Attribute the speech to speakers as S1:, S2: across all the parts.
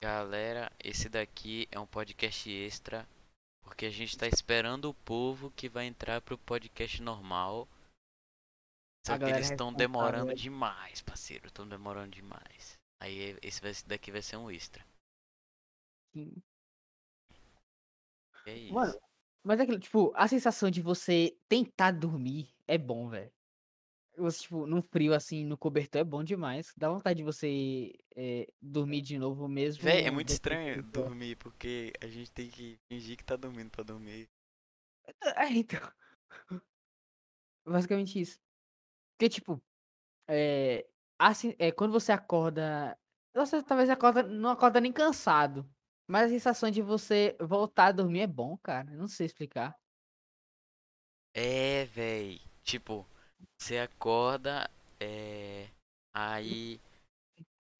S1: Galera, esse daqui é um podcast extra, porque a gente tá esperando o povo que vai entrar pro podcast normal. Só
S2: A
S1: que
S2: galera
S1: eles estão
S2: responsável,
S1: demorando
S2: né?
S1: demais, parceiro. Estão demorando demais. Aí esse vai- esse daqui vai ser um extra.
S2: Sim.
S1: E é isso.
S2: Mano, mas é aquilo, tipo, a sensação de você tentar dormir é bom, velho. Você, tipo, num frio assim, no cobertor é bom demais. Dá vontade de você é, dormir de novo mesmo.
S1: Véi, é muito
S2: depois
S1: estranho
S2: que for.
S1: dormir, porque a gente tem que fingir que tá dormindo pra dormir.
S2: É, então. Basicamente isso. Porque, tipo, é, assim, é, quando você acorda. Nossa, talvez acorda, não acorda nem cansado. Mas a sensação de você voltar a dormir é bom, cara. Não sei explicar.
S1: É, véi. Tipo, você acorda, é. Aí.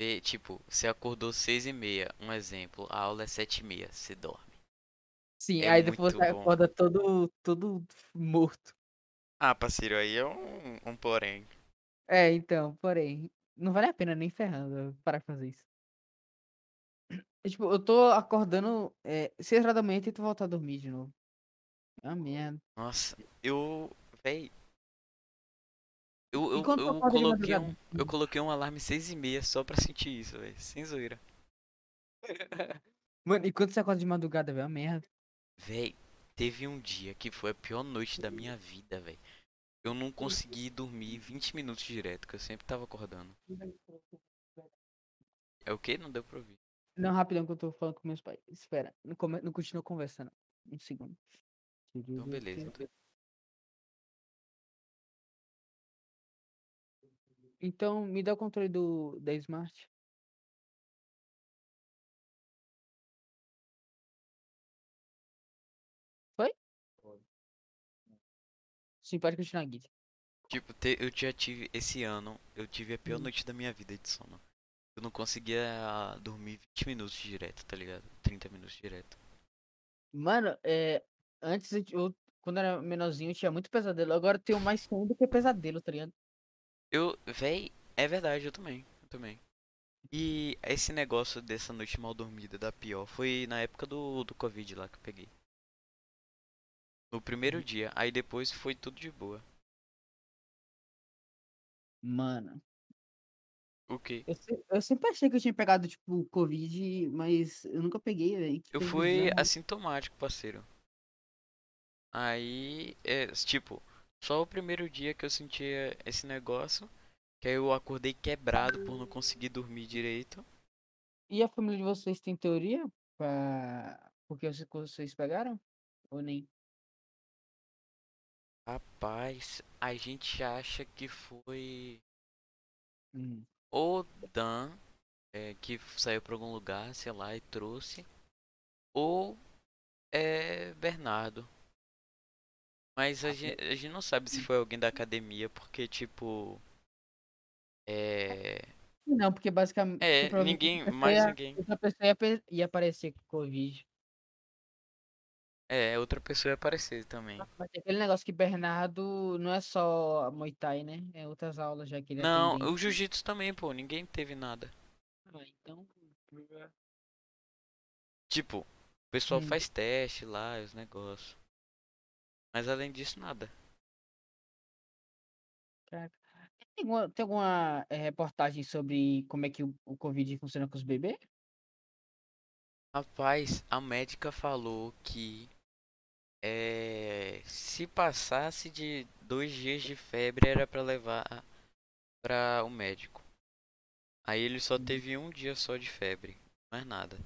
S1: vê, tipo, você acordou seis e meia, um exemplo. A aula é sete e meia, você dorme.
S2: Sim,
S1: É
S2: aí depois
S1: muito
S2: você
S1: bom.
S2: acorda todo, todo morto.
S1: Ah, parceiro, aí é um, um porém.
S2: É, então, porém, não vale a pena nem ferrando eu parar de fazer isso. É, tipo, eu tô acordando é, seis horas da manhã e tento voltar a dormir de novo. É uma merda.
S1: Nossa, eu. Véi. Eu, eu,
S2: quando tu
S1: eu
S2: acorda de
S1: coloquei um,
S2: madrugada?
S1: eu coloquei um alarme seis e meia só pra sentir isso, véi. Sem zoeira.
S2: Mano, e quando você acorda de madrugada, velho, é uma merda.
S1: Véi, teve um dia que foi a pior noite da minha vida, véi. Eu não consegui dormir 20 minutos direto, que eu sempre tava acordando. É o que? Não deu pra ouvir.
S2: Não, rapidão que eu tô falando com meus pais. Espera, não, come... não continua conversando. Um segundo.
S1: Então, beleza.
S2: Então, me dá o controle do da Smart. Foi? Sim, pode continuar, Guide.
S1: Tipo, te- eu já tive, esse ano, eu tive a pior
S2: Hum.
S1: noite da minha vida de sono. Eu não conseguia dormir 20 minutos direto, tá ligado? 30 minutos direto.
S2: Mano, é, antes eu, ti- eu- quando era menorzinho, eu tinha muito pesadelo. Agora eu tenho mais sono do que pesadelo, tá ligado?
S1: Eu, véi, é verdade, eu também. Eu também. E esse negócio dessa noite mal dormida da pior foi na época do, do Covid lá que eu peguei. No primeiro dia, aí depois foi tudo de boa.
S2: Mano,
S1: O quê?
S2: eu, se- eu sempre achei que eu tinha pegado, tipo, Covid, mas eu nunca peguei, velho. tipo, que
S1: Eu
S2: coisa
S1: fui
S2: bizarra.
S1: assintomático, parceiro. Aí, é, tipo, só o primeiro dia que eu sentia esse negócio, que aí eu acordei quebrado por não conseguir dormir direito.
S2: E a família de vocês tem teoria? Pra... Porque vocês, vocês pegaram? Ou nem?
S1: Rapaz, a gente acha que é foi
S2: Hum.
S1: ou Dan, é, que f- saiu pra algum lugar, sei lá, e trouxe, ou é Bernardo. Mas a gente, a gente não sabe se foi alguém da academia, porque, tipo, é...
S2: Não, porque basicamente.
S1: É,
S2: provavelmente
S1: ninguém,
S2: outra
S1: mais
S2: pessoa-
S1: ninguém.
S2: Outra pessoa ia, ape- ia aparecer com Covid.
S1: É, outra pessoa ia aparecer também.
S2: Mas é aquele negócio que Bernardo não é só Muay Thai, né? É outras aulas já que ele
S1: Não,
S2: atende.
S1: o jiu-jitsu também, pô, ninguém teve nada.
S2: Ah, então.
S1: Tipo, o pessoal
S2: Hum.
S1: faz teste lá, os negócios. um Mas além disso, nada.
S2: Caraca. Tem alguma, tem alguma eh, reportagem sobre como é que o, o Covid funciona com os bebês?
S1: Rapaz, a médica falou que é, se passasse de dois dias de febre era pra levar pra o médico. Aí ele só
S2: Hum.
S1: teve um dia só de febre, mais nada.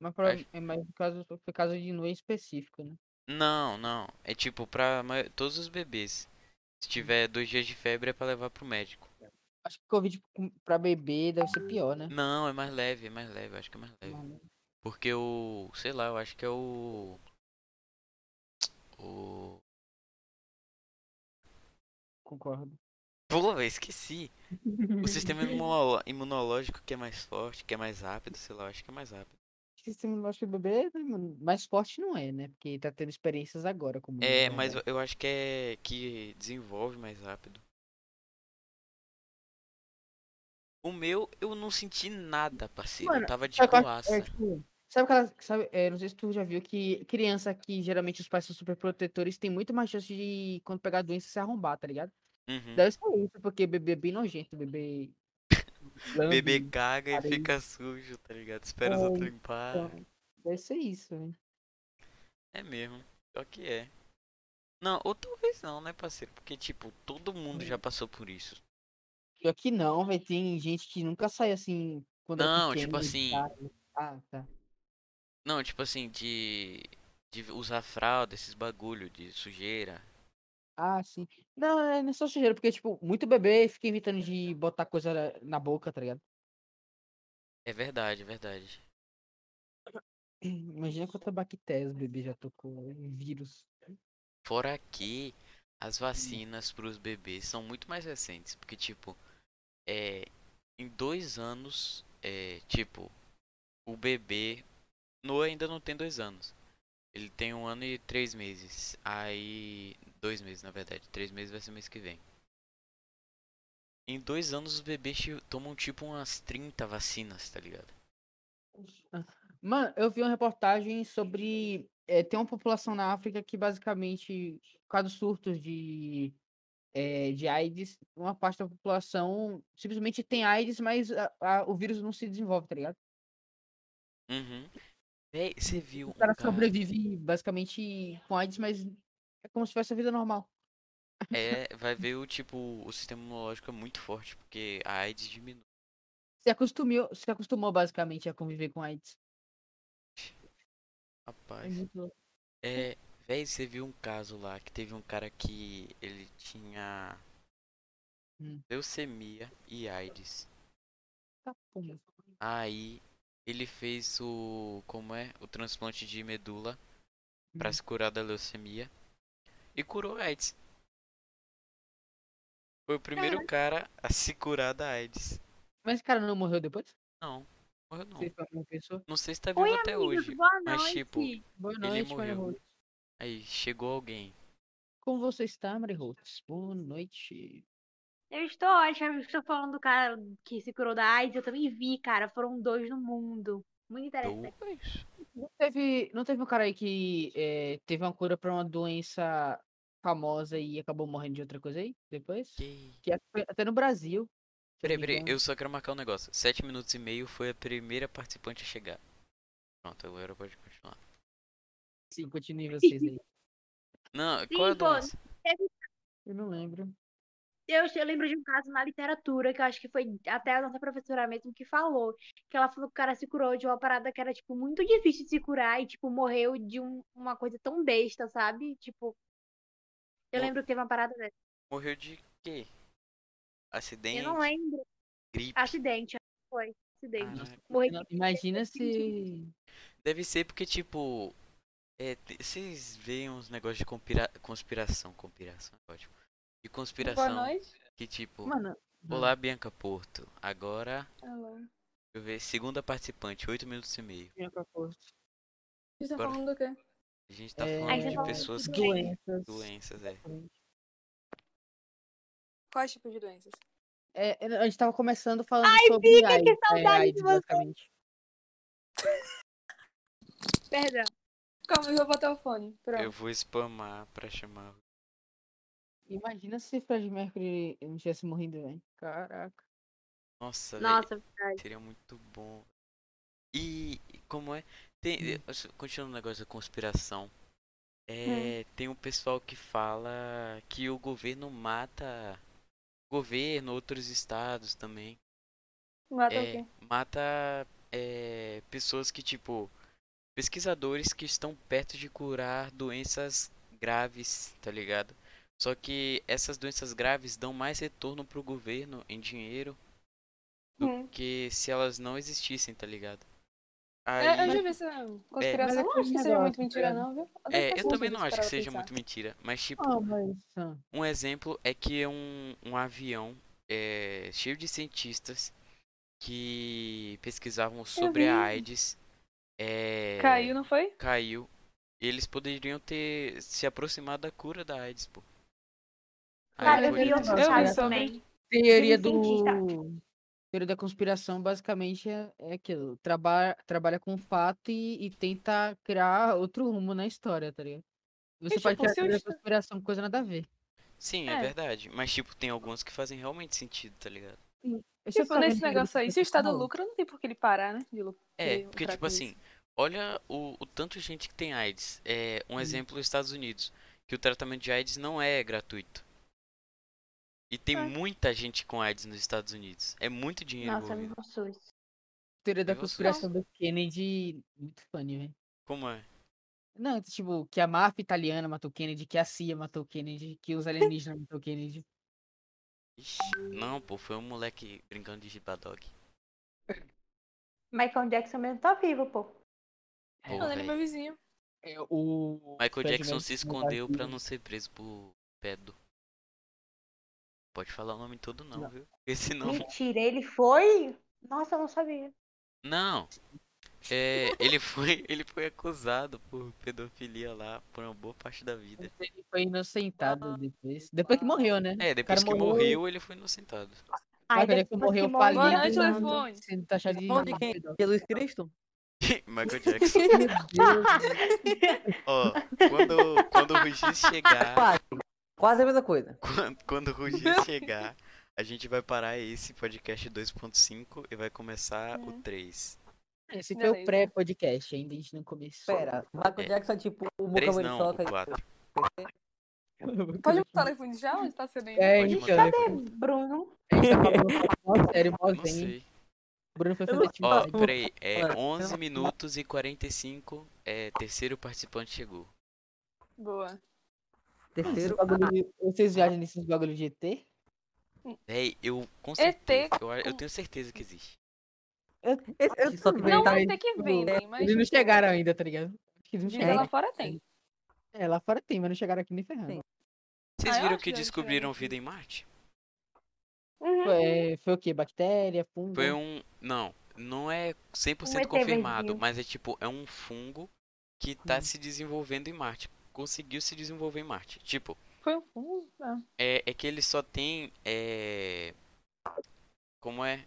S2: Mas, prova-
S1: Acho-
S2: é mais por causa, por causa de noite específico, né?
S1: Não, não. É tipo pra mai- todos os bebês. Se tiver dois dias de febre é pra levar pro médico.
S2: Acho que Covid com- pra bebê deve ser pior, né?
S1: Não, é mais leve, é mais leve, acho que é mais leve.
S2: Mano,
S1: Porque o, sei lá, eu acho que é o o
S2: Concordo.
S1: Pô, eu esqueci. O sistema imunolo- imunológico que é mais forte, que é mais rápido, sei lá, eu acho que é mais rápido.
S2: Sistema imunológico do bebê, né, mano? mais forte não é, né? Porque tá tendo experiências agora como
S1: É, mas
S2: né".
S1: eu eu acho que é que desenvolve mais rápido. O meu, eu não senti nada, parceiro.
S2: Mano,
S1: assim, eu tava de
S2: Sabe qual- é,
S1: boaça.
S2: tipo, sabe aquela. Sabe, é, não sei se tu já viu que criança que geralmente os pais são super protetores tem muito mais chance de, quando pegar doença, se arrombar, tá ligado?
S1: Uhum.
S2: Deve ser isso, porque bebê é bem nojento, bebê. lambe,
S1: Bebê caga e
S2: cara, ele-
S1: fica sujo, tá ligado? Espera os
S2: É,
S1: outros limpar.
S2: então, Deve ser isso, velho.
S1: É mesmo. Pior que é. Não, ou talvez não, né, parceiro? Porque, tipo, todo mundo
S2: Hum.
S1: já passou por isso.
S2: Pior que não, velho. Tem gente que nunca sai assim quando
S1: Não,
S2: é pequeno.
S1: tipo
S2: de
S1: assim-
S2: casa. Ah, tá.
S1: Não, tipo assim, de. De usar fralda, esses bagulho de sujeira.
S2: Ah, sim. Não, é, não é só sujeira, porque, tipo, muito bebê fica evitando de botar coisa na- na boca, tá ligado?
S1: É verdade, é verdade.
S2: Imagina quantas bactérias o bebê já tocou, hein, vírus.
S1: Fora que as vacinas pros bebês são muito mais recentes, porque tipo, é, em dois anos, é, tipo, o bebê Noah ainda não tem dois anos. Ele tem um ano e três meses. Aí. Dois meses, na verdade. Três meses vai ser mês que vem. Em dois anos os bebês ti- tomam tipo umas 30 vacinas, tá ligado?
S2: Mano, eu vi uma reportagem sobre. eh, tem uma população na África que basicamente, por causa dos surtos de, eh, de AIDS, uma parte da população simplesmente tem AIDS, mas a- a- o vírus não se desenvolve, tá ligado?
S1: Uhum. Véi, você viu um
S2: O cara
S1: cara-
S2: sobrevive basicamente com AIDS, mas é como se fosse a vida normal.
S1: É, vai ver o tipo, o sistema imunológico é muito forte, porque a AIDS diminui.
S2: Se acostumou, se acostumou basicamente a conviver com AIDS. É
S1: Rapaz.
S2: muito louco.
S1: É, véi, você viu um caso lá que teve um cara que ele tinha
S2: Hum.
S1: leucemia e AIDS.
S2: Tá, pum.
S1: Aí ele fez o, como é? O transplante de medula pra
S2: Hum.
S1: se curar da leucemia e curou a AIDS. Foi o primeiro cara a se curar da AIDS.
S2: Mas o cara não morreu depois?
S1: Não, morreu não.
S2: Ele foi uma pessoa?
S1: Não sei se tá vivo até hoje,
S3: boa
S1: mas
S3: noite.
S1: tipo,
S2: Boa
S1: Ele
S2: noite, Maria
S1: morreu.
S2: Ruth.
S1: Aí chegou alguém.
S2: Como você está, Maria Ruth? Boa noite.
S3: Eu estou ótima, estou falando do cara que se curou da AIDS, eu também vi, cara, foram dois no mundo. Muito interessante.
S1: Dois?
S2: Não teve, não teve um cara aí que eh, teve uma cura pra uma doença famosa e acabou morrendo de outra coisa aí depois?
S1: Que...
S2: Que acho que foi até no Brasil. se eu
S1: Peraí,
S2: não me
S1: peraí,
S2: engano.
S1: eu só quero marcar um negócio. Sete minutos e meio foi a primeira participante a chegar. Pronto, agora pode continuar.
S2: Sim, continue vocês aí.
S1: Não, qual é a
S3: pô,
S1: doença?
S2: Eu não lembro.
S3: Eu, eu lembro de um caso na literatura, que eu acho que foi até a nossa professora mesmo que falou, que ela falou que o cara se curou de uma parada que era, tipo, muito difícil de se curar e, tipo, morreu de um- uma coisa tão besta, sabe? Tipo, eu
S1: Mo-
S3: lembro que teve uma parada dessa.
S1: Morreu de quê? Acidente?
S3: Eu não lembro.
S1: Gripe?
S3: Acidente, foi. Acidente.
S1: Caraca.
S3: Morreu
S2: Não, Imagina se.
S1: Deve ser porque, tipo... É, te- vocês veem uns negócios de compira... conspiração. Conspiração, é ótimo. De
S4: Boa
S1: conspiração.
S4: noite.
S1: Que tipo...
S2: Mano. não.
S1: Olá, Bianca Porto. Agora,
S4: Alô.
S1: deixa eu ver, segunda participante, oito minutos e meio.
S2: Minha proposta.
S4: Você tá
S1: Agora-
S4: falando do quê?
S1: A gente tá
S2: É,
S1: falando
S3: você
S1: de
S3: falou
S1: pessoas
S3: de
S1: que têm
S2: Doenças.
S1: doenças, é.
S4: Quais tipos de doenças?
S2: É, é, a gente tava começando falando sobre AIDS, né,
S3: saudade de
S2: AIDS,
S3: você.
S2: basicamente.
S3: Perdão.
S4: Calma, eu vou botar o fone. Pronto.
S1: Eu vou spamar pra chamar.
S2: Imagina se Fred Mercury não tivesse morrido, velho. Caraca.
S1: Nossa, velho.
S3: Nossa,
S1: Seria muito bom. E como é? Tem, continuando o negócio da conspiração. É, Tem um pessoal que fala que o governo mata governo, outros estados também.
S4: Mata o
S1: É,
S4: quê?
S1: mata é, pessoas que, tipo, pesquisadores que estão perto de curar doenças graves, tá ligado? Só que essas doenças graves dão mais retorno pro governo em dinheiro do
S4: Hum.
S1: que se elas não existissem, tá ligado?
S4: É, eu já
S1: Aí,
S4: vi essa conspiração.
S2: Mas é
S4: não
S2: aquele
S4: acho que seja
S2: negócio,
S4: muito mentira,
S2: cara.
S4: não, viu?
S1: é,
S4: Até
S1: eu
S4: faço
S1: também
S4: isso
S1: não acho
S4: pra
S1: que seja
S4: pensar.
S1: muito mentira, mas tipo,
S2: Ah, mas. ah,
S1: um exemplo é que um, um avião é, cheio de cientistas que pesquisavam sobre a
S4: vi.
S1: AIDS é,
S4: Caiu, não foi?
S1: caiu. Eles poderiam ter se aproximado da cura da AIDS, pô. Aí
S3: Cara, eu
S1: foi
S3: vi
S1: desse-
S3: outro
S2: Eu vi
S4: sobre-
S3: caso também.
S2: Teoria
S3: Sim, cientista.
S2: do. Teoria da conspiração basicamente é, é aquilo. Trabalha, trabalha com um fato e, e tenta criar outro rumo na história, tá ligado? Você
S4: E,
S2: pode
S4: tipo,
S2: criar
S4: se
S2: teoria
S4: os-
S2: da conspiração, coisa nada a ver.
S1: Sim, é.
S4: É.
S1: verdade. Mas, tipo, tem alguns que fazem realmente sentido, tá ligado?
S2: Eu só
S4: Tipo,
S2: tava
S4: nesse
S2: vendo
S4: negócio aí, se o Estado
S2: maluco.
S4: lucra, não tem por que ele parar, né? De lucrar.
S1: É,
S4: Sim,
S1: porque,
S4: pra
S1: tipo
S4: com
S1: assim,
S4: isso.
S1: olha o, o tanto de gente que tem AIDS. É, um exemplo, os Estados Unidos, que o tratamento de AIDS não é gratuito. E tem
S4: É.
S1: muita gente com AIDS nos Estados Unidos. É muito dinheiro
S3: Nossa, eu
S1: envolvido.
S3: não sou isso.
S2: Teoria da
S1: Eu sou-
S2: conspiração do Kennedy. Muito funny, velho.
S1: Como é?
S2: Não, tipo, que a máfia italiana matou Kennedy, que a CIA matou Kennedy, que os alienígenas matou Kennedy.
S1: Ixi, não, pô, foi um moleque brincando de Jibadog.
S3: Michael Jackson mesmo tá vivo, pô.
S1: Pô,
S4: Olha, ele é meu
S1: velho.
S4: vizinho.
S2: É, o
S1: Michael
S2: Fred
S1: Jackson se
S2: Mercury não tá
S1: escondeu pra
S2: vivo.
S1: não ser preso por pedo. Pode falar o nome todo não,
S2: Não.
S1: viu? Esse não.
S3: Mentira, ele foi? Nossa, eu não sabia.
S1: Não. É, ele foi, ele foi acusado por pedofilia lá por uma boa parte da vida.
S2: Ele foi inocentado depois. Depois que morreu, né?
S1: É, depois que
S2: cara
S1: morreu,
S2: morreu-
S1: ele foi inocentado.
S2: Michael
S3: depois
S2: Jackson morreu
S3: que
S2: falido.
S4: Boa noite,
S3: mano.
S4: telefone.
S2: Sendo taxado tá de.
S5: Onde quem? Jesus Cristo?
S1: Michael Jackson.
S2: Meu Deus.
S1: Ó, quando, quando o Rugis chegar,
S5: Quase. Quase a mesma coisa.
S1: quando, quando o Rugis chegar, a gente vai parar esse podcast 2.5 e vai começar o 3.
S2: Esse foi o
S4: Beleza.
S2: pré-podcast, ainda a gente não começou.
S5: Pera, Michael Jackson é tipo o Muca
S1: 3 não,
S5: Muriçoca.
S1: o 4.
S4: Pode botar o telefone já? Onde tá sendo aí?
S2: É,
S1: Pode
S2: então,
S1: mandar.
S2: né?
S3: Bruno,
S2: a gente tá falando mó sério, mó
S1: Não
S2: zen.
S1: sei.
S2: Bruno foi
S5: Eu não-
S2: fazer tipo.
S1: Ó,
S5: Vai.
S1: peraí, é
S5: Vai.
S1: 11 minutos e 45, é, terceiro participante chegou.
S4: Boa.
S2: esses
S5: Terceiro.
S2: bagulho de- Vocês viajam nesses bagulho de ET?
S1: Véi, eu com
S4: ET
S1: certeza, eu, a- eu
S4: com-
S1: tenho certeza que existe.
S5: Eu- só que
S2: também.
S5: Ele
S4: Não
S5: tá-
S4: vai ter que vendem, mas.
S2: Eles não chegaram ainda, tá ligado? Acho que eles não
S4: Diga
S2: chegaram.
S4: lá fora tem.
S2: É, lá fora tem, mas não chegaram aqui nem ferrando.
S5: Sim.
S1: Vocês
S4: Ah, eu
S1: viram
S4: acho
S1: que
S4: que deve ser
S1: descobriram
S4: isso.
S1: vida em Marte?
S4: Uhum.
S2: Foi, foi o quê? Bactéria, fungo?
S1: Foi um, não, não é 100%
S3: Um ET
S1: confirmado,
S3: verdinho.
S1: mas é tipo, é um fungo que tá se desenvolvendo em Marte, conseguiu se desenvolver em Marte. Tipo,
S4: Foi um fundo. Ah,
S1: é, é que ele só tem, é, como é?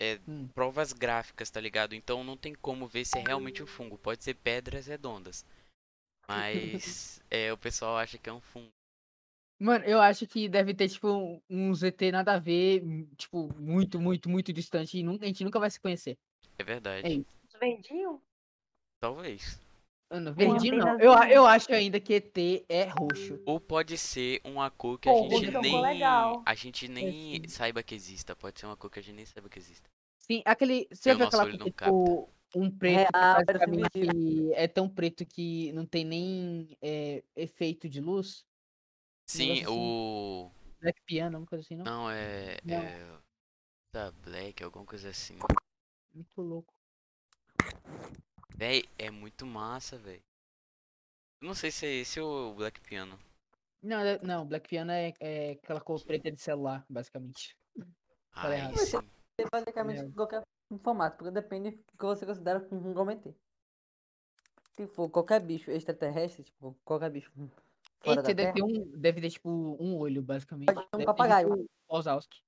S1: É,
S2: Hum.
S1: provas gráficas, tá ligado? Então não tem como ver se é realmente um fungo. Pode ser pedras redondas. Mas é, o pessoal acha que é um fungo.
S2: Mano, eu acho que deve ter, tipo, um- uns ET nada a ver, hum, tipo, muito, muito, muito distante e nunca- a gente nunca vai se conhecer.
S1: É verdade.
S2: É isso.
S3: os verdinhos?
S1: Talvez.
S2: Mano, verdinho não.
S3: antena
S2: Eu, a-
S3: azul.
S2: eu acho ainda que ET é roxo.
S1: Ou pode ser uma cor que a
S4: Pô,
S1: gente
S4: então
S1: nem.
S4: ficou legal.
S1: A gente nem
S2: sim.
S1: saiba que exista. Pode ser uma cor que a gente nem saiba que exista.
S2: Sim, aquele. Você
S1: Meu
S2: já viu aquela
S1: nosso olho
S2: coisa,
S1: não capta.
S2: tipo, um
S4: É
S2: preto que
S5: Real, parece
S2: basicamente é tão preto que não tem nem é, efeito de luz?
S1: Sim,
S2: negócio assim.
S1: o.
S2: Black piano, alguma coisa assim, não?
S1: Não, é.
S2: Não.
S1: é... Da Black, alguma coisa assim.
S2: Muito louco.
S1: Véi, é muito massa, véi. Eu Não sei se é esse ou o Black Piano.
S2: Não, é- não, Black Piano é, é aquela cor preta de celular, basicamente. Falei
S1: Ai,
S2: errado.
S1: sim.
S5: é basicamente
S2: Meu.
S5: qualquer formato, porque depende do que você considera um cometê. Se for qualquer bicho extraterrestre, tipo, qualquer bicho fora
S2: ET
S5: da
S2: deve
S5: Terra,
S2: ter, um, deve ter, tipo, um olho, basicamente.
S5: Pode ser um
S2: Deve ter,
S5: papagaio.
S2: tipo, Ozalski.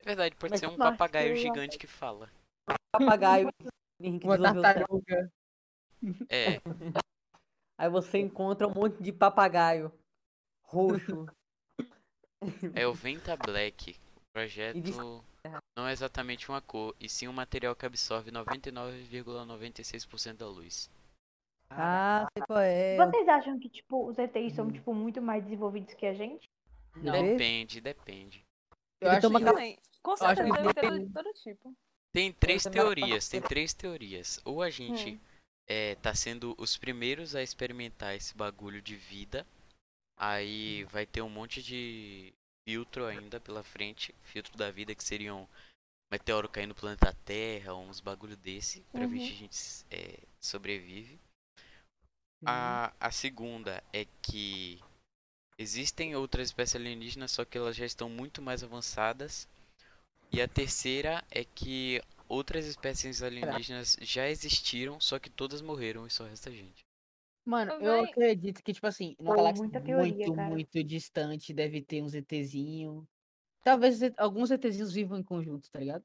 S1: É verdade, pode
S5: Mas
S1: ser um
S5: eu acho
S1: papagaio
S5: que-
S1: gigante que fala.
S5: papagaio que
S2: Uma
S5: desenvolveu o cérebro.
S2: tartaruga.
S1: É,
S5: Aí você encontra um monte de papagaio roxo.
S1: é o Venta Black. O
S5: E diz-
S1: projeto não é exatamente uma cor, e sim um material que absorve 99,96% da luz.
S5: Ah, sei qual é.
S3: Vocês acham que, tipo, os ETs são, tipo, muito mais desenvolvidos que a gente?
S2: Não,
S5: Deve-
S1: Depende, depende.
S2: eu
S5: ele
S2: acho
S5: toma
S2: que-
S5: café.
S4: Também. Com
S2: acho
S4: certeza
S2: que
S4: deve ter
S2: tem-
S4: de todo tipo.
S1: Tem três
S5: também acho- é
S1: teorias, tem três teorias. Ou a
S4: Hum.
S1: gente é, tá sendo os primeiros a experimentar esse bagulho de vida, aí vai ter um monte de filtro ainda pela frente, filtro da vida que seriam meteoro caindo no planeta Terra, uns bagulho desse, pra ver
S4: Uhum.
S1: se a gente é, sobrevive.
S2: Uhum.
S1: A, a segunda é que existem outras espécies alienígenas, só que elas já estão muito mais avançadas. E a terceira é que outras espécies alienígenas já existiram, só que todas morreram e só resta a gente.
S2: Mano,
S4: Ô,
S2: eu
S4: véi.
S2: acredito que, tipo assim, numa
S3: Pô,
S2: galáxia
S3: muita teoria,
S2: muito,
S3: cara.
S2: muito distante, deve ter uns ETzinho. Talvez ET alguns ETzinhos vivam em conjunto, tá ligado?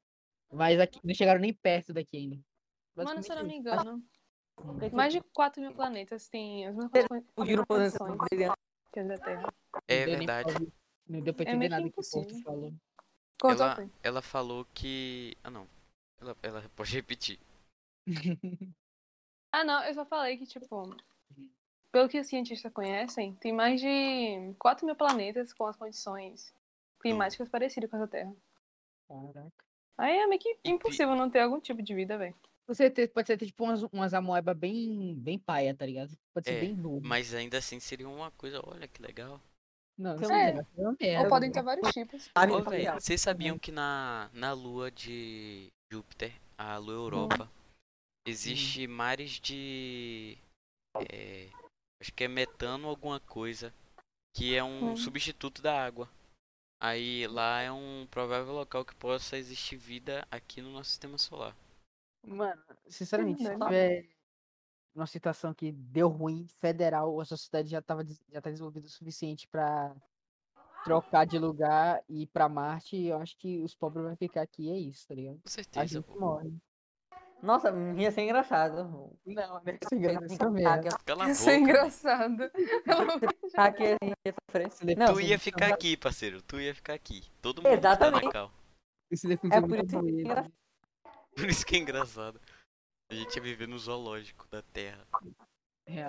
S2: Mas aqui, não chegaram nem perto daqui ainda.
S4: Mano, se eu não me
S2: Basicamente
S4: engano,
S2: é
S5: Porque, tipo,
S4: mais de 4 mil planetas têm as mesmas
S5: Eles
S4: con-
S5: fugiram por dentro
S4: condições que as da Terra.
S2: Não
S1: É
S2: deu nem pra
S1: verdade.
S2: ouvir- Não deu pra
S4: É
S2: entender
S4: meio que
S2: nada que o Porto
S4: impossível.
S2: falou.
S4: Cortou
S1: Ela,
S4: foi.
S1: ela falou que. Ah, não. Ela, ela pode repetir.
S4: Ah, não, eu só falei que, tipo, pelo que os cientistas conhecem, tem mais de 4 mil planetas com as condições climáticas parecidas com a da Terra.
S2: Caraca.
S4: Aí é meio que
S1: pi-
S4: impossível não ter algum tipo de vida, velho.
S2: Você ter- pode ser tipo umas, umas amoeba bem, bem paia, tá ligado? Pode ser
S1: É,
S2: bem novo.
S1: Mas ainda assim seria uma coisa, olha que legal.
S2: Não,
S5: Tem
S2: não
S5: um-
S2: sei,
S4: É.
S2: vai ser uma merda.
S4: Ou podem ter vários tipos.
S5: a
S1: Ô,
S5: gente
S1: véi,
S5: familiar.
S1: vocês
S5: É.
S1: sabiam que na, na lua de Júpiter, a lua
S5: Hum.
S1: Europa, existe mares de. é, acho que é metano alguma coisa, que é um
S4: Hum.
S1: substituto da água. Aí lá é um provável local que possa existir vida aqui no nosso sistema solar.
S2: Mano, sinceramente, se
S4: verdade.
S2: tiver uma situação que deu ruim federal, a sociedade já, tava, des- já tá desenvolvida o suficiente pra trocar de lugar e ir pra Marte, eu acho que os pobres vão ficar aqui, é isso, tá ligado?
S1: Com
S2: A
S1: certeza,
S2: gente
S1: pô.
S2: morre.
S5: Nossa, ia ser engraçado.
S2: Não, né?
S1: Cala a
S4: Isso é
S1: boca. mano.
S4: engraçado.
S5: Aqui a gente ia sofrer. Não, é
S1: Tu ia ficar aqui, parceiro. Tu ia ficar aqui. Todo mundo
S5: Exatamente.
S1: tá na cal.
S2: Esse tá
S5: é por isso que é engraçado.
S1: Por isso que é engraçado. A gente ia viver no zoológico da Terra.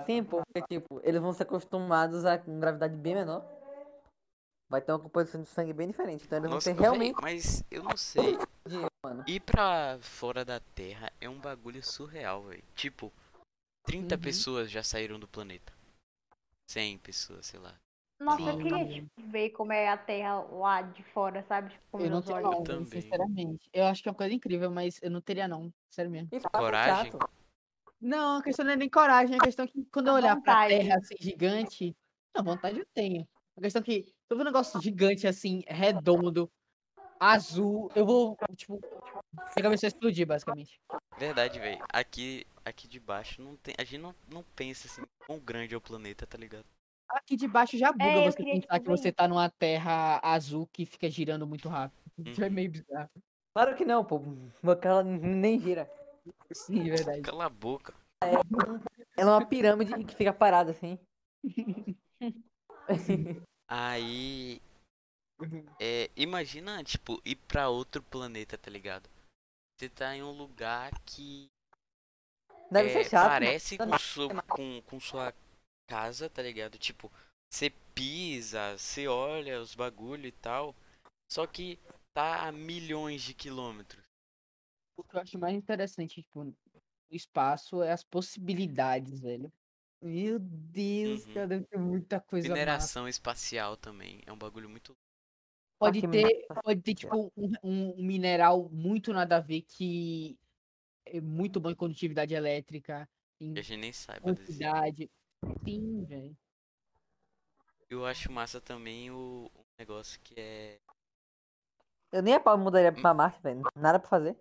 S5: Sim, porque, tipo, eles vão ser acostumados a com gravidade bem menor. Vai ter uma composição de sangue bem diferente. Então eles vão
S1: Nossa,
S5: ser
S1: véi,
S5: realmente
S1: mas eu não sei.
S5: de humano.
S1: Ir pra fora da Terra é um bagulho surreal, velho. Tipo, 30
S2: Uhum.
S1: pessoas já saíram do planeta. 100 pessoas, sei lá.
S3: Nossa, eu
S1: Sim.
S3: queria tipo, ver como é a terra lá de fora, sabe? Tipo, como
S2: Eu não
S3: meus
S2: tenho
S3: olhos.
S2: não,
S1: também.
S2: sinceramente. Eu acho que é uma coisa incrível, mas eu não teria não, sério mesmo.
S5: Isso tá
S1: Coragem?
S5: chato.
S2: Não, a questão não é nem coragem, a questão é que quando eu
S3: A
S2: olhar pra
S3: vontade.
S2: terra assim, gigante, não, vontade eu tenho. A questão é que todo um negócio gigante assim, redondo, azul, eu vou, tipo, minha cabeça vai explodir, basicamente.
S1: Verdade, velho. Aqui, aqui de baixo, não tem, a gente não, não pensa assim quão grande é o planeta, tá ligado?
S2: Aqui de baixo já buga
S3: eu
S2: você
S3: queria,
S2: pensar
S3: tipo,
S2: que você
S3: ver
S2: tá numa terra azul que fica girando muito rápido. Isso é
S1: Uhum.
S2: meio bizarro.
S5: Claro que não, pô. Porque ela nem gira.
S2: Sim, é verdade.
S1: Cala a boca.
S5: Ela é uma pirâmide que fica parada assim.
S1: Aí,
S2: Uhum.
S1: É, imagina, tipo, ir pra outro planeta, tá ligado? Você tá em um lugar que
S5: Deve
S1: é,
S5: ser
S2: né?
S5: chato. mano.
S1: parece
S5: Tá
S1: com, su- com, com sua casa, tá ligado? Tipo, você pisa, você olha os bagulho e tal, só que tá a milhões de quilômetros.
S2: O que eu acho mais interessante, tipo, no espaço é as possibilidades, velho. Meu Deus,
S1: Uhum.
S2: cara, deve ter muita coisa massa.
S1: Mineração espacial também, é um bagulho muito...
S2: Pode
S5: que é
S2: ter,
S5: massa.
S2: pode ter tipo, um, um- um mineral muito nada a ver que é muito bom em condutividade elétrica, em
S1: que a gente nem saiba desse.
S2: quantidade. Sim, velho.
S1: Eu acho massa também o, o negócio que é...
S5: Eu nem a pau mudaria
S1: Hum.
S5: pra Marte, velho. Nada pra fazer.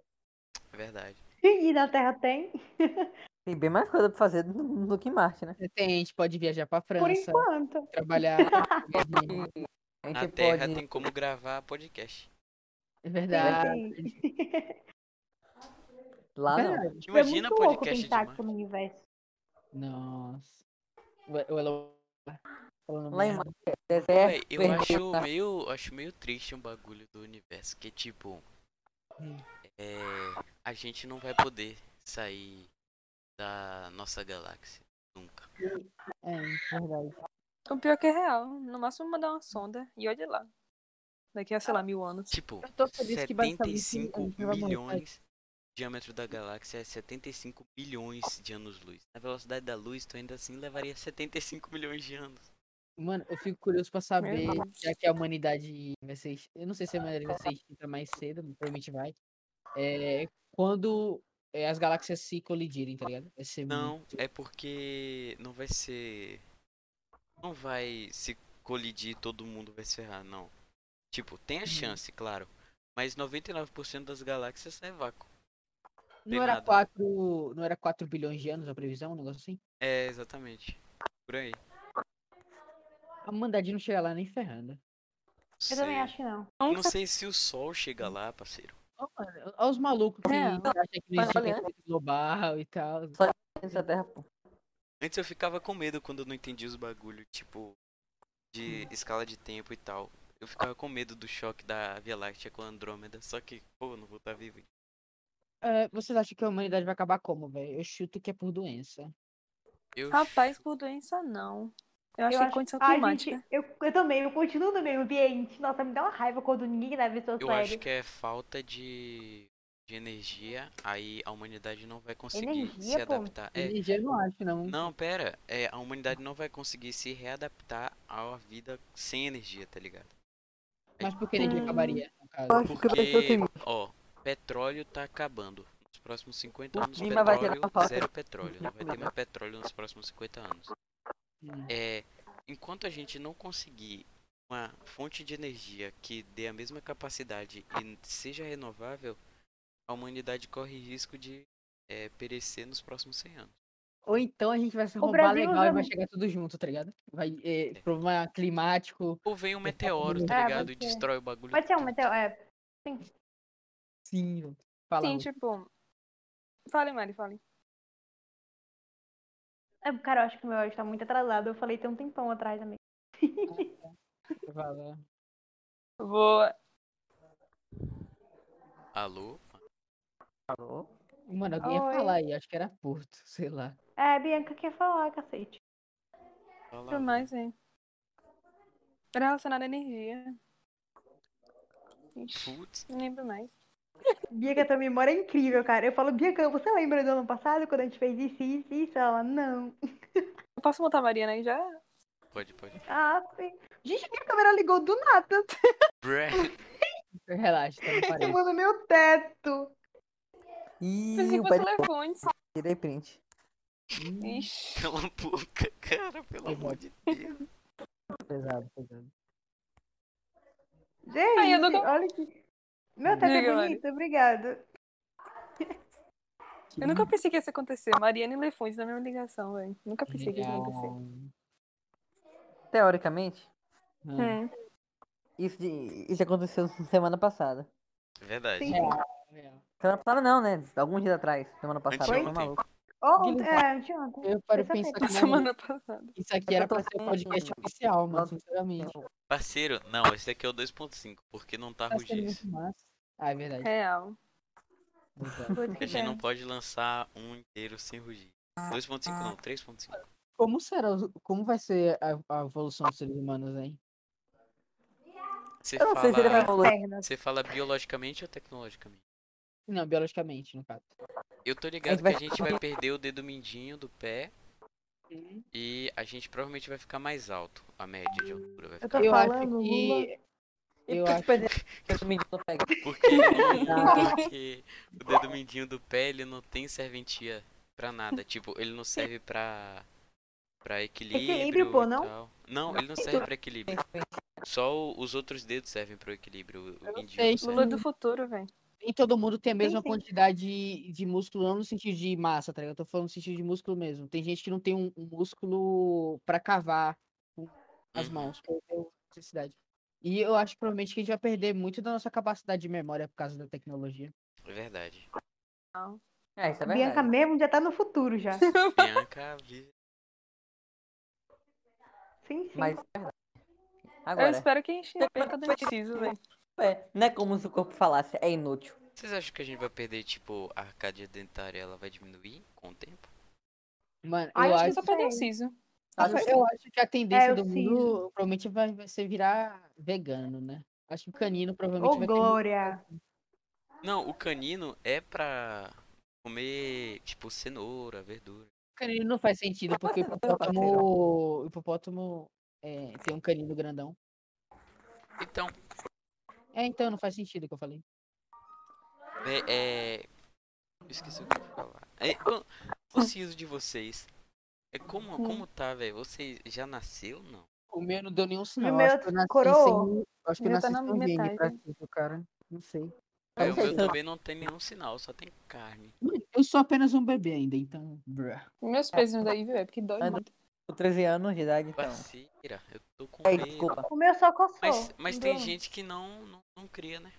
S1: é verdade.
S3: E na terra tem?
S5: Tem bem mais coisa pra fazer do, do que Marte, né?
S2: É, Tem, a gente pode viajar pra
S3: Por
S2: França,
S3: enquanto.
S2: trabalhar.
S5: A
S1: Na
S5: gente
S1: Terra
S5: pode.
S1: tem como gravar podcast.
S2: é
S3: Tem,
S2: verdade.
S3: tem.
S5: Lá não.
S2: Verdade. Tipo, é
S3: Foi
S1: Tipo, Imagina
S3: É muito louco
S1: podcast de
S3: pensar
S1: Marte.
S3: que no universo.
S2: Nossa. O, o Elon falando
S5: Lá em
S2: merda.
S5: Marte. é Deserto.
S1: Véi, eu
S5: verde,
S1: acho
S5: tá?
S1: meio, acho meio triste um bagulho do universo, que tipo,
S2: Hum.
S1: é, a gente não vai poder sair da nossa galáxia Um
S5: Tá
S1: nunca.
S2: É, verdade.
S4: O pior é que é real. No máximo mandar uma sonda e olha lá. Daqui a, sei lá, mil anos.
S1: Tipo,
S2: Eu tô feliz que basicamente a gente
S1: 75
S2: não vai morrer.
S1: milhões, o diâmetro da galáxia é 75 bilhões de anos-luz. Na velocidade da luz, tu ainda assim levaria 75 milhões de anos.
S2: Mano, eu fico curioso pra saber,
S4: Deus.
S2: já que a humanidade vai ser. ex- Eu não sei se a humanidade vai ser extinta mais cedo, provavelmente vai. É, quando é, as galáxias se colidirem, tá ligado? Vai ser
S1: Não,
S2: muito-
S1: é porque não vai ser. Não vai se colidir e todo mundo vai se ferrar, não. Tipo,
S3: Uhum.
S1: tem a chance, claro. Mas 99% das galáxias é vácuo.
S2: não, era
S1: nada.
S2: 4, não era 4 bilhões de anos a previsão, um negócio assim?
S1: É, exatamente. Por aí.
S2: A humanidade não chega lá nem ferrando.
S3: Eu também acho que não.
S1: Eu
S4: Nunca
S1: Não sei se o sol chega lá, parceiro.
S2: Ó, mano, Olha os malucos que
S4: É,
S2: acham que não
S5: mas
S2: existe
S5: olha-
S2: aquecimento global e tal.
S5: Essa terra, pô.
S1: Antes eu ficava com medo quando eu não entendia os bagulho, tipo, de
S3: Uhum.
S1: escala de tempo e tal. Eu ficava com medo do choque da Via Láctea com a Andrômeda, só que, pô, eu não vou estar vivo.
S2: É, vocês acham que a humanidade vai acabar como, velho? Eu chuto que é por doença.
S1: Eu
S4: Rapaz, por doença, não. Eu acho
S3: Eu
S4: que
S3: acho-
S4: condição
S3: Ai,
S4: climática.
S3: gente, eu, eu também, eu continuo no meio ambiente. Nossa, me dá uma raiva quando ninguém leva isso a
S1: Eu
S3: sério.
S1: acho que é falta de, de energia, aí a humanidade não vai conseguir
S3: Energia,
S1: se
S3: pô?
S1: adaptar. É,
S2: Energia eu não acho, não.
S1: não, pera, é, a humanidade não vai conseguir se readaptar à vida sem energia, tá ligado?
S2: Mas por que a energia
S4: Hum.
S2: acabaria, no caso?
S5: Acho que vai ser assim o
S1: Porque,
S5: seguinte.
S1: ó, petróleo tá acabando. Nos próximos 50
S5: O
S1: anos,
S5: clima vai
S1: petróleo,
S5: virar uma
S1: zero petróleo. Não vai ter mais petróleo nos próximos 50 anos.
S2: Hum.
S1: É, enquanto a gente não conseguir uma fonte de energia que dê a mesma capacidade e n- seja renovável, a humanidade corre risco de é, perecer nos próximos 100 anos.
S2: Ou então a gente vai se
S3: O
S2: roubar
S3: Brasil
S2: legal
S3: usa
S2: e vai
S3: muito.
S2: chegar tudo junto, tá ligado? Vai, é, problema climático,
S1: Ou vem um
S2: Exatamente.
S1: meteoro, tá
S3: É,
S1: ligado? E
S3: pode ser.
S1: destrói o bagulho.
S3: Pode ser um
S1: tudo.
S3: meteoro. É,
S2: sim. Fala,
S4: Sim,
S2: Lu.
S4: tipo. Fale, Mari, fale.
S3: é, cara, eu acho que o meu áudio tá muito atrasado. Eu falei tem um tempão atrás também.
S2: Fala.
S4: Vou.
S1: Alô?
S5: Alô?
S2: Mano, alguém ia
S3: Oi.
S2: falar aí, acho que era Porto, sei lá.
S3: É, Bianca quer falar, cacete.
S1: Fala,
S4: Por
S1: alô.
S4: mais, né? hein? Relacionado à energia. Ixi,
S1: Putz,
S4: não lembro mais.
S3: Bianca, tua memória é incrível, cara. Eu falo, Bianca, você lembra do ano passado quando a gente fez isso, isso, isso? Ela, não.
S4: Eu posso montar a Mariana aí já?
S1: pode, pode.
S3: Ah, sim. Gente, minha câmera ligou do nada.
S1: Brad,
S2: Relaxa, tá na parede.
S3: Queimou no meu teto.
S5: Ih,
S4: Pensei
S5: o
S4: que fosse
S5: pai
S4: telefones.
S5: tirei print.
S4: Ixi.
S1: cala a boca, cara, pelo
S2: Foi
S1: amor
S2: bom.
S1: de Deus.
S5: Pesado, pesado.
S3: Gente,
S4: Ai, eu nunca-
S3: olha que. Meu teto
S4: Diga,
S3: é
S4: Mari.
S3: bonito, obrigada.
S4: Eu nunca pensei que isso ia acontecer. Mariana e Lefontes na mesma ligação, velho. Nunca pensei que isso ia acontecer.
S5: Teoricamente,
S2: Hum.
S3: É.
S4: Hum.
S5: isso, de- isso aconteceu semana passada.
S1: Verdade.
S3: Sim.
S4: É.
S2: Real.
S5: Semana passada não, né? Alguns dias atrás. Semana passada.
S1: Anteontem.
S5: tá maluco.
S3: Ontem,
S2: Guilherme.
S3: é, anteontem.
S2: Eu parei pra
S3: Terça-feira.
S2: pensar que mano,
S4: Semana passada.
S2: isso aqui era
S5: Eu tô
S2: pra ser o um podcast
S5: sem-
S2: oficial, mano,
S5: Nossa,
S2: sinceramente.
S1: Parceiro, não, esse aqui é o 2.5, porque não tá
S2: Tá sendo
S1: rugis.
S2: muito massa. Ah, é verdade.
S4: Real.
S2: Então,
S1: A gente não pode lançar um inteiro sem rugir. 2.5 não, 3.5.
S2: Como será, os- como vai ser a, a evolução dos seres humanos, hein?
S1: Você
S5: Eu não sei se ele vai
S1: fala,
S5: evoluir.
S3: Pernas.
S1: você fala biologicamente ou tecnologicamente?
S2: Não, biologicamente, no caso.
S1: Eu tô ligado que
S5: vai
S1: a gente vai perder o dedo mindinho do pé
S2: Hum.
S1: e a gente provavelmente vai ficar mais alto. A média de altura vai
S3: Eu
S1: ficar.
S3: tô
S2: Eu acho
S3: falando, Lula.
S2: que.
S5: E
S2: Eu
S5: por que
S2: acho
S5: que perdeu? Que esse menino não pega.
S1: Porque, porque o dedo mindinho do pé ele não tem serventia pra nada. Tipo, ele não serve pra, pra equilíbrio.
S3: Equilíbrio, pô,
S1: e
S3: não?
S1: tal. Não, ele não serve pra equilíbrio. Só o- os outros dedos servem pro equilíbrio. O
S2: Eu não
S1: mindinho
S2: sei,
S1: não serve.
S4: Lula do futuro, velho.
S2: Tipo, nem todo mundo tem a mesma
S3: sim.
S2: quantidade de, de músculo, não no sentido de massa, tá ligado? Eu tô falando no sentido de músculo mesmo. Tem gente que não tem um, um músculo pra cavar com as
S1: Uhum.
S2: mãos, perdeu necessidade. E eu acho que provavelmente que a gente vai perder muito da nossa capacidade de memória por causa da tecnologia.
S1: É verdade.
S5: É, isso é
S3: Bianca
S5: verdade.
S3: mesmo já tá no futuro já.
S1: Bianca vive.
S3: Sim, sim.
S5: Mas isso é verdade.
S4: Eu
S5: Agora,
S4: espero que a gente
S3: é
S4: aprenda quando eu preciso, velho.
S5: é, não é como se o corpo falasse, é inútil.
S1: Vocês acham que a gente vai perder, tipo, a arcádia dentária ela vai diminuir com o tempo?
S2: Mano,
S3: Ah,
S2: eu,
S4: Eu acho que
S2: acho,
S4: só perdeu o siso.
S5: é Acho
S2: eu,
S5: que sim.
S2: acho que a tendência
S3: É, eu
S2: do
S3: sim.
S2: mundo provavelmente vai, vai ser virar vegano, né? Acho que o canino provavelmente
S3: Ô,
S2: vai
S3: Glória.
S1: Não, o canino é pra comer, tipo, cenoura, verdura.
S2: Canino não faz sentido, porque hipopótamo. Hipopótamo é, tem um canino grandão.
S1: Então,
S2: É, então não faz sentido o que eu falei.
S1: né, é. eu Esqueci o que eu ia falar. É, o, o siso de vocês. É como, como tá, velho? Você já nasceu? Não.
S2: O meu não deu nenhum sinal.
S3: meu
S2: acho que eu nasci
S3: coroou.
S2: sem. um, Acho que eu
S4: Meu
S2: nasci
S4: tá
S2: sem
S4: na
S2: gene
S4: metade.
S2: pra tipo, cara. Não sei.
S5: Eu
S1: É,
S5: não
S1: o
S5: sei
S1: meu
S5: se eu-
S1: também não tem nenhum sinal, só tem carne.
S2: Mano, Eu sou apenas um bebê ainda, então. bruh.
S4: Meus pesos daí, velho, porque dói
S5: Ah,
S4: muito.
S5: Com 13 anos de idade, então.
S1: Vacira, eu tô com
S5: Ai,
S1: medo.
S5: É, desculpa.
S3: O meu só coçou.
S1: Mas, mas tem
S4: Bruno.
S1: gente que não, não, não cria, né?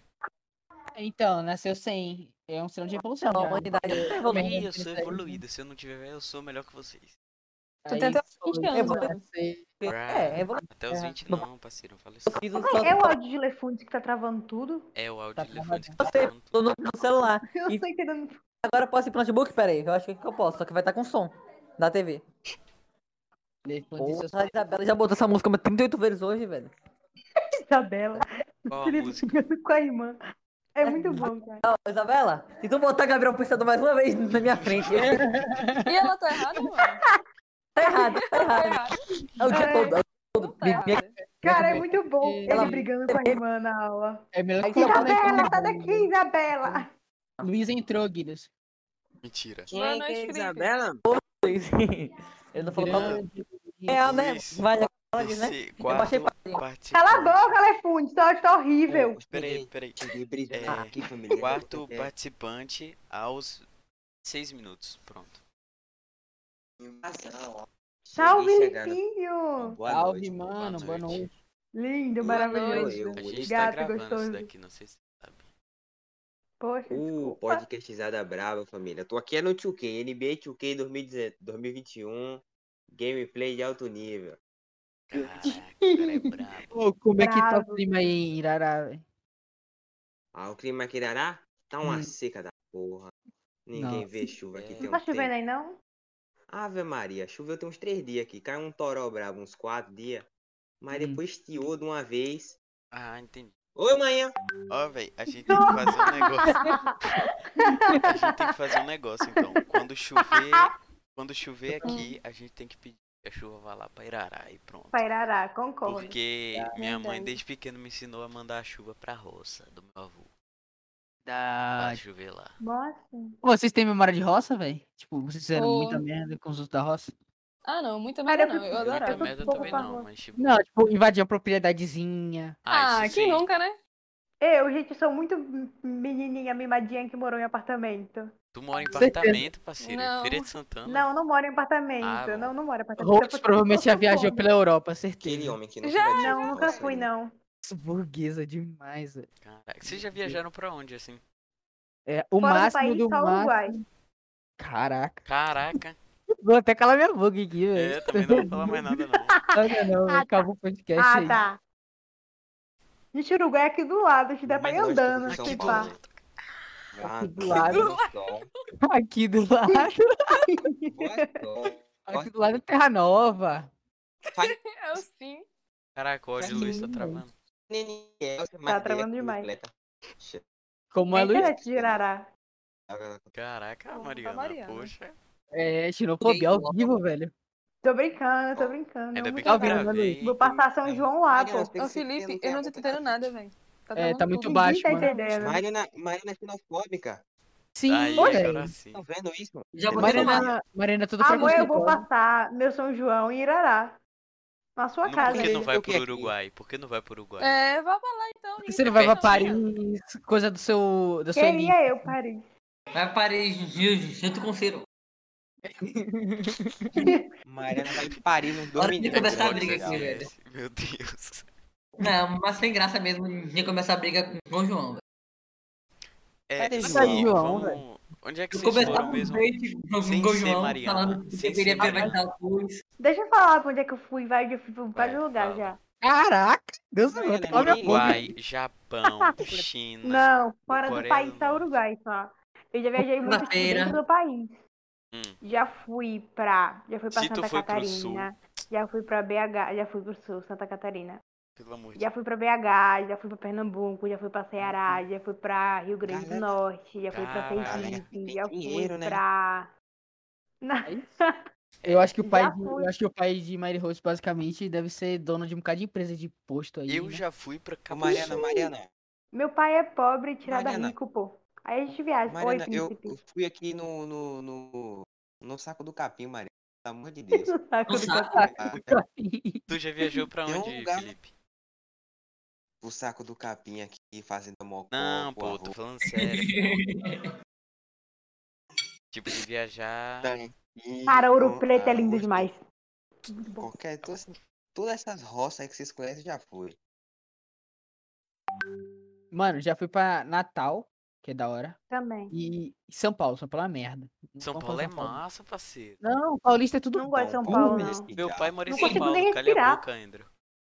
S2: Então, nasceu sem. É um sinal de evolução.
S1: Então,
S5: Não,
S2: já.
S5: a humanidade
S1: tá
S5: é
S2: Também,
S1: eu sou
S2: consegue.
S1: evoluído. Se eu não tiver, eu sou melhor que vocês.
S4: Tu
S2: Aí
S4: tem até
S2: foi,
S4: 20 anos,
S5: né?
S2: nascer-
S5: É, é evolução.
S1: Até os
S2: É.
S1: 20 não, parceiro. Fala isso.
S5: Fiz um
S3: É o áudio de elefante que tá travando tudo?
S1: É o áudio
S2: Tá
S1: de elefante que
S5: bom,
S1: tá falando.
S5: tô no, no celular.
S3: Eu
S5: E-
S3: não tô entendendo.
S5: Agora eu posso ir pro notebook? Pera aí, eu acho que eu posso, só que vai estar com som da TV.
S2: elefante e
S5: Porra,
S2: seus-
S5: a Isabela já botou essa música umas 38 vezes hoje, velho.
S3: Isabela,
S1: Qual a
S3: se
S1: música?
S3: ligando com a irmã. É muito bom, cara.
S5: Ó, Isabela, se tu botar Gabriel Pensador mais uma vez na minha frente,
S4: E ela tá errada, mano?
S5: tá errado, tá
S4: Tá
S5: errado.
S4: errada.
S5: É o dia
S3: É.
S5: todo. é o dia todo.
S4: Não tá
S5: Minha- minha-
S4: errada.
S3: Cara, é
S2: também.
S3: muito bom
S2: E-
S3: ele brigando com a irmã na aula.
S2: É melhor
S5: Aí
S2: que
S5: tá
S2: eu falei
S3: Isabela,
S2: com-
S3: sai daqui, Isabela!
S2: Luiz entrou, Guilherme.
S1: Mentira.
S6: Quem
S4: Mano,
S6: é,
S4: é
S6: que é
S4: escrito.
S6: Isabela?
S5: Eu não falo
S1: Grande.
S5: qual é o real, né?
S1: Luiz.
S5: Vai, ela diz, né?
S1: Esse
S5: baixei
S1: quarto
S5: pra-
S1: participante.
S3: Cala a boca, Elefante, sua áudio tá horrível.
S1: Peraí, peraí.
S6: Queria brisar
S1: É,
S6: aqui, família.
S1: Quarto
S6: É,
S1: participante aos 6 minutos. Pronto.
S6: invasão, ó.
S3: Salve,
S6: Cheguei chegando.
S3: Lipinho!
S6: Boa
S2: Salve,
S6: noite,
S2: mano. Boa noite.
S3: Lindo,
S4: Boa
S3: maravilhoso.
S4: noite.
S6: Eu,
S1: A gente
S3: Gato
S1: tá gravando
S3: gostoso.
S1: isso daqui, não sei se você sabe.
S3: Poxa,
S6: Uh,
S3: desculpa.
S6: podcastizada brava, família. Tô aqui é no 2K, NBA 2K 2010 2021. Gameplay de alto nível.
S1: Caraca, o cara é brabo.
S2: Ô, como é que tá
S3: Bravo.
S2: o clima aí em Irará? velho?
S6: Ah, o clima aqui da Ará tá uma
S1: Hum.
S6: seca da porra. Ninguém
S2: Nossa.
S6: vê chuva aqui.
S1: Não
S6: Tem
S3: Tá
S6: um
S3: chovendo
S6: tempo.
S3: aí, não?
S6: Ave Maria, choveu tem uns três dias aqui. Caiu um toró bravo, uns quatro dias. Mas
S2: Hum.
S6: depois estiou de uma vez.
S1: Ah, entendi.
S6: Oi, manhã!
S1: Ó, velho, a gente tem que fazer um negócio. A gente tem que fazer um negócio, então. Quando chover, quando
S3: Ah.
S1: chover aqui, a gente tem que pedir que a chuva vá lá pra Irará e pronto.
S3: Pairará, concordo.
S1: Porque
S2: Ah,
S6: Ah, é
S1: minha mãe
S2: então.
S4: Verdade.
S1: desde pequeno me ensinou a mandar a chuva pra roça do meu avô.
S2: Da...
S1: Pra chover lá.
S3: Nossa.
S2: Pô, Vocês têm memória de roça, velho? Tipo, vocês fizeram
S4: Pô.
S2: muita merda com os outros da roça?
S4: Ah, não, muita
S3: Cara,
S4: merda
S3: eu
S4: não.
S3: fico-
S4: Eu
S1: Muita
S4: adorava.
S3: fico-
S1: merda
S3: pouco
S1: também
S3: pra
S1: não,
S3: roça.
S1: mas tipo.
S2: Não, tipo, invadiam a propriedadezinha.
S4: Ah,
S1: isso
S4: quem
S1: sim.
S4: nunca, né?
S3: Eu, gente, eu sou muito menininha mimadinha que morou em apartamento.
S1: Tu mora em
S2: Com certeza.
S1: apartamento, parceiro.
S4: Não.
S1: Em Feira de Santana.
S3: Não, não moro em apartamento.
S1: Ah, bom.
S3: não, não moro em apartamento.
S2: Rox
S3: Eu
S2: provavelmente já
S3: sou
S2: viajou
S3: suburba.
S2: pela Europa, certeza.
S6: Aquele homem que não
S4: Já,
S6: souber dizer
S3: Não,
S6: não,
S3: nunca
S6: sério.
S3: fui, não.
S2: Isso, Burguesa demais, velho.
S1: Caraca. É, Vocês já viajaram pra onde, assim?
S2: É, o
S3: Fora do
S2: máximo
S3: país,
S2: do
S3: só o
S2: máximo-
S3: Uruguai.
S2: Caraca.
S1: Caraca.
S2: Vou até calar minha boca aqui, velho.
S1: É, também não vou falar mais nada, não.
S2: Olha não,
S7: tá.
S2: velho, acabou o podcast
S3: Ah,
S2: é aí.
S3: tá. Gente, Uruguai é aqui do lado, a gente dá pra ir
S6: Mais longe que eu fui
S3: andando,
S6: em São
S3: se
S6: Paulo,
S3: pá.
S6: né?
S3: Tá
S6: Ah,
S2: Do lado.
S6: boa sorte,
S2: Aqui do lado,
S6: boa sorte.
S2: aqui do lado é Terra Nova.
S4: Eu sim.
S1: Caraca, o áudio do Luiz tá
S2: Sim.
S1: travando.
S6: Neném, essa matéria
S3: Tá travando demais.
S6: é completa.
S2: Como é,
S3: É
S2: Luiz?
S3: internet de Irará.
S1: Caraca,
S4: Porra,
S1: Mariana.
S4: Mariana.
S3: Tá
S1: Poxa.
S2: É, xenofobia ao vivo, velho.
S3: Tô brincando, tô brincando.
S1: Ainda
S3: muito
S1: bem que eu
S2: bem, né,
S3: obrigada.
S2: Luiz?
S1: gravei. um-
S3: Vou passar São João lá, pô.
S6: Mariana,
S4: Ô, Felipe, eu
S6: assim,
S4: não tô entendendo nada, velho.
S2: É,
S4: travando
S2: tá muito
S4: tudo.
S2: baixo.
S3: Ninguém tá
S2: mano.
S3: entendendo.
S6: Marina, Marina né? é xenofóbica.
S2: Sim,
S1: Aí,
S2: velho.
S1: agora sim.
S6: Estão vendo isso?
S5: Já vou
S6: Marina,
S5: treinar.
S4: Ah,
S2: Marina, Marina, tudo pra
S3: Amor, eu vou passar meu São João em Irará. Na sua
S1: Não,
S3: casa.
S1: por que não
S6: gente,
S1: vai
S6: eu que
S1: pro
S6: aqui.
S1: Uruguai? Por que não vai pro Uruguai?
S4: É, vá pra lá então. ninguém
S2: Você não
S4: tá
S2: vai pra
S4: entendendo.
S2: Paris, coisa do seu. Da sua elite.
S3: Queria eu, Paris.
S5: Vai Paris junto com o Ciro.
S6: Mariana vai em Paris nos dois
S5: Hora de
S6: minutos.
S5: começar a
S1: Olha,
S5: briga aqui,
S1: esse-
S5: velho.
S1: esse- Meu Deus.
S5: Não, mas sem graça mesmo de começar a briga com o João.
S1: É,
S6: Cadê
S1: João,
S2: João,
S1: vamos... Onde é que
S5: Eu
S1: vocês
S5: começar
S1: foram
S5: um
S1: mesmo?
S5: date com
S1: Sem
S5: o
S1: ser
S5: João,
S1: Mariana,
S5: falando que
S1: sem
S5: deveria
S1: ser Mariana.
S5: privatizar o curso.
S3: Deixa eu falar pra onde é que eu fui, vai, eu fui pra
S1: Vai,
S3: vários lugares
S1: fala.
S3: já.
S2: Caraca, Deus do
S6: Marina,
S2: céu, tem que falar minha boca.
S1: Uruguai, Japão, China.
S3: Não, fora do
S1: Coreia
S3: país
S1: do
S3: tá
S1: Norte.
S3: Uruguai só. Eu já viajei muito tipo,
S5: feira.
S3: dentro do país.
S1: Hum.
S3: Já fui pra. Já fui pra
S1: Se tu
S3: Santa
S1: foi pro sul.
S3: Catarina. Já fui pra BH. Já fui pro sul, Santa Catarina.
S1: Pelo amor de
S3: Já fui pra BH, já fui pra Pernambuco, já fui pra
S1: Uhum.
S3: Ceará, já fui pra Rio Grande do
S6: Galera-
S3: Norte, já fui pra
S1: Caralho,
S6: tem
S3: Sergipe, já
S6: dinheiro,
S3: fui
S6: né?
S3: pra. Na-
S2: Eu acho que o
S3: É, Já
S2: pai, de,
S3: fui.
S2: eu acho que o pai de Mary Rose basicamente deve ser dono de um bocado de empresa de posto aí.
S1: Eu
S2: né?
S1: já fui pra
S6: Ô,
S1: Cabo
S6: Mariana,
S1: Sul.
S6: Mariana.
S3: Meu pai é pobre, tirada
S6: Mariana.
S3: rico, pô. Aí a gente viaja.
S6: Mariana,
S3: Oi,
S6: eu,
S3: príncipe.
S6: eu fui aqui no, no, no, no saco do capim, Mariana. Pelo amor de Deus.
S3: Saco do
S5: Nossa.
S3: capim.
S6: Ah,
S1: Tu já viajou pra
S6: Tem um
S1: onde,
S6: lugar-
S1: Felipe?
S6: O saco do capim aqui, fazendo mocó,
S1: Não,
S6: com
S1: pô,
S6: arroz.
S1: tô falando sério. Tipo, de viajar.
S6: Tá, hein?
S3: Cara,
S6: Com
S3: Ouro Preto é lindo
S6: arroz,
S3: demais. Muito bom.
S6: Qualquer. é Todas, todas essas roças aí que vocês conhecem já foi.
S2: Mano, já fui pra Natal, que é da hora.
S3: Também.
S2: E São Paulo, São Paulo é uma merda. Não
S1: São
S2: vamos pra
S1: Paulo é massa, parceiro.
S2: Não, paulista é tudo.
S3: Não gosto de São
S6: Bom,
S3: Paulo,
S6: puta
S3: não.
S6: que
S1: Meu
S6: diabo.
S1: pai mora em
S3: Não
S1: São
S3: consigo
S1: Paulo,
S3: nem
S1: calha a
S3: respirar.
S1: boca, Andrew.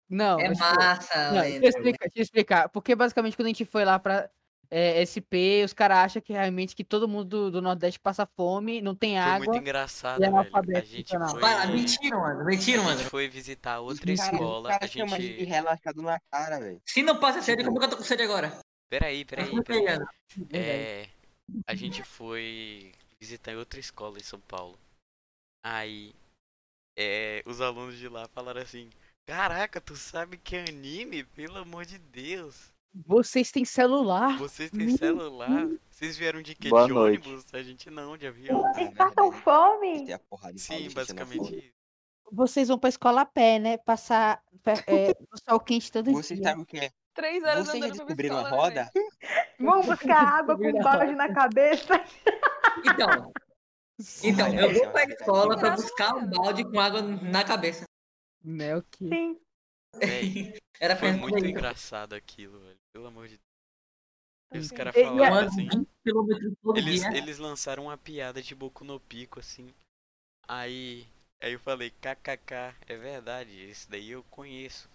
S2: Não,
S8: É
S2: mas, tipo,
S8: massa,
S2: Não, deixa eu
S8: Leandro.
S2: explicar, deixa eu explicar. Porque basicamente quando a gente foi lá pra é, SP, os caras acham que realmente que todo mundo do, do Nordeste passa fome, não tem
S1: Foi muito
S2: água.
S1: engraçado,
S2: e é
S1: velho. A
S2: analfabeto
S1: gente
S2: funcional.
S1: foi.
S8: Vai lá,
S1: a
S8: mentira, mano. Mentira,
S1: gente
S8: mano.
S1: foi visitar outra
S6: Os caras- os
S1: escola. A
S6: caras chamam de
S1: gente.
S6: relaxado na cara, velho.
S8: Se não passa sério, como é que eu tô com sede agora?
S1: Peraí, peraí,
S8: Não
S1: peraí.
S8: sei, Leandro.
S2: Verdade.
S1: É, a gente foi visitar outra escola em São Paulo. Aí, é, os alunos de lá falaram assim: Caraca, tu sabe que é anime? Pelo amor de Deus!
S2: Vocês têm celular?
S1: Vocês têm celular? Vocês vieram de quê?
S6: Boa
S1: de
S6: noite.
S1: ônibus? A gente não, de avião.
S3: Vocês passam fome?
S6: Tem a porrada de
S1: Sim,
S6: paulista na
S1: basicamente
S6: folha.
S1: isso.
S2: Vocês vão pra escola a pé, né? Passar pe- é, no sol quente todo
S6: Vocês
S2: dia.
S6: sabem o que é?
S4: Três
S6: Vocês
S4: horas
S6: já
S4: andando pra
S6: descobriram a
S4: escola, né,
S6: roda?
S3: Vão buscar água com um balde na cabeça.
S8: Então, então
S6: Olha,
S8: eu
S6: essa é
S8: vou
S6: uma
S8: pra
S6: verdade.
S8: escola pra
S4: Nada,
S8: buscar um
S4: mano.
S8: balde com água na cabeça.
S2: Né, o que?
S3: Sim.
S1: Véi,
S8: É Era
S1: É foi
S8: pra
S1: muito engraçado aquilo, velho. Pelo amor de Deus. E os caras
S2: E- e a-
S1: falaram
S8: Mano,
S1: assim.
S8: 20 km todo
S1: Eles,
S8: dia.
S1: eles lançaram uma piada de Boku no Pico, assim. Aí, aí eu falei, kkk, é verdade, esse daí eu conheço.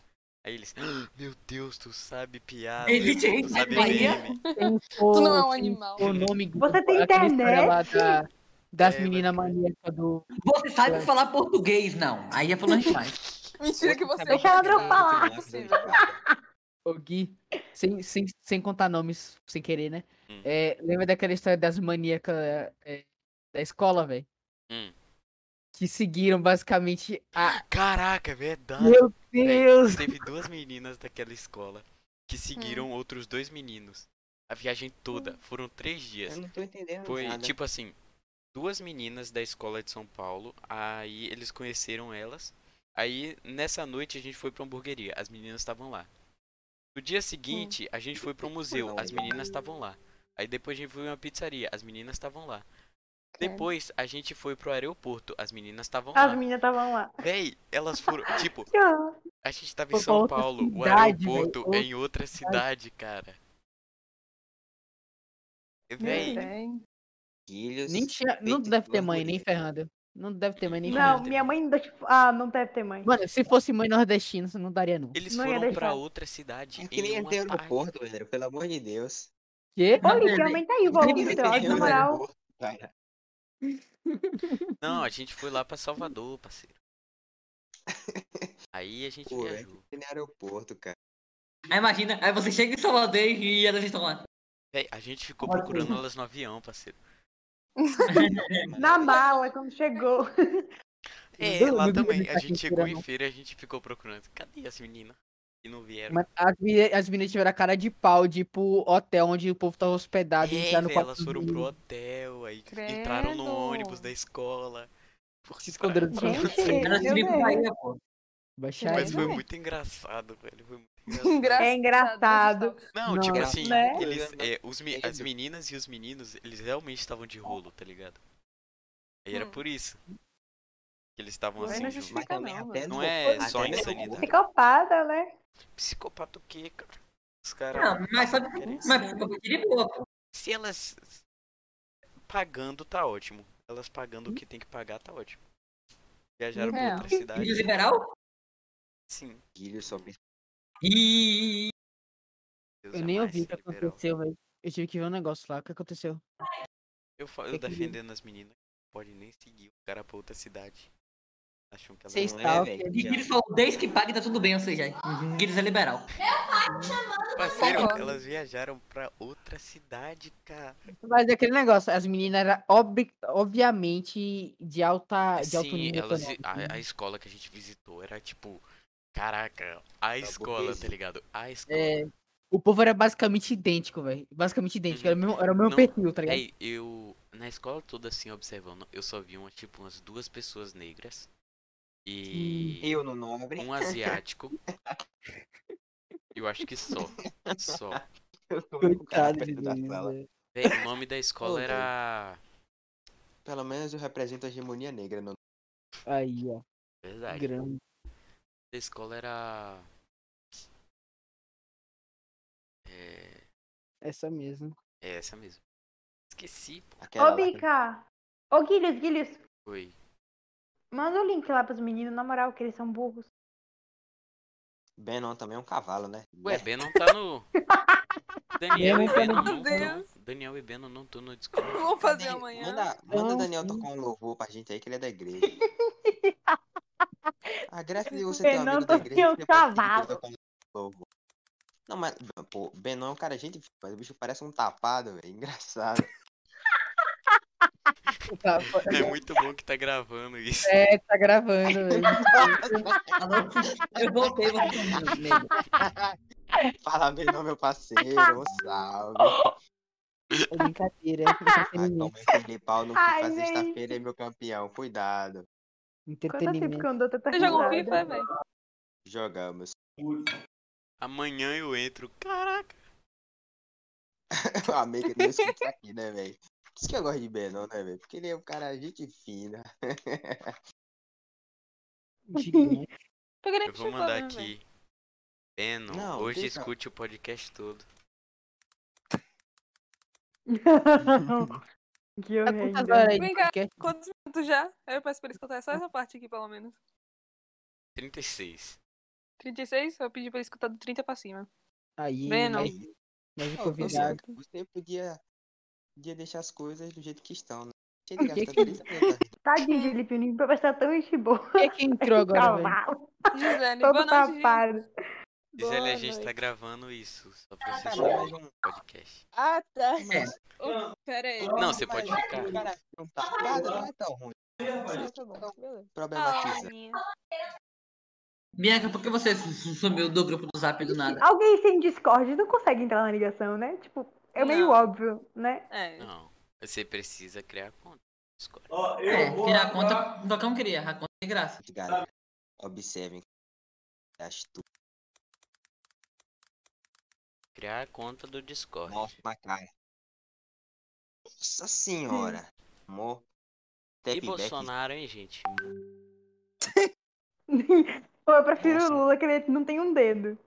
S1: Aí eles, "Ah, meu Deus, tu sabe piada,
S8: Existe
S1: tu
S8: isso na
S1: sabe
S8: Bahia?
S1: meme.
S2: Tem
S4: Tu não é
S2: o-
S4: um
S2: tem
S4: animal.
S2: O nome
S3: Você tem
S2: aquela história lá da- das
S1: É,
S2: meninas
S1: mas-
S2: maníacas do.
S8: Você sabe falar português, não. Aí é falando a gente faz.
S4: Mentira é que você
S3: Deixa ela
S4: engraçado,
S3: falar.
S4: não é possível.
S2: Ô, Gui, sem, sem, sem contar nomes, sem querer, né?
S1: Hum.
S2: É, lembra daquela história das maníacas é, da escola, velho?
S1: Hum.
S2: Que seguiram basicamente a.
S1: Caraca, é verdade.
S2: Meu
S1: Véi,
S2: Deus!
S1: Teve duas meninas daquela escola que seguiram outros dois meninos. A viagem toda, foram três dias.
S6: Eu não tô entendendo
S1: Foi
S6: nada.
S1: tipo assim, duas meninas da escola de São Paulo, aí eles conheceram elas. Aí nessa noite a gente foi pra hamburgueria, as meninas estavam lá. No dia seguinte a gente foi pra um museu, as meninas estavam lá. Aí depois a gente foi pra uma pizzaria, as meninas estavam lá. Depois a gente foi pro aeroporto, as meninas estavam
S3: As
S1: lá.
S3: meninas estavam lá.
S1: Véi, elas foram, tipo, a gente tava em
S2: Foi pra
S1: São
S2: outra
S1: Paulo, o
S2: cidade, véi,
S1: aeroporto
S2: outra
S1: é em outra cidade, cara.
S4: Meu
S1: Véi,
S4: bem.
S6: Filhos,
S2: Nem tinha, não
S6: feito
S2: deve ter
S6: por
S2: mãe, nem
S6: mulher.
S2: ferrando. Não deve ter mãe, nem
S3: Não,
S2: ferrando.
S3: minha mãe ainda. tipo, Ah, não deve ter mãe.
S2: Mano, se fosse mãe nordestina, você não daria, não.
S1: Eles
S3: Não ia
S1: foram pra
S3: deixar.
S1: outra cidade
S6: É que nem
S1: em
S6: até
S1: uma tarde.
S6: aeroporto, velho. Pelo amor de Deus.
S2: Quê?
S3: Ô, Lidia, aumenta aí o volume do
S6: Tem
S3: teu áudio, na
S6: no
S3: moral.
S6: aeroporto, cara.
S1: Não, a gente foi lá pra Salvador, parceiro. Aí a gente
S6: Pô, é
S1: viajou.
S6: que nem aeroporto, cara.
S8: Aí imagina, aí você chega em Salvador e elas estão lá.
S1: Véi, a gente ficou procurando elas no avião, parceiro.
S3: Na mala, quando chegou.
S1: É,
S2: não tá
S1: lá
S2: devia
S1: também.
S2: deixar
S1: A
S2: a
S1: gente
S2: gente
S1: chegou
S2: tirar,
S1: em
S2: não.
S1: feira, a gente ficou procurando. Cadê as meninas? E não vieram.
S2: Mano, as meninas, as meninas tiveram a cara de pau de ir pro hotel onde o povo tava hospedado e
S1: É,
S2: entrar no
S1: véi,
S2: quarto.
S1: elas foram pro hotel, aí entraram no
S4: Credo.
S1: ônibus da escola. Por
S2: Se esconderam né? do
S1: trás.
S2: professor.
S3: Gente,
S8: Elas
S3: meu
S8: se
S3: Deus.
S8: aí, pô.
S2: Baixaria.
S1: Mas
S4: Credo,
S1: foi
S4: véi.
S1: muito engraçado, velho. Foi muito engraçado.
S4: Engraçado.
S3: É engraçado.
S1: Não, tipo
S2: Não,
S1: assim,
S3: né?
S1: eles,
S6: Eu-
S1: é, os, me- as meninas e os meninos, eles realmente estavam de rolo, tá ligado? E era
S4: Hum. por
S1: por isso que eles estavam
S4: Mas
S1: assim,
S4: não
S1: juntos.
S4: justifica não, mano.
S1: Não é
S6: até
S1: só
S6: no
S1: insanidade.
S3: Psicopada, né?
S1: Psicopata o quê, cara? Os caras.
S8: Não, mas sabe,
S1: querem
S8: mas
S1: ser-
S8: fica de é boa, pô.
S1: Se elas pagando, tá ótimo. Elas pagando o que tem que pagar, tá ótimo. Viajaram pra
S4: É.
S1: outra cidade.
S8: Filho liberal?
S1: Sim.
S6: Filhos só me-
S8: E
S1: Deus
S2: Eu
S1: é
S2: nem
S1: mais
S2: ouvi o que
S1: liberal.
S2: aconteceu, velho. Eu tive que ver um negócio lá. O que aconteceu?
S1: Eu, fa- eu
S2: Tem que ver.
S1: defendendo as meninas. Pode nem seguir o cara pra outra cidade. Acham que ela
S2: Vocês
S6: não é,
S2: estavam.
S6: velho.
S8: e eles falam, desde que pague tá tudo bem, ou seja,
S2: Uhum.
S8: Guilherme é liberal.
S1: Parceiro,
S8: tá
S4: Concordo.
S1: elas viajaram pra outra cidade, cara.
S2: Mas é aquele negócio, as meninas eram obri- obviamente de alta Ah, de alto
S1: Sim,
S2: nível.
S1: elas, vi-
S2: econômico, né?
S1: a, a escola que a gente visitou era tipo, caraca, a escola,
S6: burguesia.
S1: tá ligado? A escola.
S2: É, o povo era basicamente idêntico, velho. Basicamente idêntico. Era o mesmo, era o mesmo
S1: Uhum. Não, é
S2: perfil, tá ligado?
S1: Aí, eu, na escola toda assim, observando, eu só vi umas, tipo, umas duas pessoas negras
S2: Hum.
S1: e
S6: Eu no nobre.
S1: um asiático. Eu acho que só, só.
S6: Eu sou o único cara
S2: Coitado de
S6: perto da
S2: Deus,
S6: sala.
S2: velho.
S1: Véi, O nome da escola
S6: velho.
S1: era...
S6: Pelo menos eu represento a hegemonia negra. No...
S2: Aí, ó.
S1: Verdade.
S2: Grande.
S1: da escola era. É,
S2: Essa mesmo.
S1: é essa mesmo. Esqueci, pô.
S6: Aquela
S7: Ô,
S6: lá que
S7: Bica! Ô, Guilhos, Guilhos,
S1: Foi.
S7: manda o link lá pros meninos, na moral, que eles são burros.
S6: Benon também é um cavalo, né?
S1: Ué, Beno tá no. Daniel e
S2: Beno tá
S1: Beno.
S2: no-
S1: não-
S4: Meu Deus.
S1: Daniel e Beno não estão no Discord.
S4: Vou fazer
S6: Dan-
S4: amanhã.
S6: Manda, manda
S2: Não,
S6: Daniel
S2: sim.
S6: tocar um louvor pra gente aí, que ele é da igreja. A graça de você ter um
S7: Benon
S6: amigo da
S7: toca
S6: igreja.
S7: um
S6: que depois
S7: cavalo.
S6: você toca um louvor. Não, mas, pô, Benon é um cara gente, fina, mas o bicho parece um tapado, velho. Engraçado.
S2: Tá,
S1: É muito bom que tá gravando isso.
S2: é, tá gravando, velho.
S9: Eu voltei, voltei.
S6: Fala, Benon, meu parceiro. Um salve.
S2: É brincadeira.
S6: Vai
S2: entretenimento,
S6: tomar aquele pau no
S7: Ai,
S6: FIFA
S7: gente.
S6: sexta-feira, é meu campeão. Cuidado.
S7: Quanto tempo
S2: Entretenimento.
S7: que eu ando tanta
S4: Você jogou
S7: risada?
S4: FIFA, velho?
S6: Jogamos.
S1: Amanhã eu entro. Caraca.
S6: Eu amei que ele não escuta isso aqui, né, velho? Por isso que eu gosto de Benon, né, velho? Porque ele é um cara gente fina.
S2: Gigante.
S4: Tô querendo
S1: Eu vou
S4: te
S1: mandar
S4: falar, velho.
S1: aqui. Beno,
S6: Não,
S1: hoje
S6: deixa-
S1: escute o podcast todo.
S7: que
S2: Tá com quantas
S7: horrendo.
S2: horas aí?
S4: Vem
S2: de
S4: cá.
S2: podcast?
S4: Quantos minutos já? Eu peço pra ele escutar só essa parte aqui, pelo menos.
S1: 36.
S4: 36? Eu pedi pra ele escutar do 30 pra cima.
S2: Aí,
S4: Vem, não.
S2: mais,
S6: Aí,
S2: mais de
S6: Ô,
S2: convidado.
S6: Luciano, Você podia, podia deixar as coisas do jeito que estão, né? Tinha
S2: Por
S6: de
S2: que
S6: gastar
S2: que-
S6: 30 minutos.
S7: Tadinho, Felipe, o Nico vai estar tão enchiboa.
S2: Quem é que entrou agora, velho?
S7: Cavalo,
S4: Gisele, boa
S7: todo
S4: noite, gente.
S7: tapado.
S1: Gisele, a
S4: Boa
S1: gente tá
S4: noite.
S1: gravando isso. Só pra você
S6: Cara,
S1: saber
S6: mas um-
S1: podcast.
S6: Ah, tá.
S4: Ô, Pera aí.
S1: Não, você pode
S6: Mas
S1: ficar.
S6: um cara com tapado não é tão ruim.
S4: tá
S6: Problematizar.
S9: Bianca, por que você sumiu do grupo do zap do nada?
S7: Alguém sem Discord não consegue entrar na ligação, né? Tipo, é meio
S4: Não.
S7: óbvio, né?
S4: É.
S1: Não. Você precisa criar conta. Discord.
S9: É, criar a conta. Docão queria, a conta de graça.
S6: Galera, observem. Acho tu
S1: Criar a conta do Discord.
S6: morto na cara. Nossa senhora. Amor.
S1: E
S6: Step back.
S1: Bolsonaro, hein, gente?
S7: Ou eu prefiro
S6: Nossa.
S7: o Lula, que ele não tem um dedo.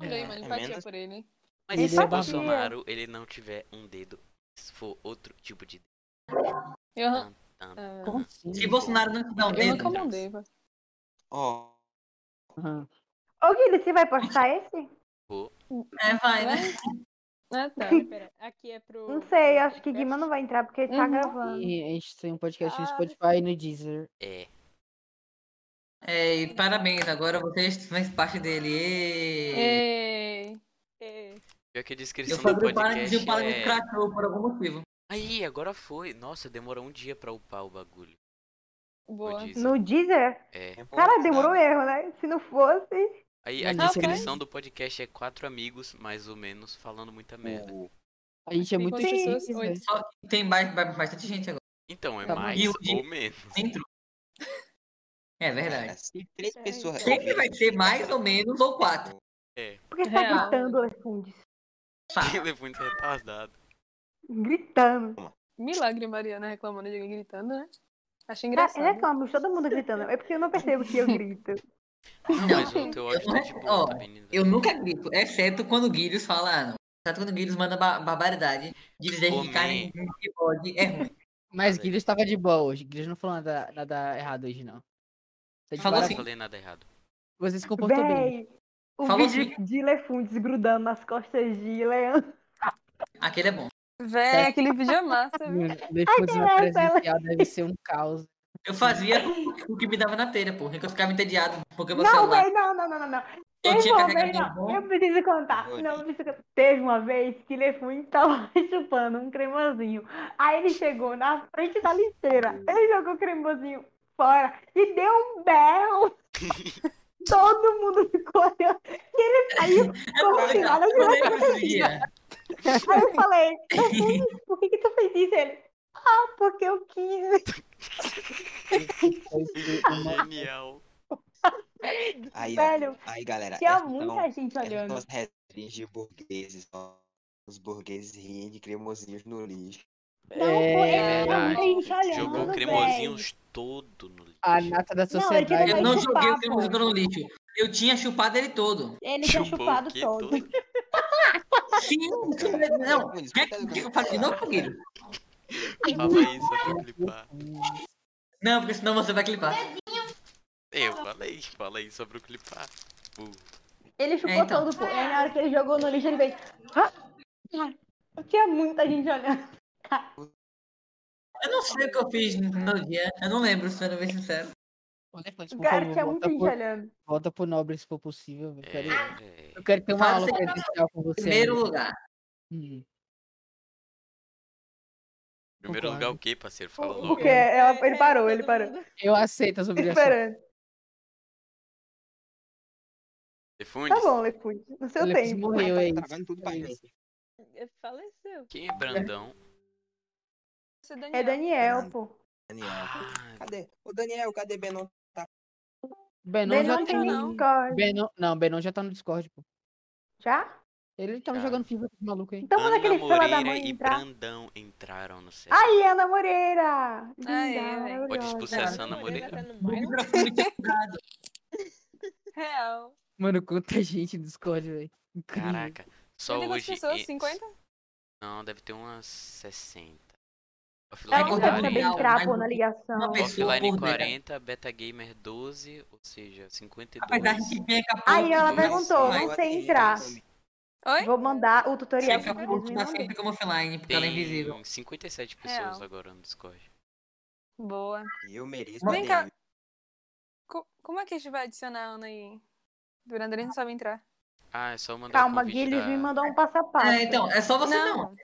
S4: Olha aí, mano,
S6: É
S4: empatia
S6: menos-
S4: por ele. hein?
S1: Mas
S2: Ele
S1: e se
S2: é
S1: o
S2: babaca.
S1: Bolsonaro ele não tiver um dedo? Se for outro tipo de dedo.
S4: Eu,
S1: Tá, tá.
S4: ah,
S3: É.
S2: Como assim?
S9: Se Bolsonaro não te dá um
S8: né?
S4: eu
S9: dedo,
S4: nunca mandei, velho.
S6: Ó,
S2: Aham.
S7: Ô, Guilherme, você vai postar esse?
S9: é, vai, né?
S4: Ah, tá.
S3: Pera, aqui é pro.
S7: Não sei, acho que Guima não vai entrar porque ele tá
S4: Uhum.
S7: gravando.
S2: E a gente tem um podcast no
S3: Ah,
S2: Spotify e no Deezer.
S1: É.
S9: É, e parabéns, agora vocês fazem parte dele. ê.
S4: Ei.
S3: É,
S1: Pior que a
S9: Eu
S1: descrição do
S9: falei para
S1: podcast
S9: de o Paraná
S1: é...
S9: crachou por algum motivo.
S1: Aí, agora foi. Nossa, demorou um dia pra upar o bagulho. o
S4: Boa.
S1: Deezer.
S7: No Deezer?
S1: É.
S7: Cara, demorou erro, né? Se não fosse.
S1: Aí, a
S2: Mas isso-
S1: descrição do podcast é quatro amigos, mais ou menos, falando muita merda.
S6: O...
S2: A gente é
S4: Tem
S2: muito
S4: quantas pessoas?
S2: chique,
S4: Oito.
S2: velho.
S9: Só que tem ba- ba- bastante gente agora
S1: Então, é
S2: Tá bom.
S1: mais
S9: E o de-
S1: ou menos.
S9: dentro. É verdade.
S6: Cara, se três pessoas.
S9: Sempre vai ser mais ou menos, ou quatro.
S6: tipo,
S1: É.
S7: Por que você tá
S4: Real,
S7: gritando, Lefundes?
S9: Fala.
S1: Ele é muito retardado.
S7: Gritando.
S4: Milagre Mariana reclamando de alguém gritando, né?
S3: é
S4: Achei
S7: Ah,
S4: engraçado.
S7: reclamo, todo mundo gritando. É porque eu não percebo que eu grito.
S1: Não, mas o teu áudio tá de boa,
S9: Ó,
S1: tá bem
S9: Eu nunca grito, exceto quando o Guilhos fala. ah, não. Exceto quando o Guilhos manda ba- barbaridade. Guilhos deixa
S1: Ô,
S9: de carne de bode. É ruim.
S2: Mas
S1: Tá
S2: Guilherme estava de boa hoje. Guilherme não falou nada, nada errado hoje, não. Tá de
S9: Falou
S1: Não
S2: parabéns.
S9: assim.
S1: falei nada errado.
S2: Você se comportou bem.
S7: Véi, o
S9: Falou
S7: vídeo de Lefundes grudando nas costas de Leandro.
S9: Aquele é bom.
S4: Véi, aquele vídeo é massa, viu?
S2: Meu, Depois de uma
S7: Ai, essa-
S2: presencial deve ser um caos.
S9: Eu fazia o que me dava na telha, porra. é Que eu ficava entediado porque o meu
S7: Não,
S9: celular
S7: véi, não, não, não, não, não.
S9: eu
S7: Teve
S9: tinha
S7: uma vez,
S9: carregador
S7: não.
S9: bom.
S7: Eu preciso contar.
S6: Oi.
S7: Não, eu preciso contar. Teve uma vez que Lefundes tava chupando um cremosinho. Aí ele chegou na frente da lixeira. Ele jogou o cremosinho fora e deu um berro. Todo mundo ficou olhando. E ele saiu
S9: Eu
S7: como se
S9: falei,
S7: nada
S9: eu nem
S7: tivesse
S9: conseguia.
S7: acontecido. Aí eu falei, Lefundes, por que que tu fez isso? Ele, ah, porque eu quis.
S1: Genial.
S6: Aí,
S7: Velho,
S6: ó, aí, galera.
S7: Tinha
S6: essa
S7: muita
S6: então-
S7: gente
S6: Essas
S7: olhando.
S6: são as resenhas de burgueses, ó. Os burgueses riem de cremosinhos no lixo.
S3: Não, pô, ele
S1: É
S3: tá muita
S1: verdade.
S3: gente olhando,
S1: Jogou
S3: velho.
S1: cremosinhos todo no lixo.
S2: A nata da
S3: tirou
S2: sociedade.
S3: Vai
S8: Eu não
S3: chupar,
S8: joguei o
S3: pô.
S8: cremosinho todo no lixo. Eu tinha chupado ele todo.
S3: Ele tinha chupado todo.
S8: Sim, não. Quer quer que eu fale de novo, Guilherme?
S1: Fala isso até clipar.
S8: Não, porque senão você vai clipar.
S1: Eu falei, falei sobre o clipar. Tipo, Burro.
S3: Ele chupou
S8: É, então.
S3: todo, pô. Aí na hora que ele jogou no lixo, ele fez. "Ah, ah."
S7: é
S3: Tinha muita gente olhando.
S8: Eu não sei o que eu fiz no dia. Eu não lembro, sendo bem sincero.
S2: Elefante,
S3: O
S2: por
S3: cara
S2: favor,
S7: é
S3: tinha
S2: volta
S3: muita gente
S2: pro,
S3: olhando.
S2: volta pro nobre se for possível. velho.
S1: É,
S2: Quero-
S1: é.
S2: Eu quero ter uma
S8: Fala
S2: aula
S8: sério.
S2: presencial com você. né?
S8: Primeiro
S2: amigo.
S8: lugar.
S2: Hum.
S1: Primeiro lugar
S2: Concordo.
S1: o quê, parceiro? Fala logo.
S3: Porque
S7: é?
S3: ela, ele parou, ele
S10: todo
S3: parou.
S10: mundo.
S2: Eu aceito as obrigações.
S3: Esperando.
S1: Defundes?
S3: Tá bom, Lefude. No seu
S2: Elefante
S3: tempo.
S2: morreu,
S1: tá
S2: é isso.
S6: Travando tudo pra
S2: É
S6: gente.
S2: isso.
S6: então,
S10: Faleceu.
S1: Quem é Brandão?
S4: Esse
S3: É
S4: Daniel.
S3: Daniel, pô.
S6: Ah, Daniel.
S1: Ah,
S6: Cadê? Ô, Daniel, cadê Benon?
S2: Benon
S3: Daniel
S2: já
S3: não
S7: tá
S2: tem.
S3: tem Discord.
S2: Benon... Não, Benon já tá no Discord, pô.
S3: Já?
S2: Ele tava
S1: Já.
S2: jogando FIFA com os malucos aí.
S3: Então manda
S1: Ana
S3: aquele fila da
S1: Moreira
S3: mãe
S1: e
S3: entrar.
S1: Brandão entraram no céu.
S3: Ai, Ana Moreira! Linda,
S4: Ah, é, velho.
S3: maravilhosa.
S1: Pode expulsar essa Ana Moreira.
S10: tá no
S8: O
S10: bairro.
S8: microfone é tinha bugado.
S4: Real.
S2: Mano, quanta gente no Discord, velho. Incrível.
S1: Caraca, só
S4: Quantas
S1: hoje. é
S4: pessoas?
S1: em-
S4: 50?
S1: Não, deve ter umas 60.
S3: Ela
S1: Offline
S8: Vai
S3: não deve
S8: contar
S1: 40,
S3: saber
S8: Daniel,
S3: entrar,
S8: mas
S3: pô, na ligação.
S8: uma pessoa-
S1: offline
S8: por dentro.
S1: 40, beta gamer 12, ou seja, 52.
S8: Mas a gente vem acabou.
S3: Aí ela
S8: Nossa,
S3: perguntou,
S8: mas-
S3: não sei entrar.
S4: Oi?
S3: Vou mandar o tutorial
S1: Chega
S3: pra
S8: Acabou de
S3: vocês né? me
S8: tá
S3: mandem.
S8: sempre como offline, porque ela é invisível.
S1: Tem
S3: É.
S1: 57 pessoas
S4: Real.
S1: agora no Discord.
S4: Boa.
S6: Eu mereço.
S8: Vem
S6: Daniel.
S4: cá. Co- como é que a gente vai adicionar a Ana aí? Durandra não sabe entrar.
S1: Ah, é só mandar
S3: Calma,
S1: o convite
S3: Guilherme
S1: da-
S3: me mandou um passo a passo.
S8: É, então, é só você não.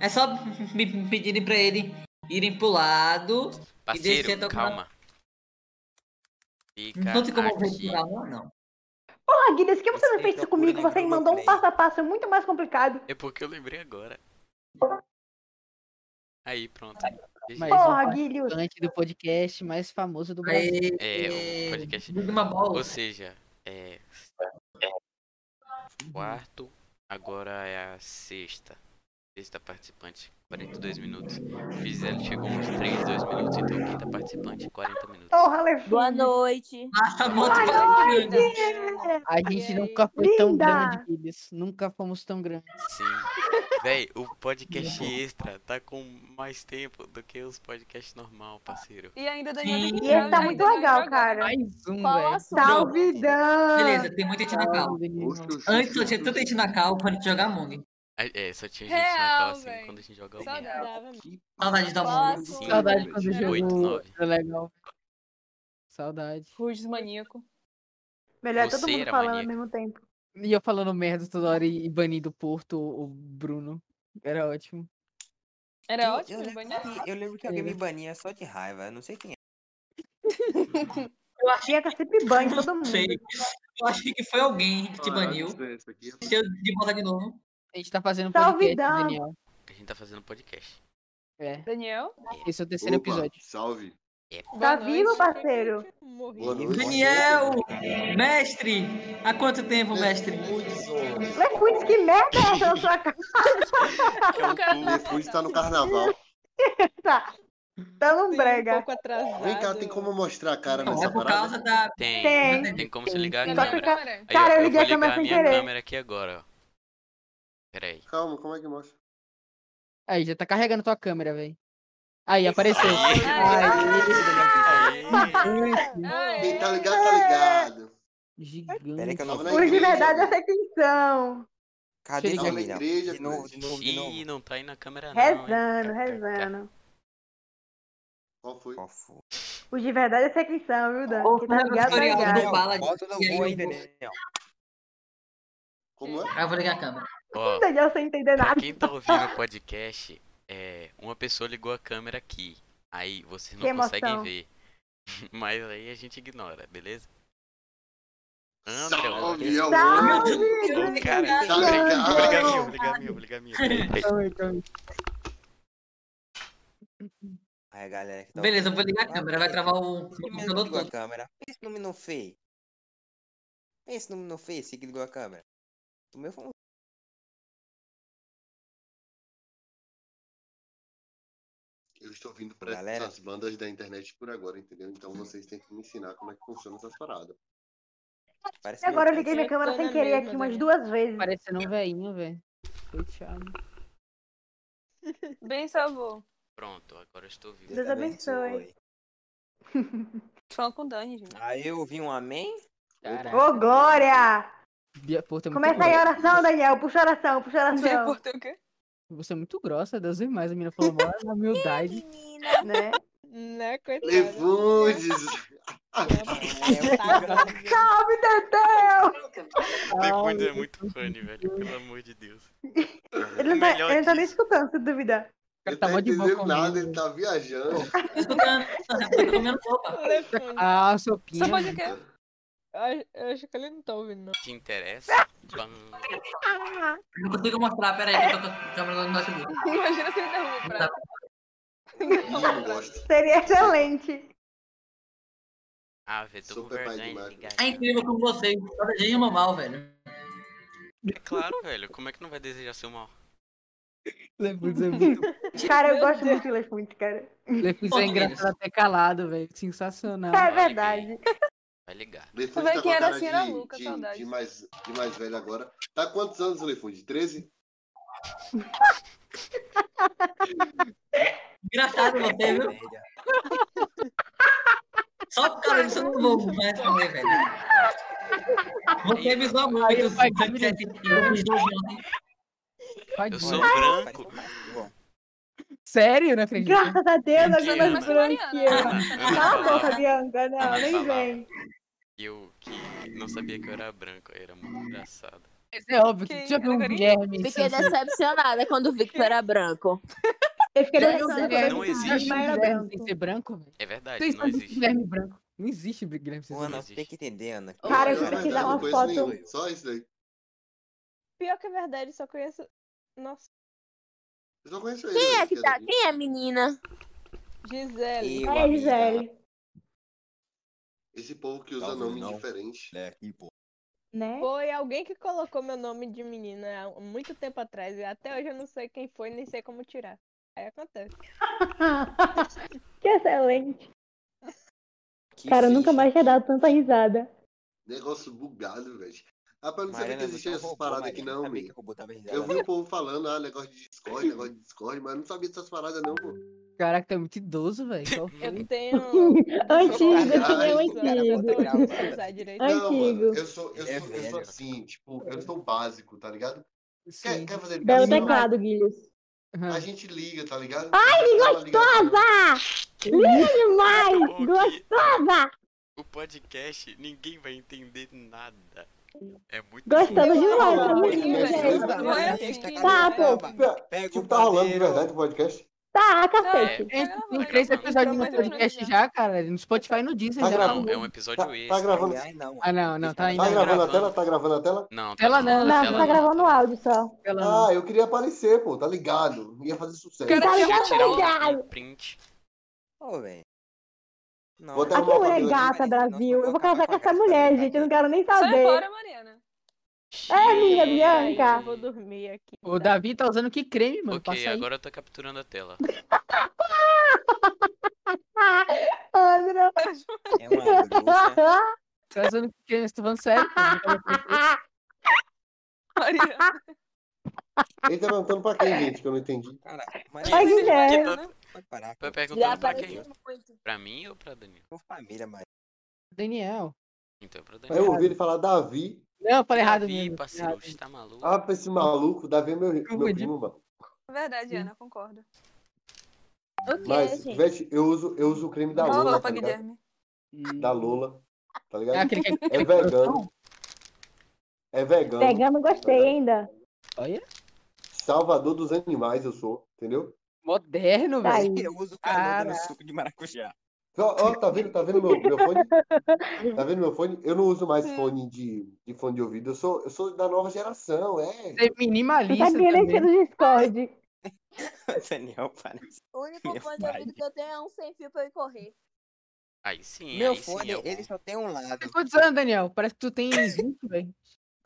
S8: É só me me pedirem pra ele irem pro lado.
S1: Parceiro,
S8: descer até o final.
S1: calma. Fica
S8: Não tem como eu
S1: aqui.
S8: recuar, não, não.
S3: Ah, Guilherme, por que você não
S6: Você
S3: fez isso
S6: procura
S3: comigo?
S6: na
S3: Você me mandou um
S6: Globoplay.
S3: passo a passo muito mais complicado.
S1: É porque eu lembrei agora. Aí, pronto.
S2: Mas- Pois
S3: Porra,
S2: é.
S3: Guilherme.
S2: Antes do podcast mais famoso do Brasil.
S1: É,
S8: Aí,
S1: o podcast.
S8: diga uma bola.
S1: Ou seja, é. Quarto, agora é a sexta. Sexta participante, 42 minutos. Gisele chegou uns 3, 2 minutos, então quinta participante, 40 minutos.
S3: Porra, Lefude.
S11: Boa noite.
S8: Passa muito
S3: Ai,
S8: bacana. né?
S2: A
S7: é.
S2: gente
S10: aí?
S2: nunca foi tão
S3: Linda!
S2: grande, Guilherme. Nunca fomos tão grandes.
S1: Sim. Véi, o podcast extra tá com mais tempo do que os podcasts normal, parceiro.
S4: E ainda Daniel tem que
S3: E
S4: entrar,
S3: ele tá
S4: já,
S3: muito
S4: Daniel
S3: legal,
S4: joga.
S3: cara.
S2: Mais um,
S11: Qual o
S2: velho.
S11: assunto?
S3: Salve, Dan!
S8: é. Beleza, tem muita
S2: Ah,
S8: gente na cal.
S2: Salve,
S8: Antes só tinha tanta gente na cal pra gente jogar Among.
S1: Ah, É, só tinha gente na
S4: Real,
S1: calça assim,
S4: véi.
S1: quando a gente joga
S4: Saudade.
S1: alguém.
S10: Dava, mano.
S8: Saudade da Among.
S11: Nossa,
S1: Sim.
S2: Saudade quando
S1: Oito,
S2: jogou.
S1: nove.
S2: Era legal. Saudade.
S4: Rudes maníaco.
S3: Melhor é todo
S1: Você
S3: mundo
S1: era
S3: falando ao
S1: maníaca.
S3: mesmo tempo.
S2: E eu falando merda toda hora e banindo o Porto, o Bruno. Era ótimo.
S4: Era
S6: Eu-
S4: ótimo,
S6: eu,
S4: ele
S6: lembro
S4: banhava.
S6: que, eu lembro que alguém me bania só de raiva. Eu não sei quem é.
S3: Eu achei
S11: É
S3: que sempre banho todo
S8: Não
S3: mundo.
S8: sei. Eu achei que foi alguém que te baniu. Se eu de bola de novo.
S2: A gente tá fazendo
S3: Salve,
S2: podcast,
S3: Dan.
S2: Daniel.
S1: A gente tá fazendo podcast.
S2: É.
S4: Daniel?
S2: Esse é o terceiro
S12: Opa,
S2: episódio.
S12: Salve.
S3: Tá
S1: É
S4: boa
S3: vivo,
S4: noite.
S3: parceiro?
S10: Morri.
S12: Boa noite.
S8: Daniel! Mestre! Há quanto tempo, mestre?
S12: Muitos
S3: Lefude, que merda é essa na sua casa?
S1: É o
S4: Cara,
S1: cu.
S12: Depois tá no carnaval.
S3: Tá num
S10: Sim, Um
S3: brega.
S10: pouco atrasado.
S12: Vem cá, tem como mostrar a cara
S8: Não, é
S12: nessa
S8: por
S12: parada?
S8: causa da.
S1: Tem.
S3: Tem.
S1: Tem como se ligar a
S4: Daniel
S1: câmera.
S4: Câmara.
S1: Aí,
S3: Cara,
S1: ó,
S3: eu
S1: eu
S3: liguei
S1: vou
S3: a
S1: ligar
S3: câmera
S1: a
S3: sem
S1: minha
S3: querer.
S1: câmera aqui agora, ó. Pera aí.
S12: Calma, como é que mostra?
S2: Aí, já tá carregando tua câmera, velho. Aí, apareceu.
S1: Aí.
S4: Ah,
S12: Quem
S4: é?
S12: tá ligado, tá ligado.
S6: Pera aí
S2: Gigante.
S6: que eu não
S12: Tava na
S3: Os de
S12: igreja,
S3: verdade é eu
S12: pô.
S3: sei quem são.
S6: Cadê
S2: Chega
S6: não,
S2: na
S6: Daniel?
S12: igreja,
S6: De novo, de novo, de
S1: Ih,
S6: novo.
S1: não tá aí na câmera não. hein?
S3: Rezando,
S13: né?
S1: Cá, cá,
S3: rezando.
S12: Qual foi?
S6: cá. Qual foi?
S3: Os de verdade eu sei quem são, viu, Dan?
S8: Ou
S3: Quem
S8: foi
S3: tá
S8: o
S3: ligado, tá
S8: tutorial do
S3: ligado.
S8: Bala de-
S6: Bota no
S8: e
S6: gol
S8: aí eu
S6: aí,
S8: vou-
S6: Daniel.
S12: Como é?
S8: Ah, eu vou ligar a câmera.
S1: cá. Ó,
S3: Daniel sem entender
S1: pra
S3: nada.
S1: quem tá ouvindo o podcast, é, uma pessoa ligou a câmera aqui. Aí vocês não
S3: Que emoção.
S1: conseguem ver. Mas aí a gente ignora, beleza? André,
S12: Salve, é o
S3: Salve.
S12: homem.
S1: o um cara.
S12: Tá
S1: Vou ligar- vou ligar
S12: ligado.
S1: mil, vou ligar mil, vou ligar mil.
S2: Calma aí, calma aí.
S6: Aí, galera. Que tá
S8: Beleza, eu
S6: ouvindo.
S8: vou ligar a câmera. Vai travar o o
S6: Esse menino que
S8: computador
S6: ligou a
S8: todo.
S6: câmera. Pensa no menino feio. Pensa no menino feio, esse que ligou a câmera. Do meu foi um
S12: Eu estou vindo para
S6: Galera.
S12: essas bandas da internet por agora, entendeu? Então vocês têm que me ensinar como é que funciona essas paradas.
S6: Parece
S11: Até agora eu
S6: meu
S11: liguei minha câmera sem
S7: Tretando
S11: querer
S7: mesmo,
S11: aqui umas
S7: né?
S11: duas vezes.
S2: Parecendo um veinho, velho. Coitado.
S4: Bem, salvou.
S1: Pronto, agora eu estou vivo.
S6: Tá
S11: Deus abençoe.
S4: Fala com o Dani, gente.
S6: Aí eu ouvi um amém?
S8: né?
S2: Caraca.
S11: Ô, Glória!
S2: Bia Porto é muito
S11: Começa aí a
S2: grossa.
S11: oração, Daniel. Puxa a oração, puxa a
S4: Bia
S11: oração.
S4: Porto é o quê?
S2: Você é muito grossa, Deus é mais. A menina falou, mora na humildade.
S11: Né?
S7: Né, coitada.
S12: Lefundes!
S13: tá?
S11: Salve, Teteu!
S1: Depois é muito funny, velho. Pelo amor de Deus.
S11: Ele não tá,
S1: melhor
S11: ele não tá nem
S1: disso.
S11: escutando, se duvidar.
S12: Ele
S2: tá
S12: tá
S2: mó de boa
S12: entendendo nada,
S2: comigo.
S12: ele
S3: é.
S12: tá viajando.
S9: Escutando, tô comendo sopa.
S7: Lefundes.
S2: Ah,
S4: Só
S2: sopinha.
S4: pode o quê?
S7: Eu acho- Eu acho que ele não tá ouvindo, não.
S1: Te interessa?
S9: Não consigo mostrar, peraí, que eu tô com a câmera no notebook.
S4: Imagina se ele derruba o prato.
S12: Não gosto.
S11: Seria excelente.
S1: Ah, velho, tô com
S12: Super pai
S1: vergonha de
S12: demais.
S1: ligar.
S9: É incrível como vocês, só desejam o mal, velho.
S1: É claro, velho. Como é que não vai desejar seu mal?
S2: Lefuz é muito.
S11: Cara, eu
S7: Meu
S11: gosto
S7: Deus.
S11: muito de Lefund, cara.
S2: Lefuz é engraçado até calado, velho. Sensacional.
S11: É
S1: liguei.
S11: verdade.
S1: Vai ligar.
S12: Lefunde
S4: Vai
S12: tá
S4: que
S12: com a
S4: era
S12: cara
S4: assim, era
S12: de,
S4: Luca,
S12: de-
S4: saudade.
S12: de mais, de mais velho agora. Tá quantos anos, Lefunde? 13?
S9: Engraçado você, viu?
S6: Média.
S9: Só por causa disso eu não vou mais responder, velho. Você
S8: é
S9: me zoa muito, você dissesse que eu me zoou ontem.
S1: Eu
S2: Tadinho.
S1: sou branco.
S6: Bom,
S2: Sério? Não acredito.
S11: Graças a Deus, a
S1: Mentira.
S11: Bianca é mais branca que eu.
S1: Ana, Ana
S11: Cala a
S1: falava
S11: boca, Bianca. Não,
S1: Ana
S11: nem
S1: falava.
S11: vem.
S1: que eu que não sabia que eu era branco. Era muito engraçado.
S2: Mas é óbvio que
S4: Que
S2: tu já viu um
S4: categoria?
S2: Guilherme.
S14: Fiquei decepcionada quando vi que tu era branco.
S11: Eu fiquei
S14: Não
S11: decepcionada
S14: existe.
S11: quando eu
S1: Não
S11: vi que o
S1: existe
S11: Guilherme era
S2: Guilherme sem
S11: branco.
S2: ser branco, velho.
S1: É verdade,
S2: Vocês
S1: não
S2: sabem que
S1: existe.
S2: Guilherme branco. Não existe Guilherme sem
S6: Ô,
S2: ser branco.
S6: Ana,
S1: existe.
S6: você tem que entender, Ana. que
S11: Cara, eu
S6: eu
S11: tive
S6: era
S11: que dar
S12: Não,
S11: uma
S12: não
S6: branco.
S12: conheço
S11: foto.
S12: nenhum. Só isso daí.
S7: Pior que é verdade, só conheço. Nossa,
S12: Eu só conheço ele.
S14: Quem é
S12: né,
S14: que tá?
S12: daqui.
S14: Quem é gisele
S7: Gisele.
S6: Eu,
S11: É,
S6: amiga,
S11: Gisele.
S12: tá? Esse povo que usa
S6: Talvez
S12: nome
S6: Tá não.
S12: diferente.
S6: né, aqui, pô.
S11: Né?
S7: Foi alguém que colocou meu nome de menina há muito tempo atrás. E até hoje eu não sei quem foi, nem sei como tirar. Aí acontece.
S11: que excelente.
S6: Que
S11: Cara, eu nunca
S6: ficha.
S11: mais tinha dado tanta risada.
S12: Negócio bugado, velho. Rapaz, eu não sabia
S6: Mariana,
S12: que existia
S6: você
S12: essas
S6: roubou,
S12: paradas aqui
S6: Mariana.
S12: não,
S6: Sabia
S12: amigo.
S6: que eu botava risada,
S12: Eu vi
S6: né?
S12: o povo falando, ah, negócio de Discord, negócio de Discord, mas eu não sabia dessas paradas não, pô.
S2: Caraca, tá muito idoso, velho. Qual foi?
S7: Eu
S11: um
S7: tenho.
S12: Caralho.
S11: Antigo, esse é um
S7: Cara, eu
S11: antigo.
S7: até hoje não sei usar direito.
S11: Ai.
S12: Não, mano,
S11: Antigo.
S12: eu sou, eu
S6: É
S12: sou, eu sou
S6: velho.
S12: assim, tipo, eu sou básico, tá ligado? Quer,
S2: Sim.
S12: quer fazer
S11: Belo
S12: ligação?
S11: teclado, Ah, Guilherme.
S12: A
S2: Aham.
S12: gente liga, tá ligado? Ai, que gostosa!
S11: Ah! Linda demais!
S1: Muito bom que
S11: Gostosa!
S1: O podcast, ninguém vai entender nada. É muito
S11: Gostando
S1: bom.
S11: demais,
S12: Ah,
S11: tá
S12: mas
S11: menina, gente.
S12: beleza.
S4: Não é assim.
S7: né?
S11: Tá, pô.
S12: Tipo, tá rolando de verdade o podcast?
S11: Tá,
S1: É,
S11: cacete.
S2: Gente,
S4: Vai
S2: Tem
S4: gravar,
S2: três
S4: vai gravar,
S2: episódios no
S4: vai gravar.
S2: podcast já, cara. No Spotify né? e no Disney.
S12: Tá
S2: já
S12: gravando.
S1: é um episódio
S12: Tá, tá
S1: extra.
S12: gravando,
S6: Ai, não, é.
S2: Ah, não,
S6: Ana.
S2: não, tá ainda.
S12: tá gravando a
S1: gravando.
S12: tela? Tá gravando a tela?
S1: Não, tá
S2: Tela não,
S11: Não,
S2: Ela
S11: tá gravando
S1: tá
S11: áudio só.
S2: Ela não-
S12: Ah, eu queria aparecer, pô, tá ligado? Ia fazer sucesso.
S4: Cara,
S1: não.
S11: Tá
S1: Chega a
S11: ligado,
S1: tirar
S11: tá
S1: um-
S11: ligado.
S1: um print.
S6: Ô, velho. Não,
S12: Vou dar
S11: Aqui é
S12: uma
S11: mulher
S12: foto
S11: gata,
S6: daqui, senão
S11: Brasil.
S6: eu
S11: Eu vou
S6: vou
S12: tá
S6: acabar com
S11: casar com
S6: a
S11: essa
S6: casa
S11: mulher,
S6: dela.
S11: gente. Eu não quero nem
S4: Sai
S11: saber.
S4: fora, Mariana.
S11: É, amiga, Bianca.
S7: Eu vou dormir aqui.
S2: O
S7: tá?
S2: Davi tá usando que creme, mano.
S1: Ok,
S2: Passa aí.
S1: agora eu tô capturando a tela.
S6: É uma bruxa.
S11: Andra.
S2: Você tá usando que creme, você tá falando sério. pô.
S4: Mariana.
S12: Ele tá perguntando pra quem, gente, que eu não entendi.
S6: Cara,
S11: Ai,
S6: Mariana,
S11: Guilherme.
S1: né?
S6: pode parar.
S1: Vai
S6: pô.
S1: perguntando pra quem?
S14: apareceu muito.
S1: Pra mim ou pra Daniel?
S6: Sua família, Mariana.
S2: Daniel.
S1: Então é pra Daniel.
S12: Eu ouvi ele falar Davi.
S2: Não, eu falei errado
S1: Davi,
S2: mesmo.
S1: parceiro, você tá maluco?
S12: Ah, pra esse maluco, Davi é meu, meu primo, mano.
S4: Verdade, Ana, concordo.
S14: O que,
S12: Mas,
S14: gente?
S12: veste, eu uso, eu uso o creme da
S4: É, Não,
S12: Lola, tá
S4: desculpa,
S12: ligado?
S4: Guilherme.
S1: Hum.
S12: Da Lola, tá
S2: É
S12: ligado?
S2: aquele que
S12: É vegano. É vegano.
S11: Pegando, gostei ainda.
S2: Olha,
S12: Salvador dos animais eu sou, entendeu?
S2: moderno,
S11: Tá
S2: velho.
S11: aí.
S6: Eu uso canudo
S2: Cara.
S6: no suco de maracujá.
S12: Ó, ó, tá vendo, tá vendo meu, meu fone? Tá vendo meu fone? Eu não uso mais fone de, de fone de ouvido. Eu sou, eu sou da nova geração, é.
S2: Você é
S11: Tu
S3: Tá
S2: minimalista
S11: sabia nem que
S2: também.
S11: no Discord.
S6: É, Daniel, parece.
S14: O único
S6: Meu
S14: fone de
S6: pai.
S14: ouvido que eu tenho é um sem fio pra eu correr.
S1: Aí sim,
S6: Meu
S1: aí
S6: fone,
S1: sim. É
S6: ele
S1: bom.
S6: só tem um lado.
S2: Tem quantos anos, Tá Daniel? Parece que tu tem 20, velho.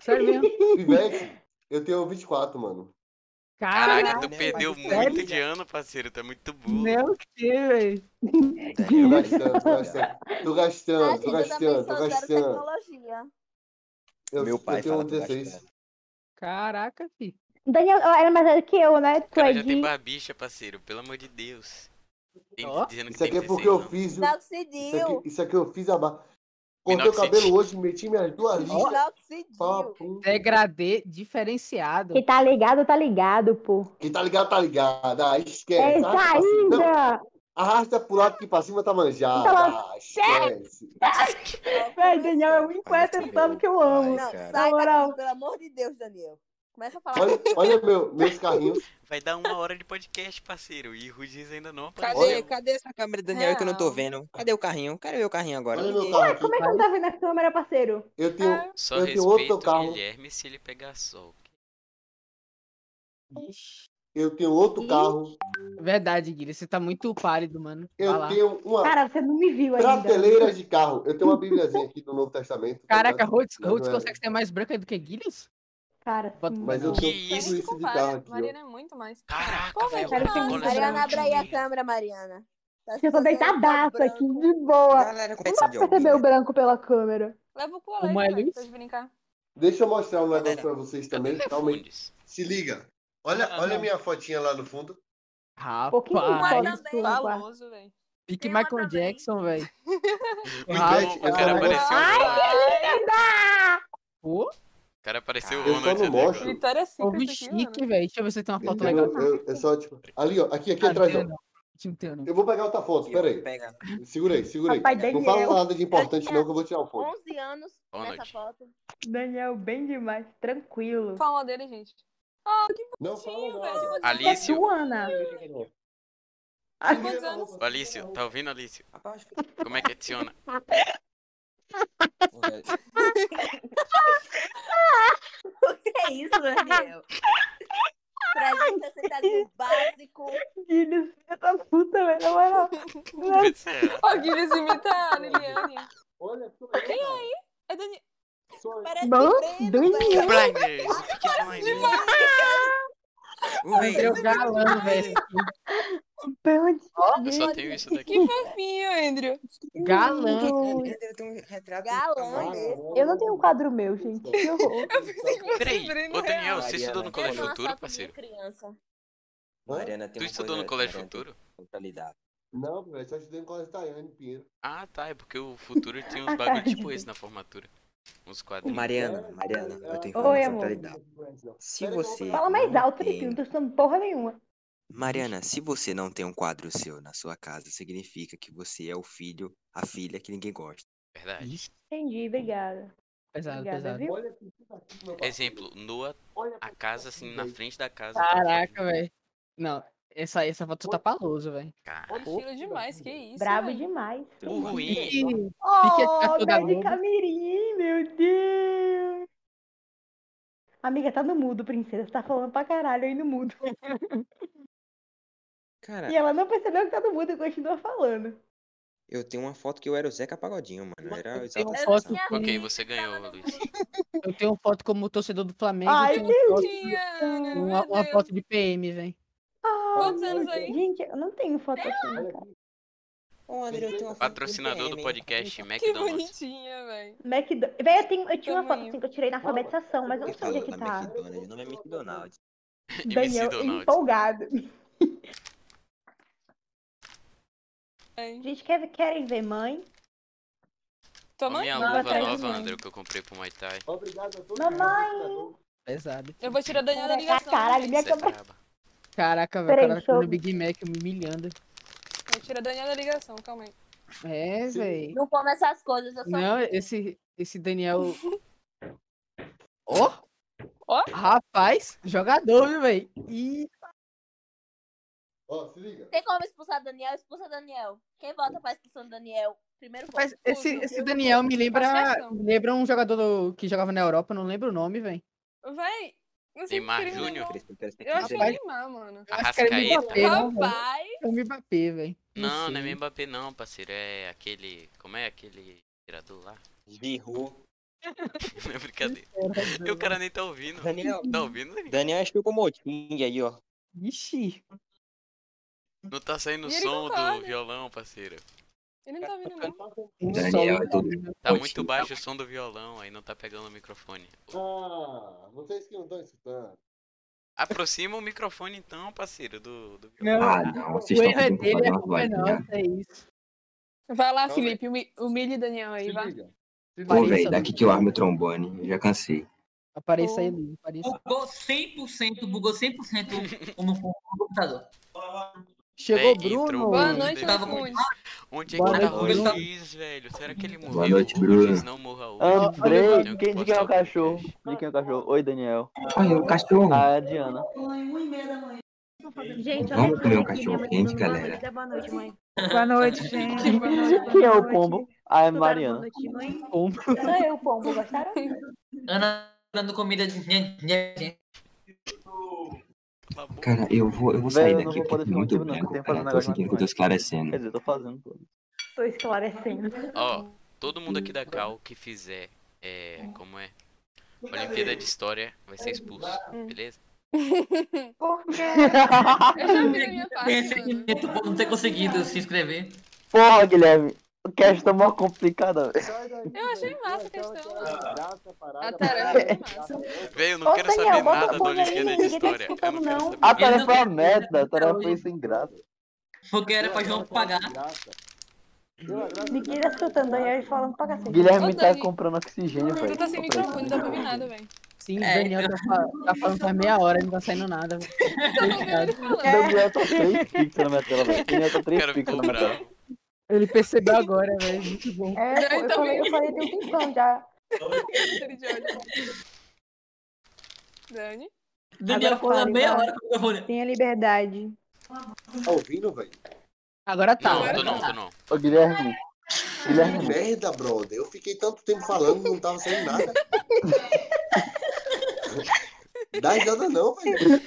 S2: Sério mesmo.
S12: Pivete, eu tenho 24, mano.
S1: Caraca, tu
S2: Caralho,
S1: perdeu
S2: mas sério?
S1: muito de ano, parceiro. Tá muito burro.
S2: Meu Deus,
S12: Tô gastando, tô gastando. Tô gastando, tô
S11: Ah, gente, eu também
S12: gastando,
S11: sou
S12: tô
S11: zero
S12: gastando.
S11: tecnologia.
S12: Eu,
S13: Meu pai
S12: eu tenho
S13: fala que eu
S12: 16.
S2: Caraca, filho.
S3: Daniel era mais velho que eu, né?
S1: O
S3: Tu
S1: cara
S3: é
S1: já tem
S3: de.
S1: barbicha, parceiro. Pelo amor de Deus. Tem,
S2: Ó.
S1: dizendo que
S12: Isso aqui
S1: tem
S12: é porque
S1: 16
S12: eu
S1: não.
S12: fiz. o- Isso
S11: Minoxidil.
S12: aqui, isso aqui eu fiz a barba. Cortei o
S1: Minoxidil.
S12: cabelo hoje, meti minhas duas listas.
S11: Minoxidil.
S12: Papo.
S2: Degradê diferenciado.
S3: Quem tá ligado, tá ligado, pô.
S12: Quem tá ligado, tá ligado. Ah,
S3: É
S12: esquece.
S3: isso
S12: Arrasta pra cima. Não,
S3: ainda!
S12: arrasta pro lado que pra cima tá
S11: Então,
S12: manjado. Ah, esquece.
S3: Velho, Tá, Daniel é muito
S13: Olha
S3: poeta
S13: que
S3: tanto que eu amo.
S13: pai,
S11: Não,
S13: cara.
S11: sai
S3: moral.
S11: daqui, pelo amor de Deus, Daniel. Começa a falar.
S12: Olha, olha meu, meus carrinhos.
S1: Vai dar uma hora de podcast, parceiro. E Rudiz ainda não apareceu.
S13: Cadê, cadê essa é câmera do Daniel que eu não tô
S4: Real.
S13: vendo? Cadê o carrinho? Quero ver o carrinho agora.
S12: Olha meu carro
S3: Como é
S12: aqui.
S3: que Ah. não tá vendo a câmera, parceiro?
S12: Eu tenho,
S1: Só
S12: eu tenho
S1: respeito
S12: outro
S1: o
S12: carro.
S1: Guilherme se ele é- pegar sol.
S12: Eu tenho outro carro.
S2: Verdade, Guilherme, você tá muito pálido, mano. Vai
S12: Eu
S2: lá.
S12: tenho uma
S3: Cara, você não me viu ainda.
S12: prateleira de carro. Eu tenho uma bibliazinha aqui do Novo Testamento. tá
S2: Caraca,
S12: ligado?
S2: Rhodes,
S12: Mas não
S2: Rhodes
S12: é-
S2: consegue ser mais branca do que Guilherme?
S3: Cara,
S2: Bota-
S3: sim.
S12: Mas eu
S1: Que
S12: tenho
S4: Nem
S12: tudo
S1: isso?
S4: se
S12: isso de
S4: compara.
S12: carro aqui, ó.
S4: Mariana é muito mais. é
S1: Caraca,
S11: Pô,
S1: velho.
S11: velho,
S3: cara,
S1: olha
S3: tem
S1: o
S3: muito
S11: Mariana, abre aí
S1: colecionador
S11: a
S1: de-
S11: câmera, Mariana. Tá
S3: eu tô
S11: fazendo um
S3: deitadaço aqui,
S11: branco.
S3: de boa.
S13: né? Galera, com
S3: Não
S13: essa
S3: dá
S13: de
S3: pra
S13: alguém,
S3: perceber o
S13: né?
S3: branco pela câmera.
S4: Leva o
S2: O
S4: colete,
S2: mais
S4: velho,
S2: luz?
S4: pra gente brincar.
S12: Deixa eu mostrar um negócio
S13: Galera,
S12: pra vocês também.
S1: Cadê
S12: Calma aí.
S1: Fundes?
S12: Se liga. Olha,
S1: Ah,
S12: olha a
S1: não.
S12: minha fotinha lá no fundo.
S3: Um Pouquinho
S2: Rapaz,
S11: Mas
S3: só
S11: também-
S3: no quarto.
S4: Faloso, é velho.
S2: pique
S11: Tem uma
S2: Michael
S11: também.
S2: Jackson, velho.
S1: Muito
S2: Rapaz.
S1: bom, o cara
S12: Ai,
S1: apareceu o Ronald.
S2: Pô,
S1: O cara apareceu o
S12: Eu só
S1: Ronald
S12: não
S1: ali agora.
S12: mostro.
S4: Vitória
S2: ovo
S4: Secret aqui, mano.
S2: chique, velho. Deixa eu ver se tem uma
S12: Eu
S2: foto
S12: tenho,
S2: legal.
S12: eu, eu só, tipo. Ali, ó. Aqui, aqui
S2: Ah, não
S12: atrás,
S2: tem
S12: ó.
S2: não.
S3: um
S2: Não tem não.
S12: Eu vou pegar outra foto, pera aí.
S13: Pega.
S12: Segura aí, segura aí.
S3: Papai
S12: Não
S3: Daniel.
S12: fala nada de importante,
S11: Eu tinha
S12: não, que eu vou tirar o foto.
S11: 11 anos nessa
S1: Ronald.
S11: foto.
S3: Daniel, bem demais. Tranquilo.
S4: Fala dele, gente. Ah,
S12: Não fala
S4: Sim, velho.
S12: nada.
S11: é
S1: Alício,
S3: Ana.
S12: Ninguém
S4: quantos
S12: fala,
S4: anos?
S1: o Alício, tá ouvindo, Alício?
S13: Rapaz, fica-
S1: Como é que adiciona?
S13: Pô, velho.
S11: O que é isso, Daniel? pra gente aceitar o básico.
S3: Guilherme, filha da puta, velho. Na moral.
S1: Vê se é.
S4: Ó, o Guilherme imita a Liliane.
S12: Olha, sou eu,
S4: Quem
S12: cara.
S4: É Dani...
S12: Sou eu.
S11: Parece
S3: Bom,
S11: Breno,
S3: Daniel.
S11: velho.
S1: Blinders, que demais.
S13: Ô, velho,
S2: Entrou galã, velho.
S3: Pelo de
S1: Eu só tenho isso daqui.
S4: um Que fofinho, Andrew.
S2: Galã.
S3: Deus.
S13: Ele tem um retrato
S11: Galã
S13: tamanho.
S11: desse.
S3: Eu não tenho um quadro meu, gente. Que horror.
S1: Peraí,
S3: é?
S1: ô Daniel, você estudou no
S13: Mariana,
S1: Colégio
S11: Teve uma
S1: Futuro,
S11: foto minha
S1: parceiro?
S11: criança.
S13: Mariana tem
S1: Tu
S13: uma
S1: estudou
S13: coisa-
S1: no Colégio
S13: Mariana tem
S1: Futuro?
S13: pra lidar.
S12: Não, velho, só um estudei no colégio Tayane tá, Pinheiro.
S1: Ah, tá, é porque o Futuro tinha
S12: Ah,
S1: uns
S3: A
S1: bagulho
S3: cara
S12: tá.
S3: de
S1: tipo esse na formatura. Uns quadrinhos.
S13: Mariana, Mariana, eu tenho
S3: Oi,
S13: informação
S3: amor.
S13: pra lidar. Se
S12: Pera que eu vou
S13: você
S12: pegar.
S3: Fala mais
S13: É, não
S3: alto,
S13: tem
S3: Felipe. Não tô estudando porra nenhuma.
S13: Mariana, se você não tem um quadro seu na sua casa, significa que você é o filho, a filha que ninguém gosta.
S1: Verdade.
S2: Ixi,
S3: Entendi, obrigada.
S2: pesado,
S3: Obrigada,
S2: pesado.
S3: viu?
S12: Olha que fica aqui, meu
S1: Exemplo, Noah,
S12: Olha
S1: a casa assim, na frente da casa. tá
S2: Caraca,
S1: foto.
S2: velho. Não, essa, essa foto tá paloso, velho.
S1: Cara.
S4: Estilo demais, que isso,
S3: Bravo
S4: velho.
S3: demais.
S1: O ruim
S2: Pique, pique a
S3: Oh,
S2: toda
S3: beijo de
S2: Globo.
S3: camirim, meu Deus. Amiga, tá no mudo, princesa. Tá falando pra caralho aí no mudo.
S13: Cara,
S3: E ela não percebeu que tá no mudo e continua falando.
S13: eu tenho uma foto que eu era o Zeca Pagodinho, mano. Eu era o
S2: tenho
S13: Exalta
S11: Eu
S2: foto
S11: não
S13: Samba.
S11: tinha
S1: Ok,
S11: visto
S1: você
S11: que tava
S1: ganhou,
S11: no
S1: Luiz.
S2: Eu tenho foto como torcedor do Flamengo.
S3: Ai,
S2: tenho foto,
S4: Tatiana,
S2: uma,
S4: meu
S2: uma
S4: Deus.
S2: foto de PM, velho.
S4: Quantos anos aí?
S3: Gente, eu não tenho foto assim, cara.
S13: Ô, André, eu tenho uma foto de um
S1: Patrocinador do
S13: PM, hein?
S1: podcast
S12: um
S4: Que
S1: McDonald's.
S4: bonitinha, velho.
S3: McDo... Véi, eu, tenho... eu tinha uma foto
S4: Tamanho.
S3: assim que eu tirei na alfabetização, mas eu
S13: Quem
S3: não sei onde é
S13: falou
S3: que
S13: da
S3: tá.
S13: McDonald's? O nome é McDonald's.
S1: MC
S3: Daniel
S1: Donald.
S3: empolgado.
S4: Ai.
S3: Gente, quer... querem ver mãe?
S1: A
S4: Toma
S1: minha
S4: aqui,
S1: luva
S4: atrás de
S1: nova,
S4: mim.
S1: André, que eu comprei pro Muay Thai.
S12: Obrigado a todos.
S3: Mamãe!
S2: Pesado.
S4: Eu vou tirar a Daniela da
S3: Caraca,
S4: ligação.
S3: caralho, minha
S1: Você é
S3: câmera.
S1: braba.
S2: Caraca, velho. O
S3: Peraí,
S2: cara
S3: sou-
S2: comendo Big Mac me humilhando.
S4: Vou tirar a Daniela da ligação, calma aí.
S2: É,
S12: Sim.
S2: velho.
S11: Não come essas coisas, eu sou
S2: Não,
S11: ruim.
S2: esse, esse Daniel. Ó!
S4: Ó.
S2: Rapaz, jogador, viu, velho? Ih,
S12: Ó, se liga.
S11: Tem como expulsar Daniel? Expulsa Daniel. Quem vota pra expulsão do Daniel? Primeiro voto.
S2: rapaz, esse,
S4: Tudo,
S2: esse
S4: viu? Tá
S2: Daniel me lembra,
S4: Associação.
S2: me lembra um jogador do- que jogava na Europa, não lembro o nome, velho.
S4: Vai. Não sei
S1: Neymar
S4: por que ele me
S1: Júnior?
S4: lembrou.
S13: Crespo, crespo,
S4: Eu achei
S2: Rapaz.
S4: Neymar, mano.
S2: Eu acho que era
S1: Arrascaeta.
S2: Mbappé, não, velho.
S4: Rapaz.
S2: É o Mbappé, velho.
S1: Não, não é
S2: sei.
S1: Mbappé não, parceiro. É aquele. Como é aquele tirador lá?
S6: Giru.
S1: É brincadeira. E o cara nem tá ouvindo.
S6: Daniel.
S1: Tá ouvindo? Daniel?
S6: Daniel achou com o motinho aí, ó.
S2: Ixi.
S1: Não tá saindo o
S4: E ele não
S1: som
S4: tá,
S1: do violão, parceiro.
S4: Ele não tá ouvindo, não.
S13: Daniel é todo
S1: Tá muito baixo o som do violão, aí não tá pegando o microfone.
S12: Ah, vocês que não estão escutando.
S1: Aproxima o microfone então, parceiro, do, do violão.
S13: Ah, não, vocês
S2: o
S13: estão
S2: erro é
S13: pedindo pra
S2: dele,
S13: fazer
S2: a
S13: uma
S2: culpa é
S13: vibe, né?
S2: nossa, é isso.
S4: Vai lá,
S12: Calma aí.
S4: Felipe, humi- humilhe Daniel aí,
S12: Se
S4: vai.
S12: liga. Se
S13: Pô,
S2: Apareça,
S13: velho, daqui que eu armo o trombone, eu já cansei.
S2: Apareça aí, Luiz, apareça.
S8: Bugou 100%, bugou 100% o meu computador.
S1: Bem,
S2: Chegou
S1: entrou
S2: Bruno.
S1: o
S4: Boa
S1: Bruno
S4: noite,
S1: dentro
S8: Tava
S1: do
S8: com-
S4: Lafune.
S1: Onde é
S2: Boa
S1: que tá o
S2: noite, Bruno.
S1: Luiz, velho? Será que ele morreu?
S13: noite, Bruno.
S1: Luiz, não morra hoje.
S15: Andrei,
S1: Tenho que
S15: quem- de quem é
S1: postar
S15: o
S1: o podcast.
S15: cachorro? De quem é o cachorro? Oi, Daniel.
S13: Olha, o cachorro.
S15: Ah, é a Diana.
S13: Vamos comer um
S3: Gente, olha aqui, olha aqui, minha mãe tá
S13: cachorro-quente,
S3: mandando boa
S13: galera?
S3: noite, dá boa noite, mãe.
S14: Boa noite, gente. Boa noite.
S15: Quem é o
S3: noite.
S15: pombo? Ah, é
S3: Tocaram boa
S15: Mariana.
S3: noite, mãe.
S2: Pombo.
S11: Sou eu, pombo. Gostaram?
S8: Ana dando comida de gente.
S1: Cala a boca.
S13: Cara, eu vou, eu vou sair
S15: Velho, eu não
S13: daqui porque
S15: vou poder
S13: tá
S15: ficar
S13: muito
S15: muito, não, que eu
S13: branco,
S15: tenho que fazer um
S13: cara. Tô
S15: negócio
S13: sentindo
S15: mais
S13: que eu tô
S15: tarde. Quer
S13: esclarecendo.
S15: dizer, eu tô fazendo. pô.
S11: Tô esclarecendo.
S1: Ó, todo mundo aqui da Cal que fizer, é, como é? Olimpíada de História vai ser expulso,
S8: Hum.
S1: beleza?
S11: Por quê?
S4: Eu já fiz a minha parte, mano.
S8: Perfeito, por não ter conseguido se inscrever.
S15: Porra, Guilherme. O questão mó complicada, velho.
S12: Sai daí,
S4: Eu achei
S12: velho.
S4: massa a
S12: Sai, tchau,
S4: questão.
S12: tchau. Desgraça, parada,
S4: A tarefa
S12: parada,
S4: é massa.
S12: desgraça.
S1: Velho, eu não
S11: Ô,
S1: quero
S11: Daniel,
S1: saber
S11: bota
S1: nada da
S11: fogo aí,
S1: Olimpíada de
S11: ninguém tá
S1: História. Eu não
S11: escutando,
S1: quero
S11: não.
S1: saber.
S15: A
S8: Ele
S15: tarefa
S8: não
S15: é uma
S8: quer-
S15: merda, a tarefa foi sem graça.
S8: Porque era pra João pagar.
S11: Ninguém tá escutando, Daniel falando pra cacete.
S15: Guilherme
S4: Ô,
S15: tá
S4: Dani,
S15: comprando oxigênio, velho.
S4: Tu tá sem
S15: Só pra
S4: microfone, não
S15: isso.
S4: dá pra ouvir nada, velho.
S2: Sim,
S8: É.
S2: Daniel tá, fa- tá falando faz meia hora, não tá saindo nada.
S4: Tá ouvindo ele
S2: Coitado.
S4: falando.
S15: Daniel tá 3 pixels na minha tela, velho. Daniel tá 3
S1: Cara,
S15: pixels
S1: ficou
S15: na minha tela.
S1: bravo.
S2: Ele percebeu agora, velho. Muito bom.
S11: É, pô,
S4: Daniel
S11: eu
S4: tá
S11: falei, eu
S4: bem.
S11: falei tem um tempão já.
S4: Ele de olho. Dani?
S8: Daniel
S11: Agora
S8: falou
S11: fala,
S8: meia
S11: vai.
S8: hora com o microfone.
S3: Tenha liberdade.
S12: Tá ouvindo, velho?
S2: Agora tá.
S1: Não, tô não, tô não.
S15: Ô, Guilherme.
S12: Que
S15: Guilherme.
S12: merda, brother. Eu fiquei tanto tempo falando, não tava saindo nada. Dá risada não, velho.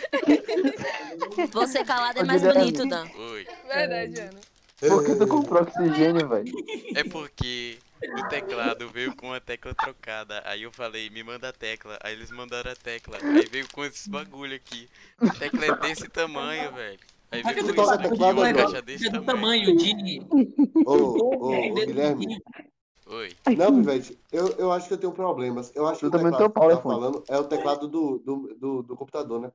S11: Você calado
S15: é mais Guilherme. bonito,
S11: Dan.
S1: Oi.
S4: Verdade, Ana.
S15: Por que tu comprou oxigênio, velho?
S1: É porque o teclado veio com a tecla trocada. Aí eu falei, me manda a tecla. Aí eles mandaram a tecla. Aí veio com esses bagulho aqui. A tecla é desse tamanho, velho. Aí
S8: Mas
S1: veio com
S8: que tu
S1: isso
S12: toca
S8: toca
S1: aqui,
S8: com
S12: teclado
S1: uma
S12: agora?
S1: caixa
S8: o é
S1: desse
S8: do
S1: tamanho.
S8: tamanho de.
S12: Ô, ô, ô,
S4: é
S12: Guilherme.
S1: Oi.
S12: Não, Pivete, eu, eu acho que eu tenho problemas. Eu acho que
S15: Eu
S12: o
S15: também
S12: teclado
S15: tenho pau,
S12: que
S15: né,
S12: tá
S15: Fone?
S12: falando é o teclado do, do, do, do computador, né?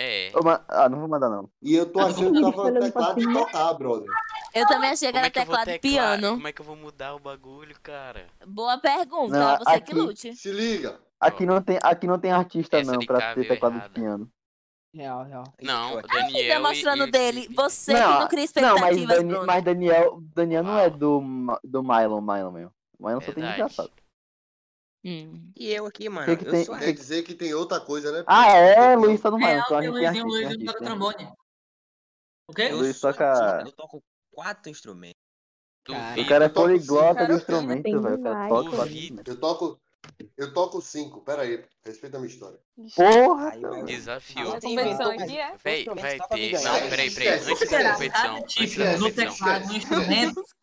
S1: É.
S15: Ô, ma- Ah, não vou mandar, não.
S12: E eu tô achando que tá falando
S3: Falando
S12: teclado de
S4: assim, né?
S3: fofinho.
S12: tocar, brother.
S14: Eu também achei que
S1: Como
S14: era
S1: é que eu vou
S14: teclado
S1: teclar?
S14: piano.
S1: Como é que eu vou mudar o bagulho, cara?
S14: Boa pergunta,
S15: Não,
S14: você que
S15: aqui-
S14: lute.
S12: Se liga.
S15: Aqui não tem, aqui não tem artista,
S1: Essa
S15: não,
S1: de cá
S15: pra ter
S1: veio
S15: teclado de
S1: errada.
S15: piano.
S2: Real, real.
S1: Não, o
S14: Fica
S1: Daniel e-
S14: tá mostrando
S1: e
S14: dele.
S1: Felipe.
S14: Você que
S15: Não,
S14: não cria
S15: não mas,
S14: expectativas,
S15: Dani,
S14: Bruno.
S15: mas Daniel, Daniel não é
S1: Uau.
S15: do, Ma- do Mylon, Mylon mesmo. Mylon só tem de
S1: Verdade.
S15: engraçado.
S14: Hum.
S6: E eu aqui,
S15: Que
S6: mano?
S15: que
S6: Eu
S15: tem-
S6: sou
S12: Quer
S6: a...
S15: que-
S12: dizer que tem outra coisa, né?
S15: Ah, é, Luiz tá no Mylon,
S8: Real,
S15: então a
S8: tem
S15: gente
S8: o
S15: tem
S8: Luizinho, o
S15: artista, tem
S8: Luizinho
S15: artista,
S8: toca
S15: tem artista.
S8: trombone. O quê?
S6: Eu
S15: Luiz
S6: sou artista,
S15: toca.
S6: eu toco quatro instrumentos.
S15: O
S1: Duvido.
S15: cara é
S12: toca
S15: poliglota de
S8: Cara,
S3: Tem
S15: instrumento, velho. tá O cara
S3: demais,
S15: toca quatro
S1: Duvido.
S15: instrumentos.
S12: Eu toco, eu toco cinco. Pera aí, respeita a minha história.
S15: Porra,
S6: Aí,
S15: cara,
S6: meu.
S15: velho.
S1: Desafiou.
S4: A competição aqui é.
S1: Véi,
S6: Instrumento
S1: vai
S6: só pra me
S1: ter.
S6: ganhar.
S1: Não, peraí, peraí.
S12: Esquece,
S1: Antes da
S12: esquece,
S1: competição. é um Antes da
S8: no
S1: competição.
S8: teclado, no instrumento,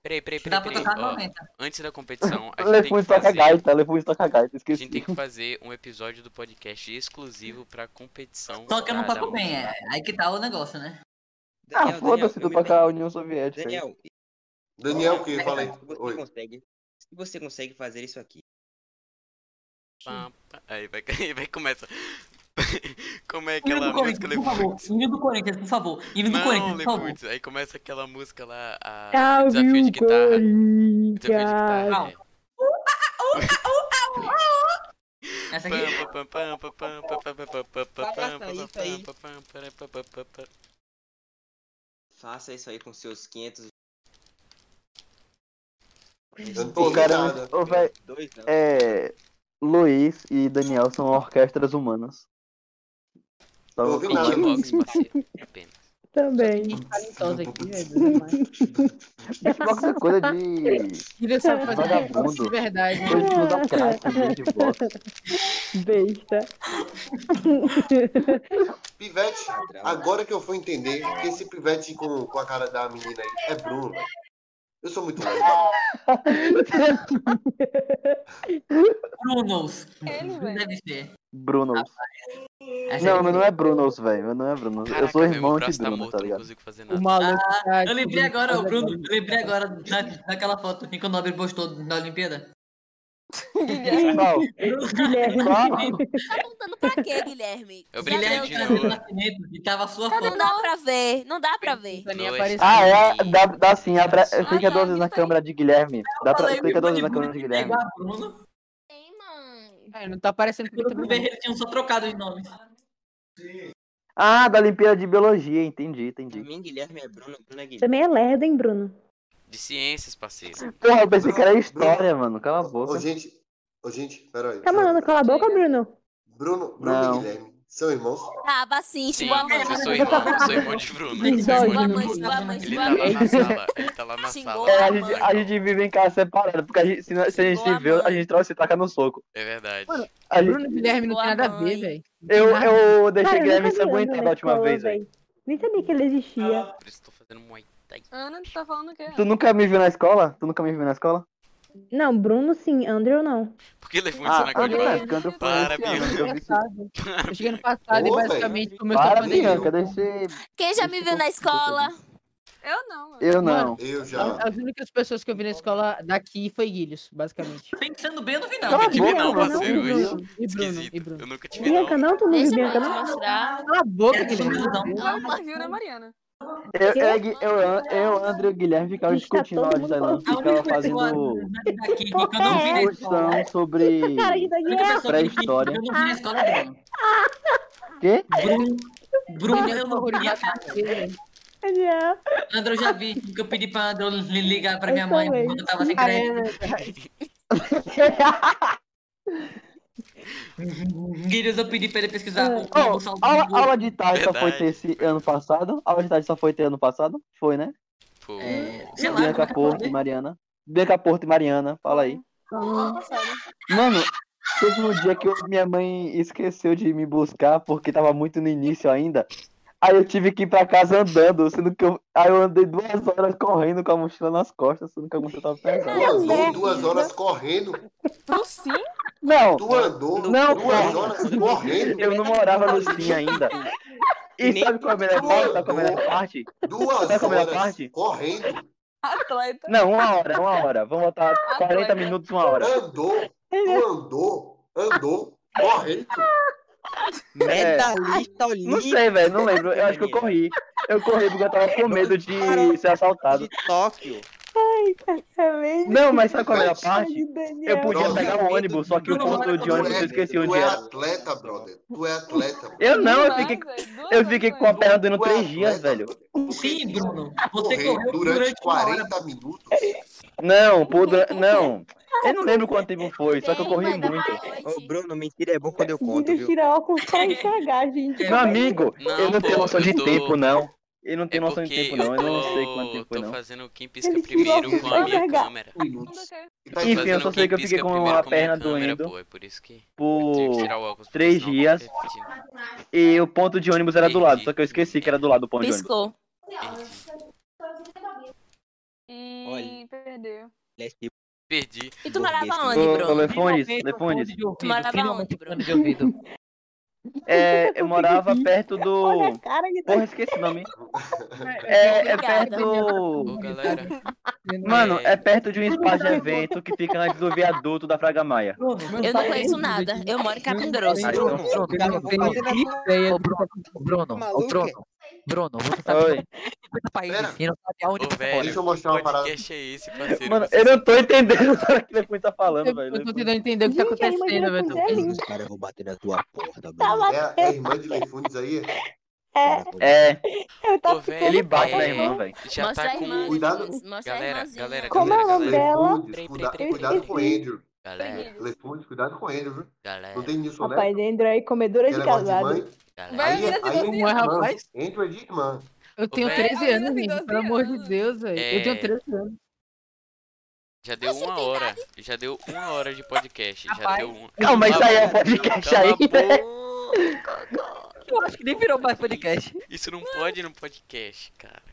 S1: Peraí, peraí, peraí,
S8: dá pra
S1: peraí.
S8: tocar
S1: Ó,
S8: 90.
S1: antes da competição, Então, a gente tem que
S15: Lefune toca
S1: fazer.
S15: gaita, Lefune toca gaita,
S1: A gente tem
S15: esqueci.
S1: que fazer um episódio do podcast exclusivo pra competição
S8: Só que eu
S1: da,
S8: não
S1: da
S8: toco bem,
S1: música.
S8: é. Aí que tá o negócio, né?
S15: Ah,
S6: Daniel, Daniel,
S15: foda-se
S6: eu
S15: tu
S6: me
S15: tocar a
S6: tenho.
S15: União Soviética aí.
S6: Daniel,
S12: Daniel, que fala aí.
S6: se tá? você
S12: Oi.
S6: consegue, se você consegue fazer isso aqui,
S1: Pam, pam. Aí vai, aí vai começa. Como é
S8: Hino do
S1: aquela música,
S8: Corinthians, por favor.
S1: Lefuts?
S8: Hino do Corinthians, por favor. Hino do
S1: Não,
S8: Corinthians, por favor.
S1: Lefuts. Aí começa aquela música lá, a
S3: Salve
S1: desafio de
S3: o
S1: guitarra. Desafio de guitarra,
S3: Corinthians.
S1: é.
S4: Ah, uh,
S8: Essa aqui.
S1: Não,
S6: faça isso aí com seus 500.
S12: Eu não tô
S15: O
S12: ouvindo
S15: cara, é um-
S12: nada.
S15: ô, velho,
S6: Dois né? não.
S15: é. Luiz e Daniel são orquestras humanas. Só
S12: Tô
S15: vou
S12: ouvindo
S15: falar
S12: nada.
S15: isso.
S1: beatbox, parceiro. Apenas. um
S3: Também.
S2: Gente talentosa aqui, velho. demais.
S15: Beatbox é coisa de.
S2: Queria saber fazer
S15: Vagabundo.
S2: beatbox de verdade. né?
S15: coisa né? de usar crack, beatbox.
S3: Besta.
S12: Pivete,
S6: Padrão.
S12: agora que eu fui entender que esse pivete com, com a cara da menina aí é Bruno, velho. Eu sou muito legal.
S9: Brunos. Deve ser.
S15: Brunos.
S9: Rapaz.
S15: Não, mas não é Brunos, velho. Meu não é Brunos. Eu sou irmão de Bruno, tá ligado?
S2: O maluco. tá
S9: Ah, Eu lembrei
S2: descobrindo
S9: agora, ô,
S2: coisa
S9: Bruno,
S2: agora.
S9: eu lembrei agora da, daquela foto que o Nobre postou na Olimpíada.
S15: Qual?
S9: Guilherme.
S14: Tá apontando pra quê, Guilherme?
S9: Eu
S14: Já
S9: brinquei
S14: deu-
S9: de novo. E tava a sua
S14: Tá, não
S9: foto.
S14: dá pra ver, não dá pra ver.
S15: Ah, é? Dá, dá sim. Abra... Clica
S14: Ai,
S15: duas vezes na câmera de Guilherme. Dá pra...
S9: falei,
S15: Clica
S9: meu
S15: duas vezes na
S9: Bruno
S15: câmera de
S9: é
S15: Guilherme.
S9: igual a Bruno.
S2: É, não tá aparecendo porque
S9: Quando eu vi, eles tinham só trocado os nomes.
S15: Ah, da Olimpíada de Biologia. Entendi, entendi.
S8: Mim, Guilherme é Bruno, Bruno é Guilherme.
S7: Também é lerdo, hein, Bruno?
S1: De ciências, parceiro.
S15: Porra, eu pensei que era história, mano. Cala a boca.
S12: Ô, gente, ô, gente, peraí.
S7: Tá mandando cala a boca, Bruno?
S12: Bruno, Bruno
S15: Não.
S12: e Guilherme são irmãos?
S14: Tava sim,
S1: Sim,
S14: boa noite.
S1: eu sou irmão, eu sou irmão de Bruno. eu sou irmão de Bruno.
S14: Boa noite, boa noite,
S1: Ele
S14: boa
S1: tá lá na
S14: noite.
S1: sala, ele tá lá na sala.
S15: É, a gente, a gente vive em casa separado, porque a gente- se, não- se a gente
S14: Xingou a
S15: se vê, a
S14: mãe.
S15: gente troca se taca no soco.
S1: É verdade.
S2: Mano,
S15: A gente-
S2: Bruno e Guilherme não tem nada a ver, velho.
S15: Eu, eu deixei
S7: Cara, eu
S15: Guilherme
S7: nunca vi Ana
S15: ensanguentado
S7: na
S15: a última
S7: escola,
S15: vez, velho.
S7: Nem sabia que ele existia.
S11: Ana, tu tá falando o quê?
S15: Tu nunca me viu na escola? Tu nunca me viu na escola?
S7: Não, Bruno sim, Andrew não.
S1: Por que levou isso
S15: Ah,
S1: na
S15: André,
S1: coisa?
S15: porque André foi
S1: Para,
S15: esse é ano,
S1: Bianca.
S15: eu vi
S2: Tá
S15: sim.
S2: Eu cheguei no passado e
S15: Ô,
S2: basicamente começou a
S15: Para,
S2: pandemia.
S15: Bianca, deixei...
S14: Quem já me viu na escola?
S11: Eu não.
S15: Eu
S2: Mano,
S15: não.
S12: Eu já.
S2: As, as únicas pessoas que eu vi na escola daqui foi Guilhos, basicamente.
S9: Pensando bem no final.
S2: Cala a
S1: Nunca tive
S2: boca,
S1: não,
S2: mano,
S1: parceiro.
S2: não,
S1: hoje.
S2: não, não. E Bruno, e
S1: Esquisito.
S2: Bruno.
S1: Eu nunca tive
S7: Bianca
S1: não.
S7: não, tu não viu
S11: é
S14: Deixa
S7: Bianca
S14: eu te
S7: não?
S14: mostrar.
S2: Cala a boca,
S9: Era
S2: Guilherme.
S9: confusão.
S11: Ela não viu, né, Mariana?
S15: Eu,
S7: Quê?
S15: eu, Gui- eu, An- eu André e o Guilherme ficava
S7: Gente, tá todo
S15: discutindo na hora de
S7: mundo
S15: Tailândia,
S9: A
S15: ficava
S9: única pessoa
S15: fazendo
S9: daqui que eu
S7: Porra,
S9: não vi na
S7: é
S9: escola.
S15: discussão sobre
S7: Cara, tá que
S9: A única
S7: Daniel!
S9: pessoa que que
S15: pré-história.
S9: eu não vi na escola é Bruno.
S15: Quê?
S9: Bruno, Bruno, eu não vi a
S2: horrorizado
S9: cara.
S2: com você, velho.
S7: Daniel!
S2: é.
S9: André, eu já vi que eu pedi pra André li- ligar pra
S7: Eu
S9: minha mãe
S7: também.
S9: quando eu tava sem
S2: Ah, é
S9: crédito.
S2: verdade.
S9: Guilherme, eu pedi pra ele pesquisar
S2: É.
S7: Ah.
S9: o
S15: Oh,
S9: como salvar
S15: aula,
S9: o Google.
S15: aula de tarde só foi ter
S1: Verdade,
S15: esse ano passado? Aula de tarde só foi ter ano passado? Foi, né?
S1: Pô,
S9: É, sei lá, como é
S15: Bianca
S9: que pode?
S15: Porto e Mariana. Bianca Porto e Mariana, fala aí. Mano, teve um dia que eu- minha mãe esqueceu de me buscar porque tava muito no início ainda. Aí eu tive que ir pra casa andando, sendo que eu. Aí eu andei duas horas correndo com a mochila nas costas, sendo que a mochila tava
S7: Ah, é
S12: Tu
S15: pesada.
S12: andou
S7: merda.
S12: duas horas correndo.
S11: Tu sim?
S15: Não,
S12: Tu andou
S15: Não,
S12: duas
S15: cara.
S12: horas correndo.
S15: eu não morava no Sim ainda. E
S8: Nem
S15: sabe qual é a melhor
S12: tu
S15: parte? Sabe qual é a melhor
S12: andou
S15: parte?
S12: Duas
S15: Sabe qual é a
S12: horas
S15: melhor parte?
S12: correndo.
S2: é
S11: Atleta.
S15: Não, uma hora, uma hora. Vamos botar 40 minutos, uma hora.
S12: Andou. Tu andou. Andou. Correndo.
S4: uh,
S8: É Medalhista olímpico.
S15: É. Não sei, velho, não lembro. Eu acho que eu
S8: Menina.
S15: corri. Eu corri porque eu tava com medo de ser assaltado.
S8: De Tóquio.
S15: Não, mas sabe qual é a melhor parte?
S7: Ai, Daniel.
S15: Eu podia
S12: Nossa,
S15: pegar o ônibus, só que o ponto de
S12: Tu
S15: ônibus eu
S12: é,
S15: esqueci
S12: tu
S15: onde
S12: é
S15: era.
S12: atleta, brother. Tu é atleta. brother.
S15: Eu não, eu
S11: Demais,
S15: fiquei,
S11: velho. Duas
S15: eu
S11: horas
S15: fiquei com a
S11: correndo.
S15: perna durando
S12: Tu é
S15: três dias,
S12: atleta,
S15: velho.
S12: brother. Tu
S9: Sim,
S12: precisa
S9: Bruno. Você
S12: correr
S9: correu
S12: durante
S9: durante uma hora.
S12: 40 minutos.
S15: Não, pô, dura- não. Eu não lembro quanto tempo foi, só que eu
S14: Bem,
S15: corri
S14: mas da
S15: muito.
S8: Ô,
S14: noite.
S8: Bruno, mentira é bom quando eu conto,
S7: Guilherme
S8: viu?
S7: tira óculos pra enxergar, gente.
S15: Meu amigo, eu
S1: É, Não,
S15: não tenho
S1: pô,
S15: noção
S1: eu
S15: de
S1: tô-
S15: tempo, não. Eu não
S1: é
S15: tenho noção de
S1: porque
S15: tempo,
S1: eu
S15: não. Eu não sei quanto
S1: tô,
S15: tempo foi,
S1: tô
S15: não.
S1: fazendo quem pisca
S7: Ele tirou
S1: primeiro
S7: óculos
S1: com
S7: pra
S1: a minha
S7: enxergar.
S1: câmera.
S12: Minutos.
S1: Eu
S12: Tá
S1: tô
S15: Enfim, eu
S1: fazendo
S15: só
S1: quem
S15: sei que eu fiquei
S1: pisca primeiro
S15: com a
S1: com a minha
S15: perna
S1: câmera,
S15: doendo
S1: pô. É por isso que eu tive que
S15: por
S1: tirar o óculos, porque
S15: três
S1: senão eu tava
S15: dias
S1: repetindo.
S15: e o ponto de ônibus era do lado, só que eu esqueci que era do lado do ponto de ônibus.
S14: Piscou.
S1: Perdi.
S11: E
S8: Olha.
S11: perdeu.
S1: Perdi.
S14: E tu morava
S8: Burguês.
S14: onde,
S15: Ô, ô,
S14: Bruno?
S15: Lefones,
S9: Finalmente, o fone
S15: Lefones.
S9: de ouvido.
S14: Tu morava
S9: Finalmente,
S14: onde,
S9: o
S14: Bruno?
S9: fone de ouvido.
S15: É, eu morava perto
S7: Olha
S15: do.
S7: a cara de
S15: Porra, esqueci o nome. É, é
S14: Obrigada.
S15: perto.
S1: Ô, galera.
S15: Mano, é
S1: É,
S15: perto de um espaço de evento que fica antes do viaduto da Fraga Maia.
S9: Bruno,
S14: Eu não conheço nada. Eu moro em Capim Grosso.
S15: Ah,
S8: Bruno,
S15: então.
S8: Bruno,
S2: Eu
S8: cara,
S2: não
S8: eu vou
S2: tenho
S8: fazer a sua
S2: ideia
S16: Ô,
S2: do que
S16: Bruno,
S2: tá
S16: ô, Bruno, ô,
S8: maluca.
S16: Bruno, Bruno, você tá sabe que
S15: Oi.
S16: tem 50 países
S12: Pera.
S16: e não sabe aonde
S1: ô,
S16: você
S1: velho,
S12: Deixa eu
S16: mora.
S1: que
S12: mostrar uma parada.
S1: podcast é esse, parceiro?
S15: Mano,
S1: Vocês
S15: eu não
S1: são
S15: tô entendendo o que o Lefone tá falando,
S2: Eu,
S15: velho.
S2: eu tô
S15: Lefone.
S2: tentando entender o que tá
S7: Gente, a irmã de
S2: acontecendo, velho.
S7: Lefunes é
S2: Tô-
S7: linda.
S8: Os caras vão bater na tua porta,
S7: Tá
S8: Bruno.
S12: É, a- é a irmã
S7: batendo.
S12: de Leifundes aí? é?
S7: É,
S15: É,
S7: eu
S1: Ô,
S7: tava ficando
S15: ele
S1: velho,
S15: bate na
S1: é...
S15: irmã, velho.
S1: Já
S14: Mostra
S1: tá
S14: a irmã,
S1: com...
S12: Cuidado.
S14: Lefundes. Mostra a
S1: Galera,
S14: irmãzinha.
S1: galera,
S7: Como é
S1: galera,
S7: o nome
S1: galera.
S7: dela?
S12: Leifundes,
S1: Peraí, peraí,
S12: cuida-
S1: peraí, peraí,
S7: Eu
S12: cuidado
S1: peraí.
S12: com o
S7: esqueci.
S12: Andrew.
S1: Galera,
S12: Leifundes, cuidado com o Andrew, viu? Não
S1: galera,
S12: tem nisso, não.
S7: Rapaz, Andrew aí, comedora
S12: Que
S7: de
S12: é negócio Né? de
S7: casado.
S12: mãe.
S1: galera.
S11: Vai, a
S12: Aí,
S11: menina tem
S12: aí é
S11: 12
S12: de
S2: Como é,
S11: anos.
S12: irmã.
S2: rapaz?
S12: Andrew é de irmã.
S2: Eu
S1: Ô,
S2: tenho
S1: velho,
S2: 13
S11: a menina
S2: anos,
S11: tem
S2: gente.
S11: 12
S2: Pelo amor de
S11: anos.
S2: Deus, velho. Eu tenho
S1: assim, É.
S2: 13 anos.
S1: já deu
S14: Oxe,
S1: uma
S14: que
S1: hora.
S14: idade?
S1: Já deu uma hora de podcast. Já
S2: Rapaz,
S1: deu um.
S16: Não, mas
S1: Cala
S16: isso
S1: a
S16: aí é
S1: boca.
S16: podcast
S1: Cala
S16: aí. né?
S1: a boca, cara.
S16: Eu acho que nem virou mais podcast.
S1: Isso não pode no podcast, cara.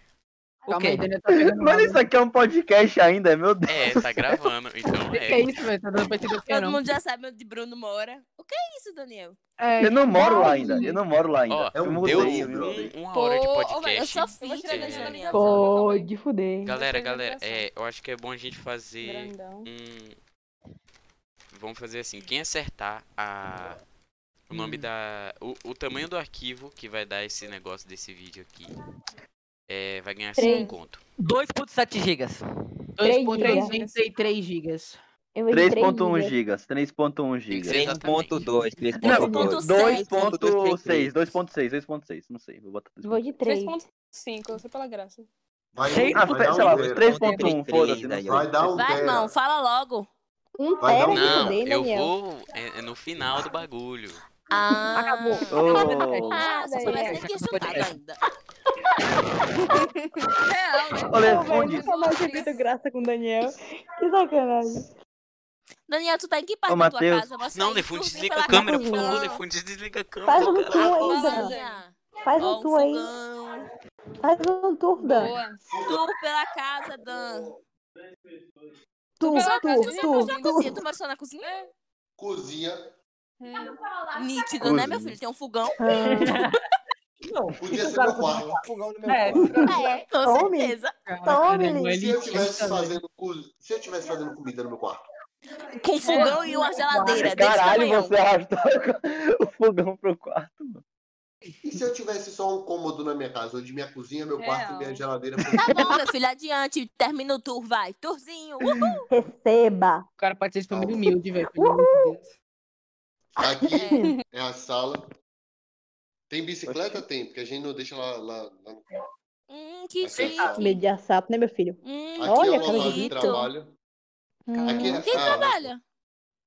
S17: O quê?
S15: Mas isso aqui é um podcast ainda, meu Deus.
S1: É, tá gravando, então é.
S2: velho? Tá dando pra entender o que é,
S14: Todo
S2: não.
S14: mundo já sabe onde Bruno mora. O que é isso, Daniel?
S15: Eu não moro lá ainda. Eu não moro lá ainda.
S1: Ó,
S15: eu mudei.
S1: deu
S15: eu me mudei.
S1: um, uma hora de
S14: Pô,
S1: podcast.
S14: eu só fiz, né, Daniel?
S7: Pô, de fuder.
S1: Galera, galera, é, eu acho que é bom a gente fazer um. Vamos fazer assim, quem acertar a o
S16: Hum.
S1: nome da o, o tamanho do arquivo que vai dar esse negócio desse vídeo aqui é, vai ganhar 5
S2: Três.
S1: conto.
S17: 2.7 gigas.
S2: 2.83 gigas.
S15: 3.1 gigas, 3.1 gigas.
S13: 3.2,
S15: 3.2. 2.6, 2.6, 2.6, não sei, vou botar
S7: Vou de 3.
S4: 3.5 eu sei pela graça.
S15: Sei- ah, sei lá, 3.1, foda-se, né? não
S1: Vai
S15: sei.
S1: dar um
S14: Vai, irmão, fala logo.
S7: Um
S1: Não, eu vou é, é no final do bagulho.
S14: Ah, acabou.
S15: Ô.
S14: Ah, você parece nem questionado ainda.
S15: Olha,
S10: Pô, velho,
S15: responde.
S10: nunca mais eu grito graça com o Daniel. Que sacanagem.
S14: Daniel, tu tá em que parte
S15: Ô,
S14: da tua
S15: Matheus.
S14: casa? Mostra
S1: Não,
S14: aí,
S1: Defund,
S14: tu vem
S1: desliga
S14: pela
S1: a câmera,
S14: casa
S1: por
S14: do
S1: favor,
S14: João.
S1: Defund, desliga a câmera.
S7: Faz um
S1: caralho.
S7: tour
S14: Balinha.
S7: ainda. Faz
S14: Ó,
S7: um
S14: um
S7: tour aí.
S14: fogão.
S7: Faz um tour, Dan.
S14: Boa. Tu pela casa, Dan.
S7: Tour,
S14: Só- tu só
S7: tour, tour,
S14: mostra na
S7: tour.
S14: cozinha. Tu mora só na cozinha?
S12: Cozinha.
S2: É.
S14: Nítido, né, meu filho? Tem um fogão. É.
S12: Não, podia ser meu quarto.
S14: fogão no
S12: meu É, quarto.
S14: É, com
S7: Tome.
S14: certeza.
S12: Se eu tivesse fazendo, co- se eu tivesse fazendo comida no meu quarto.
S14: Com fogão e uma geladeira. desse Tá
S15: Caralho,
S14: tamanhão.
S12: é
S15: você arrastou o fogão pro quarto.
S12: E se eu tivesse só um cômodo na minha casa, onde minha cozinha, meu quarto,
S14: Real.
S12: minha geladeira.
S14: Tá bom, meu filho, adiante. Termina o tour, vai. Tourzinho. Uhul.
S7: Receba.
S2: O cara pode ser de família humilde, velho. pelo amor de Deus.
S14: hum,
S12: Aqui é a sala. Tem bicicleta? Tem, porque a gente não deixa lá. lá, lá no quarto.
S14: Hum,
S12: Aqui
S14: que
S12: é a
S14: chique.
S12: sala.
S7: Medo de assapo, né, meu filho?
S14: Hum,
S12: Aqui é
S7: Olha,
S12: o
S7: cara,
S12: local de trabalho. Aqui é-
S14: Uh, Quem
S12: ah,
S14: trabalha?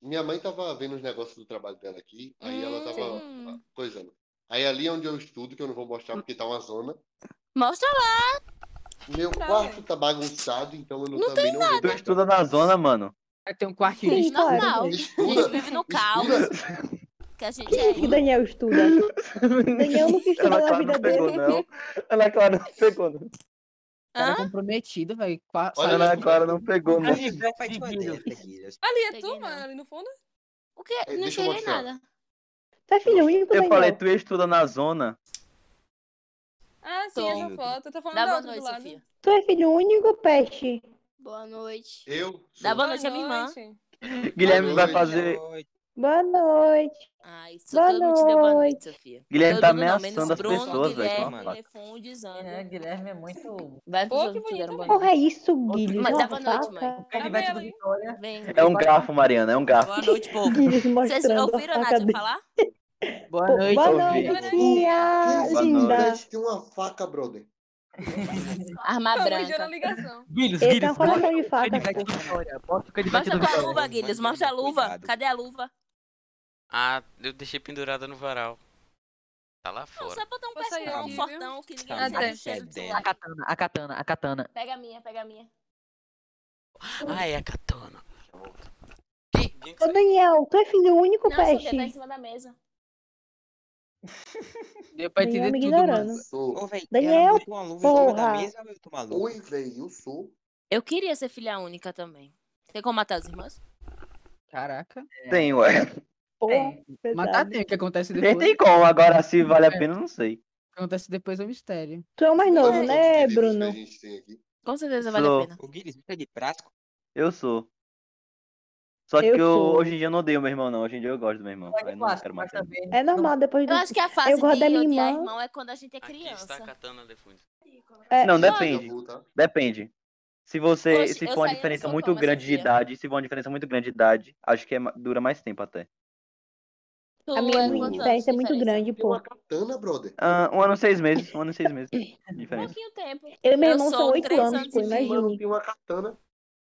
S12: Minha mãe tava vendo os negócios do trabalho dela aqui, aí ela tá tava
S14: Hum.
S12: coisando. Aí ali é onde eu estudo, que eu não vou mostrar porque tá uma zona.
S14: Mostra lá.
S12: Meu
S14: Tá,
S12: quarto tá bagunçado, então eu não,
S14: Não
S12: também
S14: tem
S12: não vou
S15: Tu
S12: mostrar.
S15: estuda na zona, mano.
S2: Vai ter um quarto
S7: Sim, claro.
S14: Normal. A gente
S12: Estuda.
S14: vive no caos. Que a gente
S7: Quem
S14: é.
S7: disse que Daniel estuda? Daniel nunca estudou
S15: Ela
S7: na
S15: claro
S7: vida
S15: não pegou,
S7: dele.
S15: não. Ela claro não pegou, não.
S2: cara é comprometido, velho. Qua- saiu
S15: Ana
S2: do-
S15: Clara não pegou, não.
S4: Ali é tu, mano, ali no fundo.
S14: O quê?
S12: Não deixa eu peguei mostrar.
S14: nada.
S7: Tu é filho único,
S15: Eu
S7: Daniel?
S15: falei, tu estuda na zona.
S4: Ah, sim,
S14: Tô.
S4: essa foto. Eu tô falando
S14: Dá
S4: da
S14: boa
S4: outra do
S14: noite,
S4: lado.
S14: Sofia.
S7: Tu é filho único, peste?
S14: Boa noite.
S12: Eu?
S14: Dá boa noite à minha irmã.
S15: Guilherme
S12: Boa noite.
S15: vai fazer.
S7: Boa noite.
S14: Ai, isso
S7: Boa
S14: todo mundo te deu boa noite,
S7: noite.
S14: Sofia.
S15: Guilherme
S14: todo
S15: tá
S14: mundo não, menos
S15: ameaçando as
S14: Bruno,
S15: pessoas, velho, com a
S14: Guilherme,
S15: faca.
S14: Defund, Zana.
S9: É, Guilherme é muito.
S14: Vai pro
S9: Pô,
S14: jogo
S9: que
S14: que te deram boa noite.
S7: Porra, é isso, Guilherme?
S14: Mas dá
S7: Nossa,
S9: tá
S14: boa noite, mãe.
S7: saca.
S9: O canivete do Vitória.
S14: Vem.
S15: É um garfo, Mariana, é um garfo.
S14: Boa noite, povo.
S7: Guilherme
S14: Vocês
S7: mostrando a
S14: ouviram a
S7: faca
S14: Nádia
S7: dele.
S14: falar?
S2: Boa
S7: Pô,
S2: noite,
S7: Boa
S2: Sofia.
S7: noite, tia
S15: Boa
S7: linda.
S15: noite.
S12: Mas tem uma faca, brother.
S14: Arma branca.
S4: ligação.
S17: Guilhos,
S7: Ele
S17: Guilhos,
S7: tá falando
S17: mostra
S7: de
S17: o
S7: faca,
S17: canivete do
S15: é
S17: Vitória. Mostra o canivete
S14: Mostra
S17: do
S14: tua
S17: Vitória.
S12: né?
S14: luva, Guilherme. Mostra a luva. Cadê a luva?
S1: Ah, eu deixei pendurada no varal. Tá lá fora.
S14: Só botar um
S4: Vou sair
S14: pescoção
S4: aqui,
S14: fortão que ninguém
S1: Tá
S14: sabe
S1: bom.
S14: o
S9: é
S14: cheiro do
S17: A katana, a katana, a katana.
S14: Pega a minha, pega a minha.
S1: Ah, é a katana.
S7: Ô, Daniel, tu é filho único,
S14: Não, Sofia, tá em
S7: peste?
S14: cima da mesa.
S2: Deu pra
S7: Daniel
S2: entender
S7: me
S2: tudo, mano.
S7: ignorando.
S13: Ô, velho, ela
S7: Daniel,
S13: botou uma luva em cima da
S7: porra.
S13: mesa, eu tô maluco.
S12: Oi, velho, eu sou.
S14: Eu queria ser filha única também. Tem como matar as irmãs?
S2: Caraca.
S15: Tem, ué. É,
S7: Porra,
S2: Matar
S7: pesado.
S2: tem. tá O que acontece
S15: Tem,
S2: depois?
S15: tem como, agora se vale a pena, eu não sei.
S2: O que acontece depois é um mistério.
S7: Tu é o mais
S12: Olha
S7: novo,
S12: todos os
S7: né,
S12: queridos que
S7: Bruno?
S12: a gente tem aqui.
S14: Com certeza vale a
S15: Sou.
S14: pena.
S13: O Guilherme
S6: é
S13: tá de prático.
S15: Eu sou. Só que
S7: Eu
S15: eu,
S7: sou.
S15: hoje em dia eu não odeio meu irmão, não. Hoje em dia eu gosto do meu irmão. Aí não quero mais.
S7: É normal, depois do...
S14: Eu acho que a fase
S7: Eu gosto
S14: de
S7: da minha
S14: odiar
S7: irmã.
S14: irmão é quando a gente é
S1: Aqui está a
S14: criança.
S1: katana, Defund.
S7: É,
S15: Não,
S14: Mano.
S15: depende. Depende. Se você,
S14: Hoje
S15: se
S14: eu
S15: for uma
S14: saía no
S15: diferença
S14: socão,
S15: muito
S14: mas
S15: grande de
S14: Sofia.
S15: idade, se for uma diferença muito grande de idade, acho que é ma- dura mais tempo até.
S14: Tu
S7: a minha
S14: é
S7: irmã
S14: quantos anos
S7: diferença
S14: de
S7: é muito
S14: diferença?
S7: grande, pô.
S12: Katana, brother.
S15: Ah, um ano e seis meses, um ano e seis meses. de Diferença.
S14: Pouquinho tempo.
S7: Eu e meu
S14: Eu
S7: irmão são
S14: sou
S7: oito
S14: três
S7: anos,
S14: anos
S7: pô,
S14: e meio.
S7: imagine.
S12: Tem uma katana.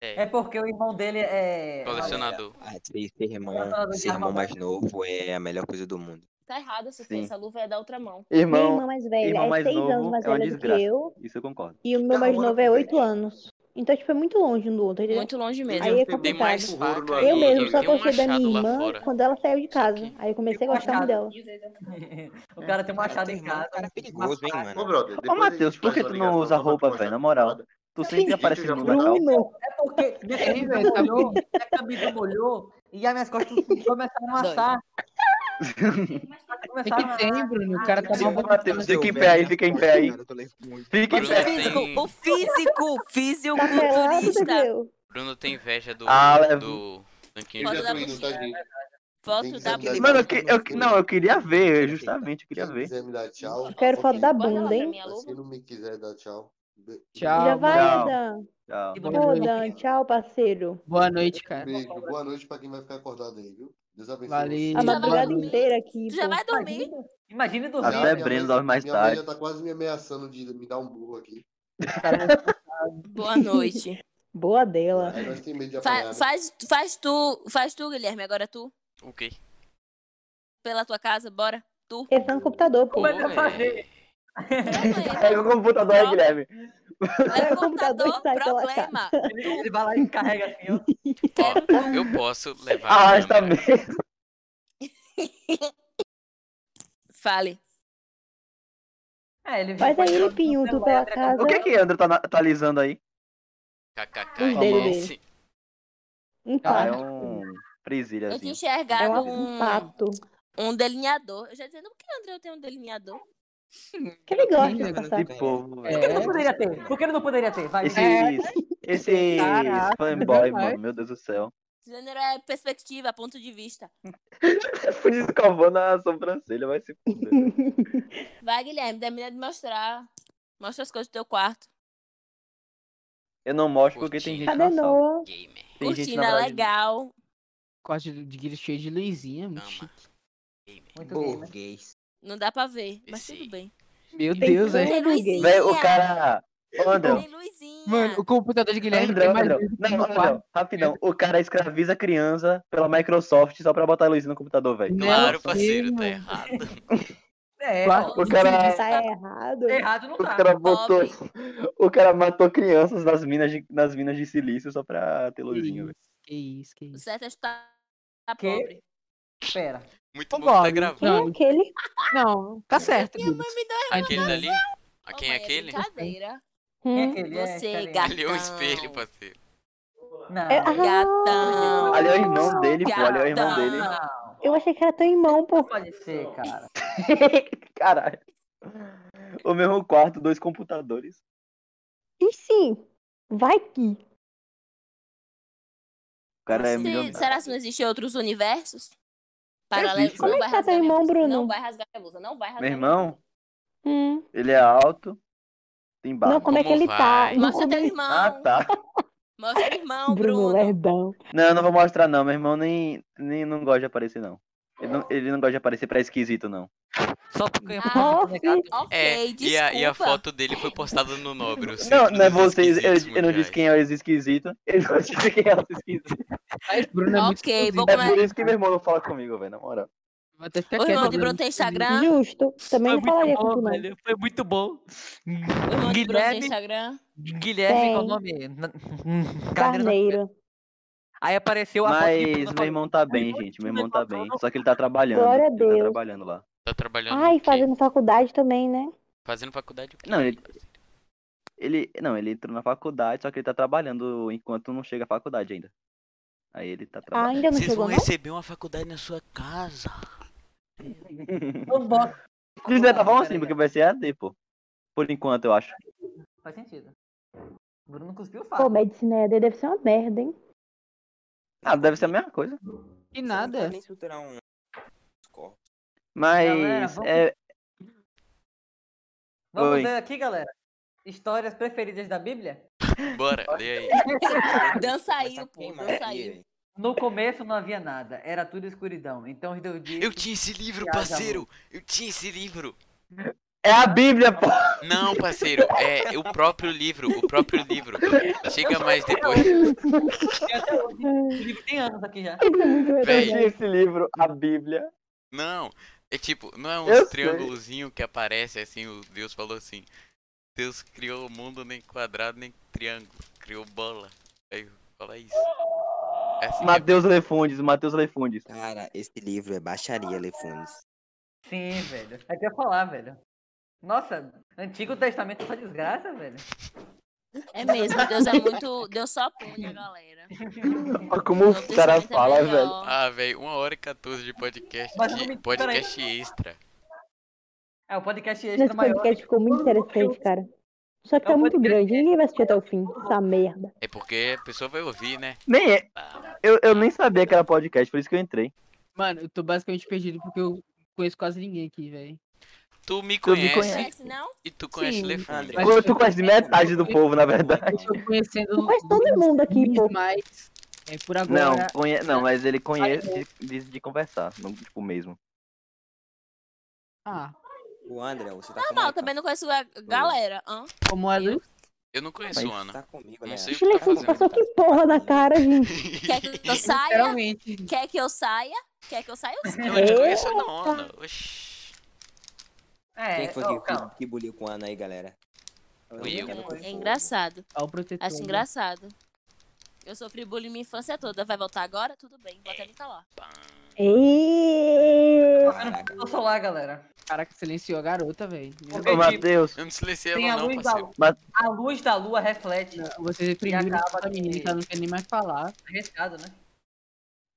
S13: É porque o irmão dele é.
S1: Colecionador.
S13: Ah, ser ser irmão, ser irmão mais novo é a melhor coisa do mundo.
S14: Tá errado, Sofia.
S13: Sim.
S14: Essa luva é da outra mão.
S7: Minha
S15: Irmão,
S7: irmã mais velha
S15: irmão
S7: é
S15: mais
S7: seis anos
S15: novo
S7: mais
S15: é uma
S7: velha do que
S15: desgraça.
S7: eu.
S15: Isso eu concordo.
S7: E o meu mais novo é oito anos. Então, tipo, é muito longe um do outro. entendeu?
S14: Muito longe mesmo.
S7: Aí é
S14: Tem
S7: complicado.
S14: mais faca
S7: eu
S14: aí,
S7: mesmo só
S14: tem um
S7: gostei da minha
S14: machado lá
S7: irmã
S14: fora.
S7: quando ela saiu de casa. Aí eu comecei a gostar muito dela.
S9: O cara tem um machado em casa. O cara é
S13: perigoso, hein, mano?
S12: Ô, brother,
S15: Ô, Matheus, por que tu não usa roupa, velho? Na moral. Tu sempre aparece no Natal.
S9: É porque minha camisa
S2: velho, tá
S9: molhou, minha camisa molhou e as minhas costas começaram a assar.
S2: O que, que tem, Bruno? O cara tá
S15: Sim,
S2: babando.
S15: Matheus, fica em pé aí, fica em pé aí. Fica em
S1: Bruno
S15: pé.
S1: tem-
S14: é O físico,
S7: Meu.
S14: fisiculturista.
S1: Bruno tem inveja do.
S15: Ah, é-
S1: do. Tanquinho
S14: Foto
S1: de
S14: da
S12: tá,
S1: Olinda.
S14: bunda. Foto da bunda.
S15: Mano, eu, que- eu que- não, eu queria ver, justamente, eu queria ver.
S12: quiser me dar tchau.
S7: Eu quero foto da
S14: Guarda lá
S7: bunda,
S14: pra
S7: hein?
S14: mim a luva.
S12: Se não me quiser dar tchau. be-
S7: Já vai,
S15: tchau.
S7: Dan.
S15: Tchau.
S7: Ô, Dan, tchau, parceiro.
S2: Boa noite, cara.
S12: Beijo. Boa noite pra quem vai ficar acordado aí, viu? Deus abençoe.
S2: Valeu.
S12: vocês.
S7: A
S2: Já vai
S7: madrugada
S2: dormir?
S7: inteira aqui.
S14: Tu já
S7: pô.
S14: vai é dormir?
S9: Imagine do
S12: Já,
S15: Até
S12: minha
S15: Breno
S12: mãe-
S15: dorme mais
S12: Minha mãe
S15: tarde.
S12: já tá quase me ameaçando de me dar um burro aqui.
S2: Tá
S14: Boa noite.
S7: Boa dela.
S12: Aí nós tem medo de apanhar.
S14: Fa-
S12: né?
S14: faz, faz tu, faz tu, Guilherme, agora tu.
S1: O quê?
S14: Pela tua casa, bora. Tu.
S7: Entrar no é um computador, pô.
S15: é
S1: Ô, véi.
S15: Carrega o computador aí, Guilherme.
S7: Tá
S14: Leva o
S7: computador
S14: É um computador,
S7: e sai pela
S14: problema.
S9: Ele, ele vai lá e carrega assim, ó.
S1: Eu posso levar. a
S15: Arrasta
S1: câmera.
S15: Ah, tá mesmo.
S14: Fale.
S9: É, ele
S7: Faz
S9: vai-
S7: aí, Lipinho, tu pela casa.
S15: O que que André tá na- tá alisando aí?
S1: KKK.
S7: Os dedos
S1: esse-
S7: Um
S15: Ah, é
S7: pato.
S15: um
S14: Eu tinha
S15: presilhazinho.
S7: É
S14: enxergado
S7: um
S14: um,
S7: pato.
S14: um delineador. Eu já dizendo, por que André eu tenho um delineador?
S7: Que ele gosta de
S2: Ih,
S7: passar. É.
S15: Que povo,
S9: Por que ele
S15: velho.
S9: não poderia ter? Por que ele não poderia ter? Vai,
S15: é. Esses,
S9: vai.
S15: esses
S2: Caraca,
S15: fanboy,
S2: verdade.
S15: mano, meu Deus do céu.
S14: Gênero é perspectiva, ponto de vista.
S15: Fui escovando a sobrancelha, vai se fuder.
S14: Vai, Guilherme, termina de mostrar. Mostra as coisas do teu quarto.
S15: Eu não mostro porque tem gente
S7: Cadê
S15: na sala.
S7: Noah?
S15: Tem gente na
S14: Cortina
S15: verdade.
S14: é legal.
S2: Corte de guilho cheio de luzinha. Muito chique.
S9: Muito bem, né?
S6: Burguês.
S14: Não dá pra ver, mas
S1: Esse-
S14: tudo bem.
S2: Meu
S7: Tem
S2: Deus,
S7: tudo
S2: velho.
S14: Tem
S7: burguês.
S14: luzinha.
S15: Velho, o cara. Ô, André.
S14: Tem um luzinha.
S2: Mano, o computador de Guilherme
S15: André,
S2: tem mais
S15: André.
S2: luz do que
S15: Não,
S2: no quarto.
S15: André, rapidão. O cara escraviza a criança pela Microsoft só pra botar a luz no computador, velho.
S2: Não,
S1: Claro,
S2: sim,
S1: parceiro, tá
S2: mano.
S1: errado.
S9: É,
S2: Claro.
S15: O cara.
S7: Tá errado.
S9: errado não
S15: O
S9: tá.
S15: cara botou. O cara matou crianças nas minas de, nas minas de silício só pra ter
S2: Que
S15: luzinha, velho.
S2: isso, que isso, que
S14: O
S2: isso.
S14: certo é estar
S9: Que?
S14: pobre.
S9: Pera.
S1: Muito bom que tá
S2: Bob,
S1: gravando.
S7: Quem é
S2: Não,
S7: aquele? Hum.
S2: não, tá certo. Dudes.
S1: Aquele dali? A
S14: Ô,
S1: quem é
S14: mãe,
S1: aquele?
S14: brincadeira.
S9: Quem é
S7: Hum.
S9: aquele?
S14: Você,
S9: é, cadê?
S14: gato.
S1: Ali é o espelho, parceiro.
S9: Não.
S7: É- ah,
S14: Gatão.
S15: Ali é o irmão dele, pô. Ali é o irmão
S14: Gatão.
S15: dele.
S9: Não,
S7: Eu achei que era teu irmão, pô.
S9: não pode ser, cara.
S15: Caralho. O mesmo quarto, dois computadores.
S7: E sim. Vai que.
S15: O cara é
S14: Se-
S15: milionário.
S14: será que não existem outros universos? Paralelos.
S15: Existe, velho.
S14: Não vai
S7: Como é que tá
S14: rasgar
S7: teu
S14: minha
S7: irmão,
S14: blusa,
S7: Bruno?
S14: Não vai rasgar minha blusa. Não vai rasgar
S15: Meu
S14: minha
S15: irmão,
S7: Hum.
S15: ele é alto, tem barba.
S7: Não, como é que
S1: Como
S7: ele tá?
S1: vai?
S14: blusa.
S7: Não,
S14: Mostra
S7: como
S14: teu
S7: ele...
S14: irmão.
S15: Ah, tá.
S14: Mostra teu irmão,
S7: Bruno
S14: Bruno.
S7: Lerdão.
S15: Não, eu não vou mostrar não. Meu irmão nem, nem não gosta de aparecer, não. Ele não, ele não gosta de aparecer pra esquisito, não.
S17: Só porque eu
S14: Ah,
S17: tô negado.
S14: Ok,
S1: É,
S14: desculpa.
S1: e a, e a foto dele foi postada no Nobre. o
S15: Não,
S1: Centro
S15: não é
S1: dos
S15: vocês. Eu,
S1: Esquisitos
S15: eu não disse
S1: Mundiais.
S15: quem é os esquisitos. Ele não disse quem é os esquisitos.
S2: Mas Bruno é muito
S14: Ok, vou
S15: É
S2: esquisito.
S14: começar.
S15: por isso que meu irmão não fala comigo, velho, na moral.
S2: Vou até ficar
S14: O
S2: quieto.
S14: irmão de
S2: Bruno é
S14: Bruno
S2: muito
S14: tem
S2: esquisito.
S14: Instagram.
S7: Justo. Também
S9: É
S17: Foi
S7: não
S17: muito
S7: falaria com tu,
S17: bom,
S7: não.
S17: velho. Foi muito bom.
S14: O irmão de Bruno tem
S17: Guilherme,
S14: Instagram.
S17: Guilherme, qual o
S7: Tem.
S17: nome? N- Carneiro.
S7: Carneiro.
S17: Aí apareceu a foto de Bruno,
S15: Mas
S17: eu
S15: meu
S17: falei,
S15: irmão tá bem,
S17: irmão de
S15: gente.
S17: Bruno
S15: Meu
S17: é
S15: irmão tá bem.
S17: patrão.
S15: Só que ele tá trabalhando.
S7: Glória a
S15: Ele tá
S7: Deus.
S15: trabalhando lá.
S1: Tá
S15: né?
S1: trabalhando no
S7: Ai,
S1: quê?
S7: fazendo faculdade também, né?
S1: Fazendo faculdade o quê?
S15: Não, ele, ele. Não, ele entrou na faculdade, só que ele tá trabalhando enquanto não chega à faculdade ainda. Aí ele tá
S7: Ah,
S15: trabalhando.
S7: ainda não
S1: Vocês
S7: chegou,
S1: vão
S7: não?
S1: receber uma faculdade na sua casa.
S9: Não bota.
S15: Diz dessa forma assim,
S9: Peraí,
S15: porque vai ser AD, pô. Por enquanto, eu acho.
S9: Faz sentido. O Bruno cuspiu
S7: Pô,
S9: fácil.
S7: medicina EAD deve ser uma merda, hein?
S15: Ah, deve ser a mesma coisa.
S2: Que
S6: Você não
S2: nada.
S6: pode nem suturar um os corpos.
S9: Galera,
S15: Mas.
S9: vamos-
S15: É...
S9: Vamos
S15: Oi.
S9: ver aqui, galera. Histórias preferidas da Bíblia?
S1: Bora, lê aí.
S14: Dan
S6: Começa
S14: saiu,
S6: a
S14: pô.
S6: queimar
S14: Dan
S6: aqui,
S14: saiu.
S6: velho.
S9: No começo não havia nada, era tudo escuridão. Então Deus disse.
S1: Eu tinha esse livro,
S9: Que haja
S1: parceiro.
S9: luz.
S1: Eu tinha esse livro.
S15: É a Bíblia, pô!
S1: Não, parceiro, é o próprio livro. O próprio livro. Chega mais depois.
S9: Tem até hoje. Esse livro tem anos aqui já.
S15: Eu
S1: Véi,
S15: tinha esse livro, a Bíblia.
S1: não. É tipo, não é
S15: Eu
S1: uns
S15: sei.
S1: triângulozinho que aparece assim, o Deus falou assim. Deus criou o mundo nem quadrado nem triângulo, criou bola. Aí fala isso. É assim que é-
S15: Matheus Lefundes, Matheus Lefundes.
S13: Cara, esse livro é baixaria, Lefundes.
S9: Sim, velho. É que eu ia falar, velho. Nossa, Antigo Testamento é só desgraça, velho.
S14: É mesmo, Deus é muito. Deus só pune a galera.
S15: Olha como os caras falam, velho.
S1: Ah, velho, 1 hora e 14 de podcast.
S9: Mas eu
S1: que-
S9: não me-
S1: podcast extra.
S9: É o podcast
S7: Esse
S9: extra maior.
S7: podcast ficou muito interessante, cara. Só que
S9: É
S7: é
S9: um
S7: muito grande, ninguém vai assistir até o fim. Essa merda.
S1: É porque a pessoa vai ouvir, né?
S15: Nem é. Eu, eu nem sabia que era podcast, por isso que eu entrei.
S2: Mano, eu tô basicamente perdido porque eu conheço quase ninguém aqui, velho.
S1: Tu me
S15: Tu me
S1: conhece.
S15: conhece,
S14: não?
S1: E tu conhece
S2: Sim.
S1: Lefundes.
S2: Mas
S15: tu conhece metade do povo, né? na verdade.
S2: Eu tô conhecendo. Tu conhece todo mundo aqui, pô. Mas é por
S15: Não,
S2: agora.
S15: conhe... não, mas ele conhece,
S2: Ai,
S15: diz de conversar, não, tipo, mesmo.
S2: Ah.
S13: O André, você tá
S14: Normal, também não conheço a galera. hã?
S2: Como é, Lu?
S1: Eu não conheço o Ana.
S13: né?
S1: não sei o que
S7: Chile
S1: tá
S7: Fundo
S1: fazendo.
S7: passou que porra na cara, gente.
S14: Quer que eu saia?
S2: Literalmente.
S14: Quer que eu saia? Quer que eu saia? Eu
S1: Eu não te
S14: saio.
S1: conheço não, Ana. Oxi.
S7: É,
S13: Quem foi que,
S14: ó, calma.
S13: que, que buliu com o Ana aí, galera?
S1: tá Fui eu.
S14: É engraçado.
S2: Ao protetor.
S7: né?
S2: né?
S14: Acho engraçado. Eu sofri bullying minha infância toda. Vai voltar agora? Tudo bem, bota ele calar.
S9: Eu não sou lá, galera.
S2: Caraca, silenciou a garota, velho.
S9: Ô, Matheus.
S1: Eu não silenciei
S9: Tem a luz da lua. A luz da lua reflete.
S2: Vocês reprimiram essa menina que ela então não quer nem mais falar.
S9: Arriscado, né?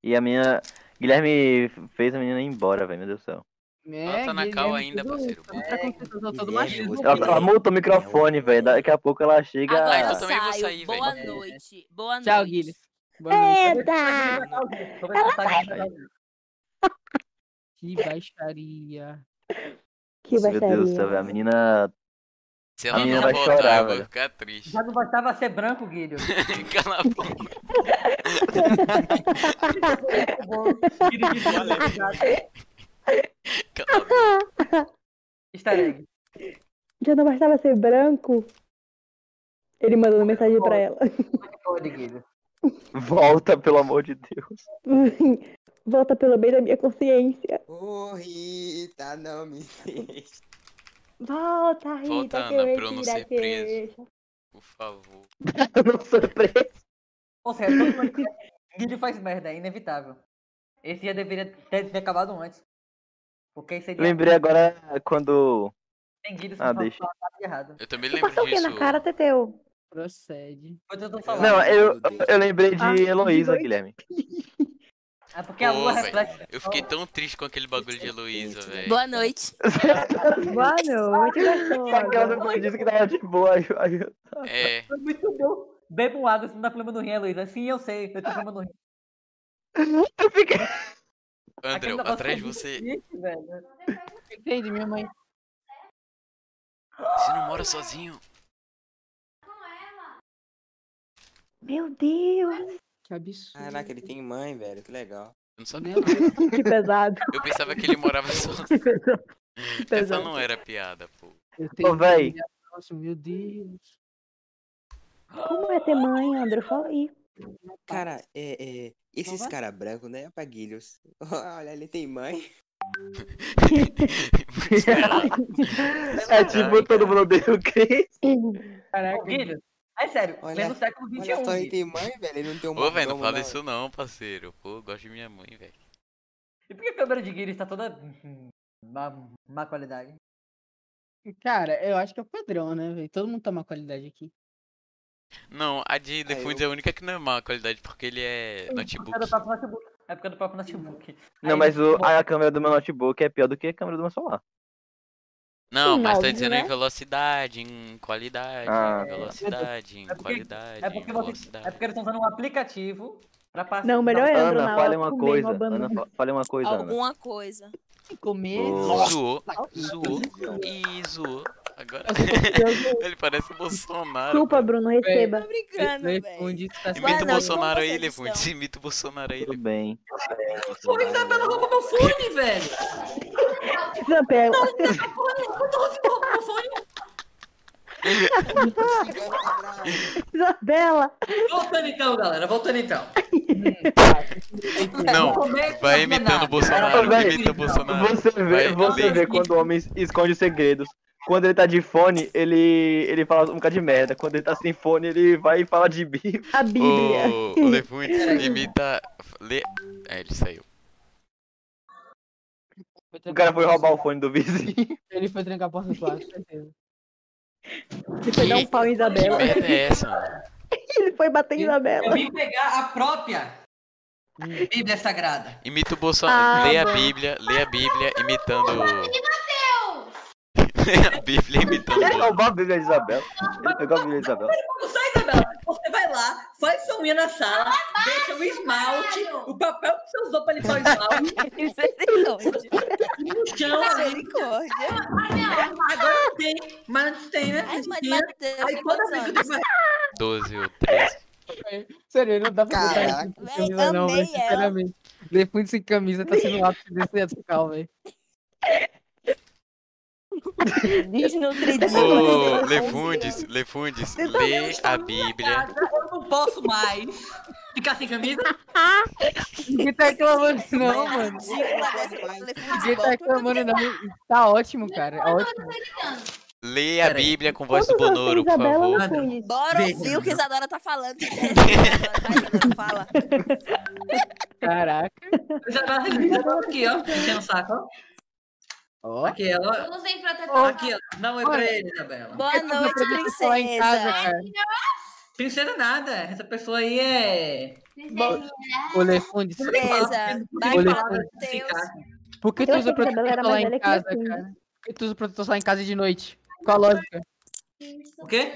S15: E a minha. Guilherme fez a menina ir embora, velho, meu Deus do céu.
S1: Ela tá na
S2: Guilherme,
S1: cal ainda,
S2: tudo-
S1: parceiro.
S2: tudo preconceituoso, tá todo
S15: Ela, tá
S2: machismo. né?
S15: ela multa o microfone, velho. Daqui a pouco ela chega.
S14: Agora
S1: eu também vou sair, velho.
S14: Boa noite. Boa noite.
S2: Tchau, Guilherme. Boa
S7: É,
S2: noite.
S7: tá.
S2: Que baixaria.
S7: Que
S15: Meu Deus do céu, velho. A menina.
S1: Se
S15: a
S1: ela
S15: menina
S1: não
S15: vai
S1: voltar,
S15: chorar,
S1: eu vou
S15: velho.
S1: ficar triste.
S9: Já não bastava ser branco, Guilho.
S1: Cala a
S9: Easter egg.
S7: Já não bastava ser branco. Ele mandando mensagem pra ela.
S9: Pode, Guilho.
S15: Volta, pelo amor de Deus.
S7: Volta pelo bem da minha consciência.
S13: Ô, Rita, não me deixa.
S7: Volta, Rita.
S1: Volta,
S7: que
S1: Ana, pra eu não
S7: mentira
S1: ser
S7: que
S1: preso.
S7: deixa.
S1: Por favor.
S9: Ou seja, todo mundo Guilho faz merda, é inevitável. Esse dia deveria ter, ter acabado antes. Porque seria.
S15: Lembrei agora quando.
S9: Tem Guilho
S15: Ah, deixa.
S9: errado.
S1: Eu também
S7: Tu passou o que na cara, Teteu?
S2: Procede.
S1: né?
S15: Não, eu, eu lembrei de
S7: Ah,
S15: Heloísa,
S7: dois.
S15: Guilherme.
S9: É porque
S1: Pô, velho. Eu fiquei tão triste com aquele bagulho de Heloísa, velho.
S14: Boa noite.
S7: Boa noite,
S15: Aquela
S7: gostosa.
S15: depois disse que tava de boa. Aí, aí... eu-
S1: É.
S9: Foi muito bom. Bebo água, se não dá problema no rim, Luísa. Sim, eu sei, eu tenho problema no rim.
S15: Eu fiquei.
S1: André,
S9: negócio
S1: atrás de
S9: foi muito
S1: você.
S9: triste, velho.
S2: Entende, minha mãe.
S1: Você não mora sozinho.
S7: Meu Deus.
S2: Que absurdo.
S13: Caraca, ele tem mãe, velho. Que legal.
S1: Eu não sabia.
S7: Que pesado.
S1: Eu pensava que ele morava sozinho. Essa não era piada, pô.
S2: Eu tenho que
S15: véi.
S2: olhar próximo, meu Deus.
S7: Como é ter mãe, André? Fala aí.
S13: Cara, é, é, esses caras brancos, né? Paguilhos. Olha, ele tem mãe.
S15: É tipo, todo mundo odeia o Chris.
S9: Ô, Guilhermo, é sério,
S13: Olha-
S9: vem do século um, XXI.
S13: Olha só, ele
S9: Guilhermo.
S13: tem mãe, velho. Ele não tem um
S1: Ô, velho, não
S13: mordomo,
S1: fala isso não, parceiro. Pô, eu gosto de minha mãe, velho.
S9: E por que a câmera de Guilherme está toda hum, má, má qualidade?
S2: Cara, eu acho que é o padrão, né, velho? Todo mundo tá uma qualidade aqui.
S1: Não, a de The Funds é a única que não é má qualidade, porque ele é notebook.
S9: É do próprio notebook. É porque é do próprio notebook.
S15: Não, mas o- a câmera do meu notebook é pior do que a câmera do meu celular.
S1: Não,
S9: Sim,
S1: mas tá
S9: óbvio,
S1: dizendo em
S9: né?
S1: velocidade, em qualidade,
S15: Ah.
S1: em velocidade, em
S9: É porque-
S1: qualidade,
S9: É
S1: em
S9: porque, você,
S1: velocidade.
S9: é porque eles estão usando um aplicativo pra passar.
S7: Não, melhor é André
S15: Ana,
S7: na
S15: fale
S7: aula
S15: uma
S7: comer,
S15: coisa.
S7: abandono.
S15: Ana, fa- fale uma coisa, Ana.
S14: Alguma coisa.
S2: Comer.
S15: Ô,
S1: Zoou, zoou e zoou. Agora ele parece o Bolsonaro.
S7: Desculpa, Bruno, receba.
S14: Tô brincando, velho.
S2: Lefundes tá sendo-
S1: Imita o
S14: noite, como
S1: Bolsonaro aí,
S14: vocês
S1: Levante.
S14: estão? é,
S1: Imita o Bolsonaro aí,
S15: Tudo bem.
S9: Ele tá dando roupa pro fone, velho!
S7: Zampé, Isabela.
S9: Voltando então, galera, voltando então.
S1: Não, vai imitando o Bolsonaro,
S15: Ô, véi,
S1: imita o Bolsonaro.
S15: Você vê,
S1: Vai,
S15: você
S1: lê.
S15: vê quando homens escondem segredos. Quando ele tá de fone, ele, ele fala um bocado de merda. Quando ele tá sem fone, ele vai e fala de bi.
S7: A Bíblia.
S1: O, o Levante imita. Le... É, ele saiu.
S15: O cara foi roubar o fone do vizinho.
S2: Ele foi trancar a porta do quarto, certeza.
S7: Ele foi dar um pau em Isabela.
S1: Que merda é essa, mano?
S7: Ele foi bater em
S8: Eu
S7: Isabela.
S8: vim pegar a própria Bíblia Sagrada.
S1: Imita o Bolsonaro.
S8: Ah,
S1: lê a
S8: mano.
S1: Bíblia, lê a Bíblia imitando.
S8: Ele
S1: lê a Bíblia imitando.
S15: Ele roubou a Bíblia de Isabel. Ele pegou a Bíblia de Isabel.
S9: Sai, Isabela. Você vai lá, faz sua unha na sala, deixa o esmalte, o papel que você usou pra limpar o esmalte.
S2: é
S14: Misericórdia.
S9: No chão.
S14: Misericórdia.
S9: Agora tem, mas não tem, né?
S14: Ai, mas
S9: Tinha.
S14: Matheus,
S9: Aí toda vez que eu tenho
S1: 12 ou 13.
S2: Sério, não dá pra botar
S14: Caraca.
S2: isso sem camisa, não,
S14: Véi, é.
S2: velho.
S14: amei ela.
S2: Sinceramente. Depois sem camisa tá sendo um ato de desleal, velho.
S14: Desnutridido.
S1: Ô, um Lefundes, Lefundes,
S9: Você tá
S1: lê
S9: vendo?
S1: a Bíblia.
S9: eu não posso mais ficar sem camisa.
S2: Ninguém tá reclamando, não,
S9: Mas,
S2: mano.
S9: ridícula dessa,
S14: Ah,
S2: Ninguém tá reclamando, não. Tá ótimo, cara. É ótimo.
S1: Lê a Bíblia com voz do Bonoro, por
S7: Isabela
S1: favor.
S7: não conhece.
S14: Bora
S2: Vem,
S14: ouvir o que
S2: Bruno.
S14: Isadora tá falando. que é isso, Isadora, Fala.
S2: Caraca.
S9: Eu já tava ligando aqui, ó. Enchendo o saco. ó.
S2: Ó.
S9: Aqui, ela.
S11: usem protetor.
S9: Aqui, ó. Dá um oi pra ele, Isabela.
S14: Boa
S2: Essa
S14: noite,
S2: apresentação lá em casa,
S14: princesa.
S2: cara.
S9: Princesa nada. Essa pessoa aí é.
S2: Ô, Lefundes,
S14: Princesa.
S9: Não
S14: Vai
S9: tem assim,
S14: falar
S9: palavras
S14: com
S9: pra
S14: Deus.
S9: explicar.
S2: por que tu
S7: Eu
S2: usa
S7: achei que a Isabela era
S2: protetor
S7: mais
S2: lá em
S7: velha que
S2: casa,
S7: assim.
S2: cara? Por que tu usa protetor lá em casa de noite? Qual a lógica?
S9: O quê?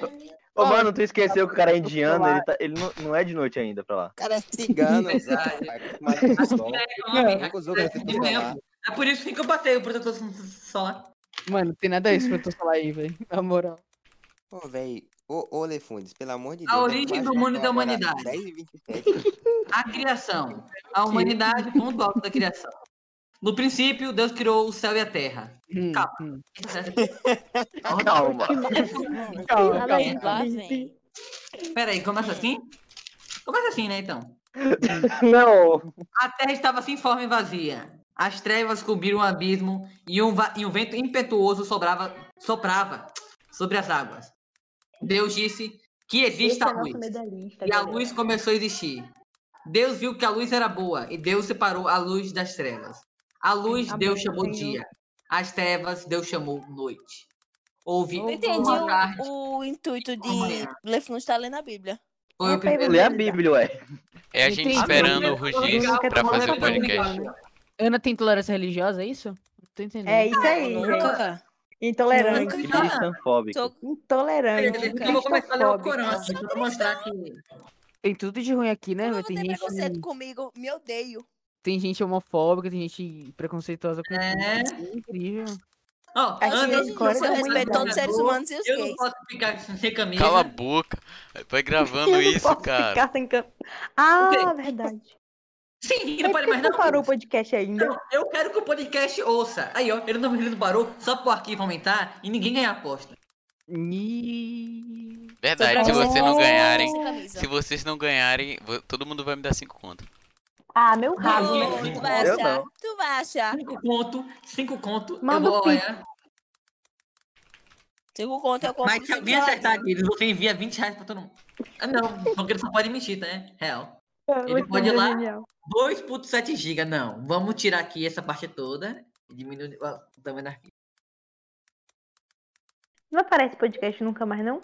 S15: Ô, mano, tu esqueceu que o cara é indiano, ele, tá- ele não, não é de noite ainda pra lá.
S13: Cara, é cigano,
S9: Verdade.
S13: Zé. Mas é sol.
S9: Homem,
S13: Nunca usou
S9: é
S13: protetor
S9: de
S13: solar.
S9: mesmo. É por isso que eu botei o protetor solar.
S2: Mano, tem nada a isso pra tu falar aí, velho. Na moral.
S13: Ô, velho, ô, ô Lefundes, pelo amor de
S9: A
S13: Deus. né?
S9: origem
S13: Vai
S9: do
S13: ajudar
S9: mundo e da
S13: agora
S9: humanidade.
S13: 10 e 27.
S9: A criação. A humanidade, ponto alto da criação. No princípio, Deus criou o céu e a terra.
S2: Hum,
S9: Calma.
S2: hum.
S15: Calma.
S2: Calma,
S7: Fala
S2: calma.
S7: aí,
S14: Lá
S7: Vivi.
S14: vem.
S9: Peraí, começa assim? Começa assim, né, então?
S15: Não.
S9: A terra estava sem forma e vazia. As trevas cobriram o abismo e um, va- e um vento impetuoso sobrava, soprava sobre as águas. Deus disse que
S11: Esse
S9: exista
S11: é
S9: a
S11: nosso
S9: luz.
S11: medalhista.
S9: tá E a
S11: galera.
S9: luz começou a existir. Deus viu que a luz era boa e Deus separou a luz das trevas. A luz
S11: Amém,
S9: Deus chamou
S11: Senhor.
S9: dia. As trevas Deus chamou noite. Houve
S14: Não
S9: uma
S14: entendi
S9: tarde.
S14: o, o intuito de Lefun estar lendo a Bíblia.
S9: Foi o primeiro
S15: Lê a Bíblia, ué.
S1: É a gente
S2: Entendi.
S1: esperando o
S9: Amém.
S1: Rugir
S9: Obrigado,
S1: pra
S9: obrigado,
S1: fazer o podcast.
S9: obrigado.
S2: tá Ana tem intolerância religiosa, é isso? Não tô entendendo.
S14: Não,
S2: É
S11: É isso aí, gente.
S14: Ah, Nunca.
S11: Intolerante.
S14: Nunca.
S15: Cristofóbico.
S14: Sou
S11: Intolerante.
S9: Depois Então, eu vou começar a ler o Corão
S11: cristofóbico.
S14: assim,
S9: aqui pra mostrar que.
S2: Tem tudo de ruim aqui, né?
S14: Como
S2: velho?
S14: eu
S2: Tem
S14: vou ter preconceito
S2: gente,
S14: comigo? Me odeio.
S2: tem gente homofóbica, tem gente preconceituosa com
S9: É.
S2: tudo. Incrível.
S9: Ó,
S14: Às
S9: Ana,
S14: vezes,
S9: eu
S14: se eu
S9: sou
S14: respeito todos os seres
S9: trabalhador,
S14: humanos e os
S9: Eu não
S14: gays.
S9: posso ficar sem camisa.
S1: Cala a boca. Vai gravando
S7: Eu não
S1: isso,
S7: posso
S1: cara.
S7: ficar sem camisa.
S9: quê?
S7: Ah, verdade.
S9: Sim,
S7: Mas
S9: não
S7: por
S9: pode
S7: que
S9: mais
S7: você
S9: não.
S7: não parou o podcast ainda?
S9: Não, eu quero que o podcast ouça. Aí, ó, ele não, ele não parou só pro arquivo aumentar e ninguém ganhar aposta.
S2: Ih.
S1: Verdade, se
S14: Sou
S1: vocês não ganharem.
S14: sem camisa.
S1: Se vocês não ganharem, vo- todo mundo vai me dar 5 conto.
S7: Ah, meu rabo.
S14: Oh, tu vai
S15: Eu
S14: achar.
S15: não.
S14: Tu vai achar.
S9: Cinco conto, cinco conto,
S7: Manda
S9: eu vou
S7: o pix.
S9: olhar.
S14: Segundo conto, eu compro
S9: Mas se
S14: cinco né?
S9: alguém acertar
S14: geladinhas.
S9: deles, você envia 20 reais pra todo mundo. Ah, não, porque ele só pode mentir, né? Real. Ele
S7: Muito
S9: pode ir lá.
S7: genial.
S9: 2.7 GB, não. Vamos tirar aqui essa parte toda e diminuir o o tamanho do arquivo.
S7: Não aparece podcast nunca mais, não?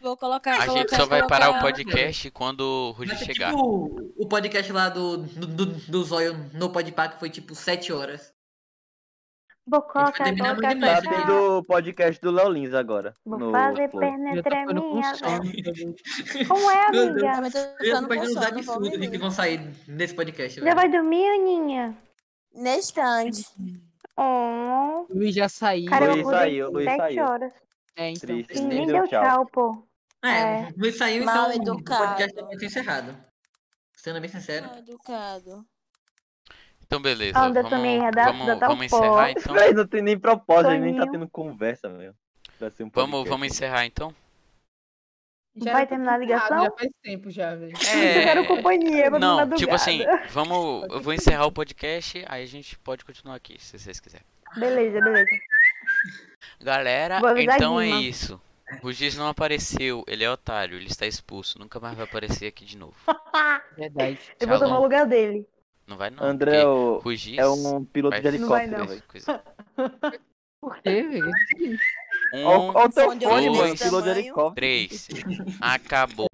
S14: Vou colocar,
S1: A
S14: colocar,
S1: gente só vai
S14: colocar.
S1: parar o podcast quando o Rugir
S9: Mas é
S1: chegar.
S9: tipo o- o podcast lá do, do, do, do Zóio no Podpah, que foi tipo 7 horas.
S7: Vou
S9: vai
S7: colocar,
S9: terminar
S7: colocar,
S9: muito
S15: Tá
S9: mais
S7: colocar.
S15: tendo o podcast do Léo Lins agora.
S7: Vou
S15: no
S7: fazer
S15: Flow.
S2: Já tô ficando com
S7: penetreminha,
S2: sono.
S7: velho.
S2: meu Deus.
S7: Como é,
S9: Meu Deus.
S7: amiga?
S14: Também tô
S9: Eu tô
S14: ficando com
S9: imaginando os
S14: sono, não vou
S9: absurdos que
S14: mentir.
S9: vão sair desse podcast.
S7: Já
S9: velho.
S7: vai dormir, Aninha?
S14: Neste ande.
S7: Oh.
S2: Luiz já saiu.
S7: Cara, eu
S15: Luiz
S7: acordei
S15: saiu, Luiz
S7: sete
S15: saiu.
S7: horas.
S2: É, então.
S15: Triste,
S7: E
S15: nem
S7: nem
S15: deu
S7: deu
S15: tchau.
S7: tchau, pô.
S9: É,
S7: É.
S9: não saiu,
S14: Mal
S9: então o podcast
S14: educado.
S9: foi encerrado. Sendo bem sincero.
S14: Ah, educado.
S1: Então, beleza.
S7: Anda
S1: vamos,
S7: também, Redato, dá
S1: vamos,
S7: tal
S1: vamos encerrar
S7: porra.
S1: então.
S15: Véi, não tem nem propósito, ele nem tá
S7: Soninho.
S15: tendo conversa, velho. Pra ser um
S1: Vamos,
S15: podcast.
S1: vamos encerrar então.
S7: Vai
S2: Já era pra
S7: terminar a
S2: ter encerrado,
S7: ligação?
S2: Já faz tempo já, velho.
S7: Eu quero companhia pra me
S1: É. Não, tipo
S7: madrugada.
S1: assim, vamos. Eu vou encerrar o podcast, aí a gente pode continuar aqui, se vocês quiserem.
S7: Beleza, beleza.
S1: Galera,
S3: Vou usar
S1: então é
S3: rima.
S1: isso. O Giz não apareceu, ele é otário, ele está expulso, nunca mais vai aparecer aqui de novo.
S2: Verdade.
S3: Eu vou tomar o lugar dele.
S1: Não vai não.
S11: André é o- é um piloto
S1: vai-
S11: de
S3: Não vai,
S11: helicóptero.
S3: não.
S11: velho.
S2: Por quê, velho?
S1: Um,
S11: Ó- ó o teu
S1: dois,
S11: fone, mano, piloto de helicóptero.
S1: três. Acabou.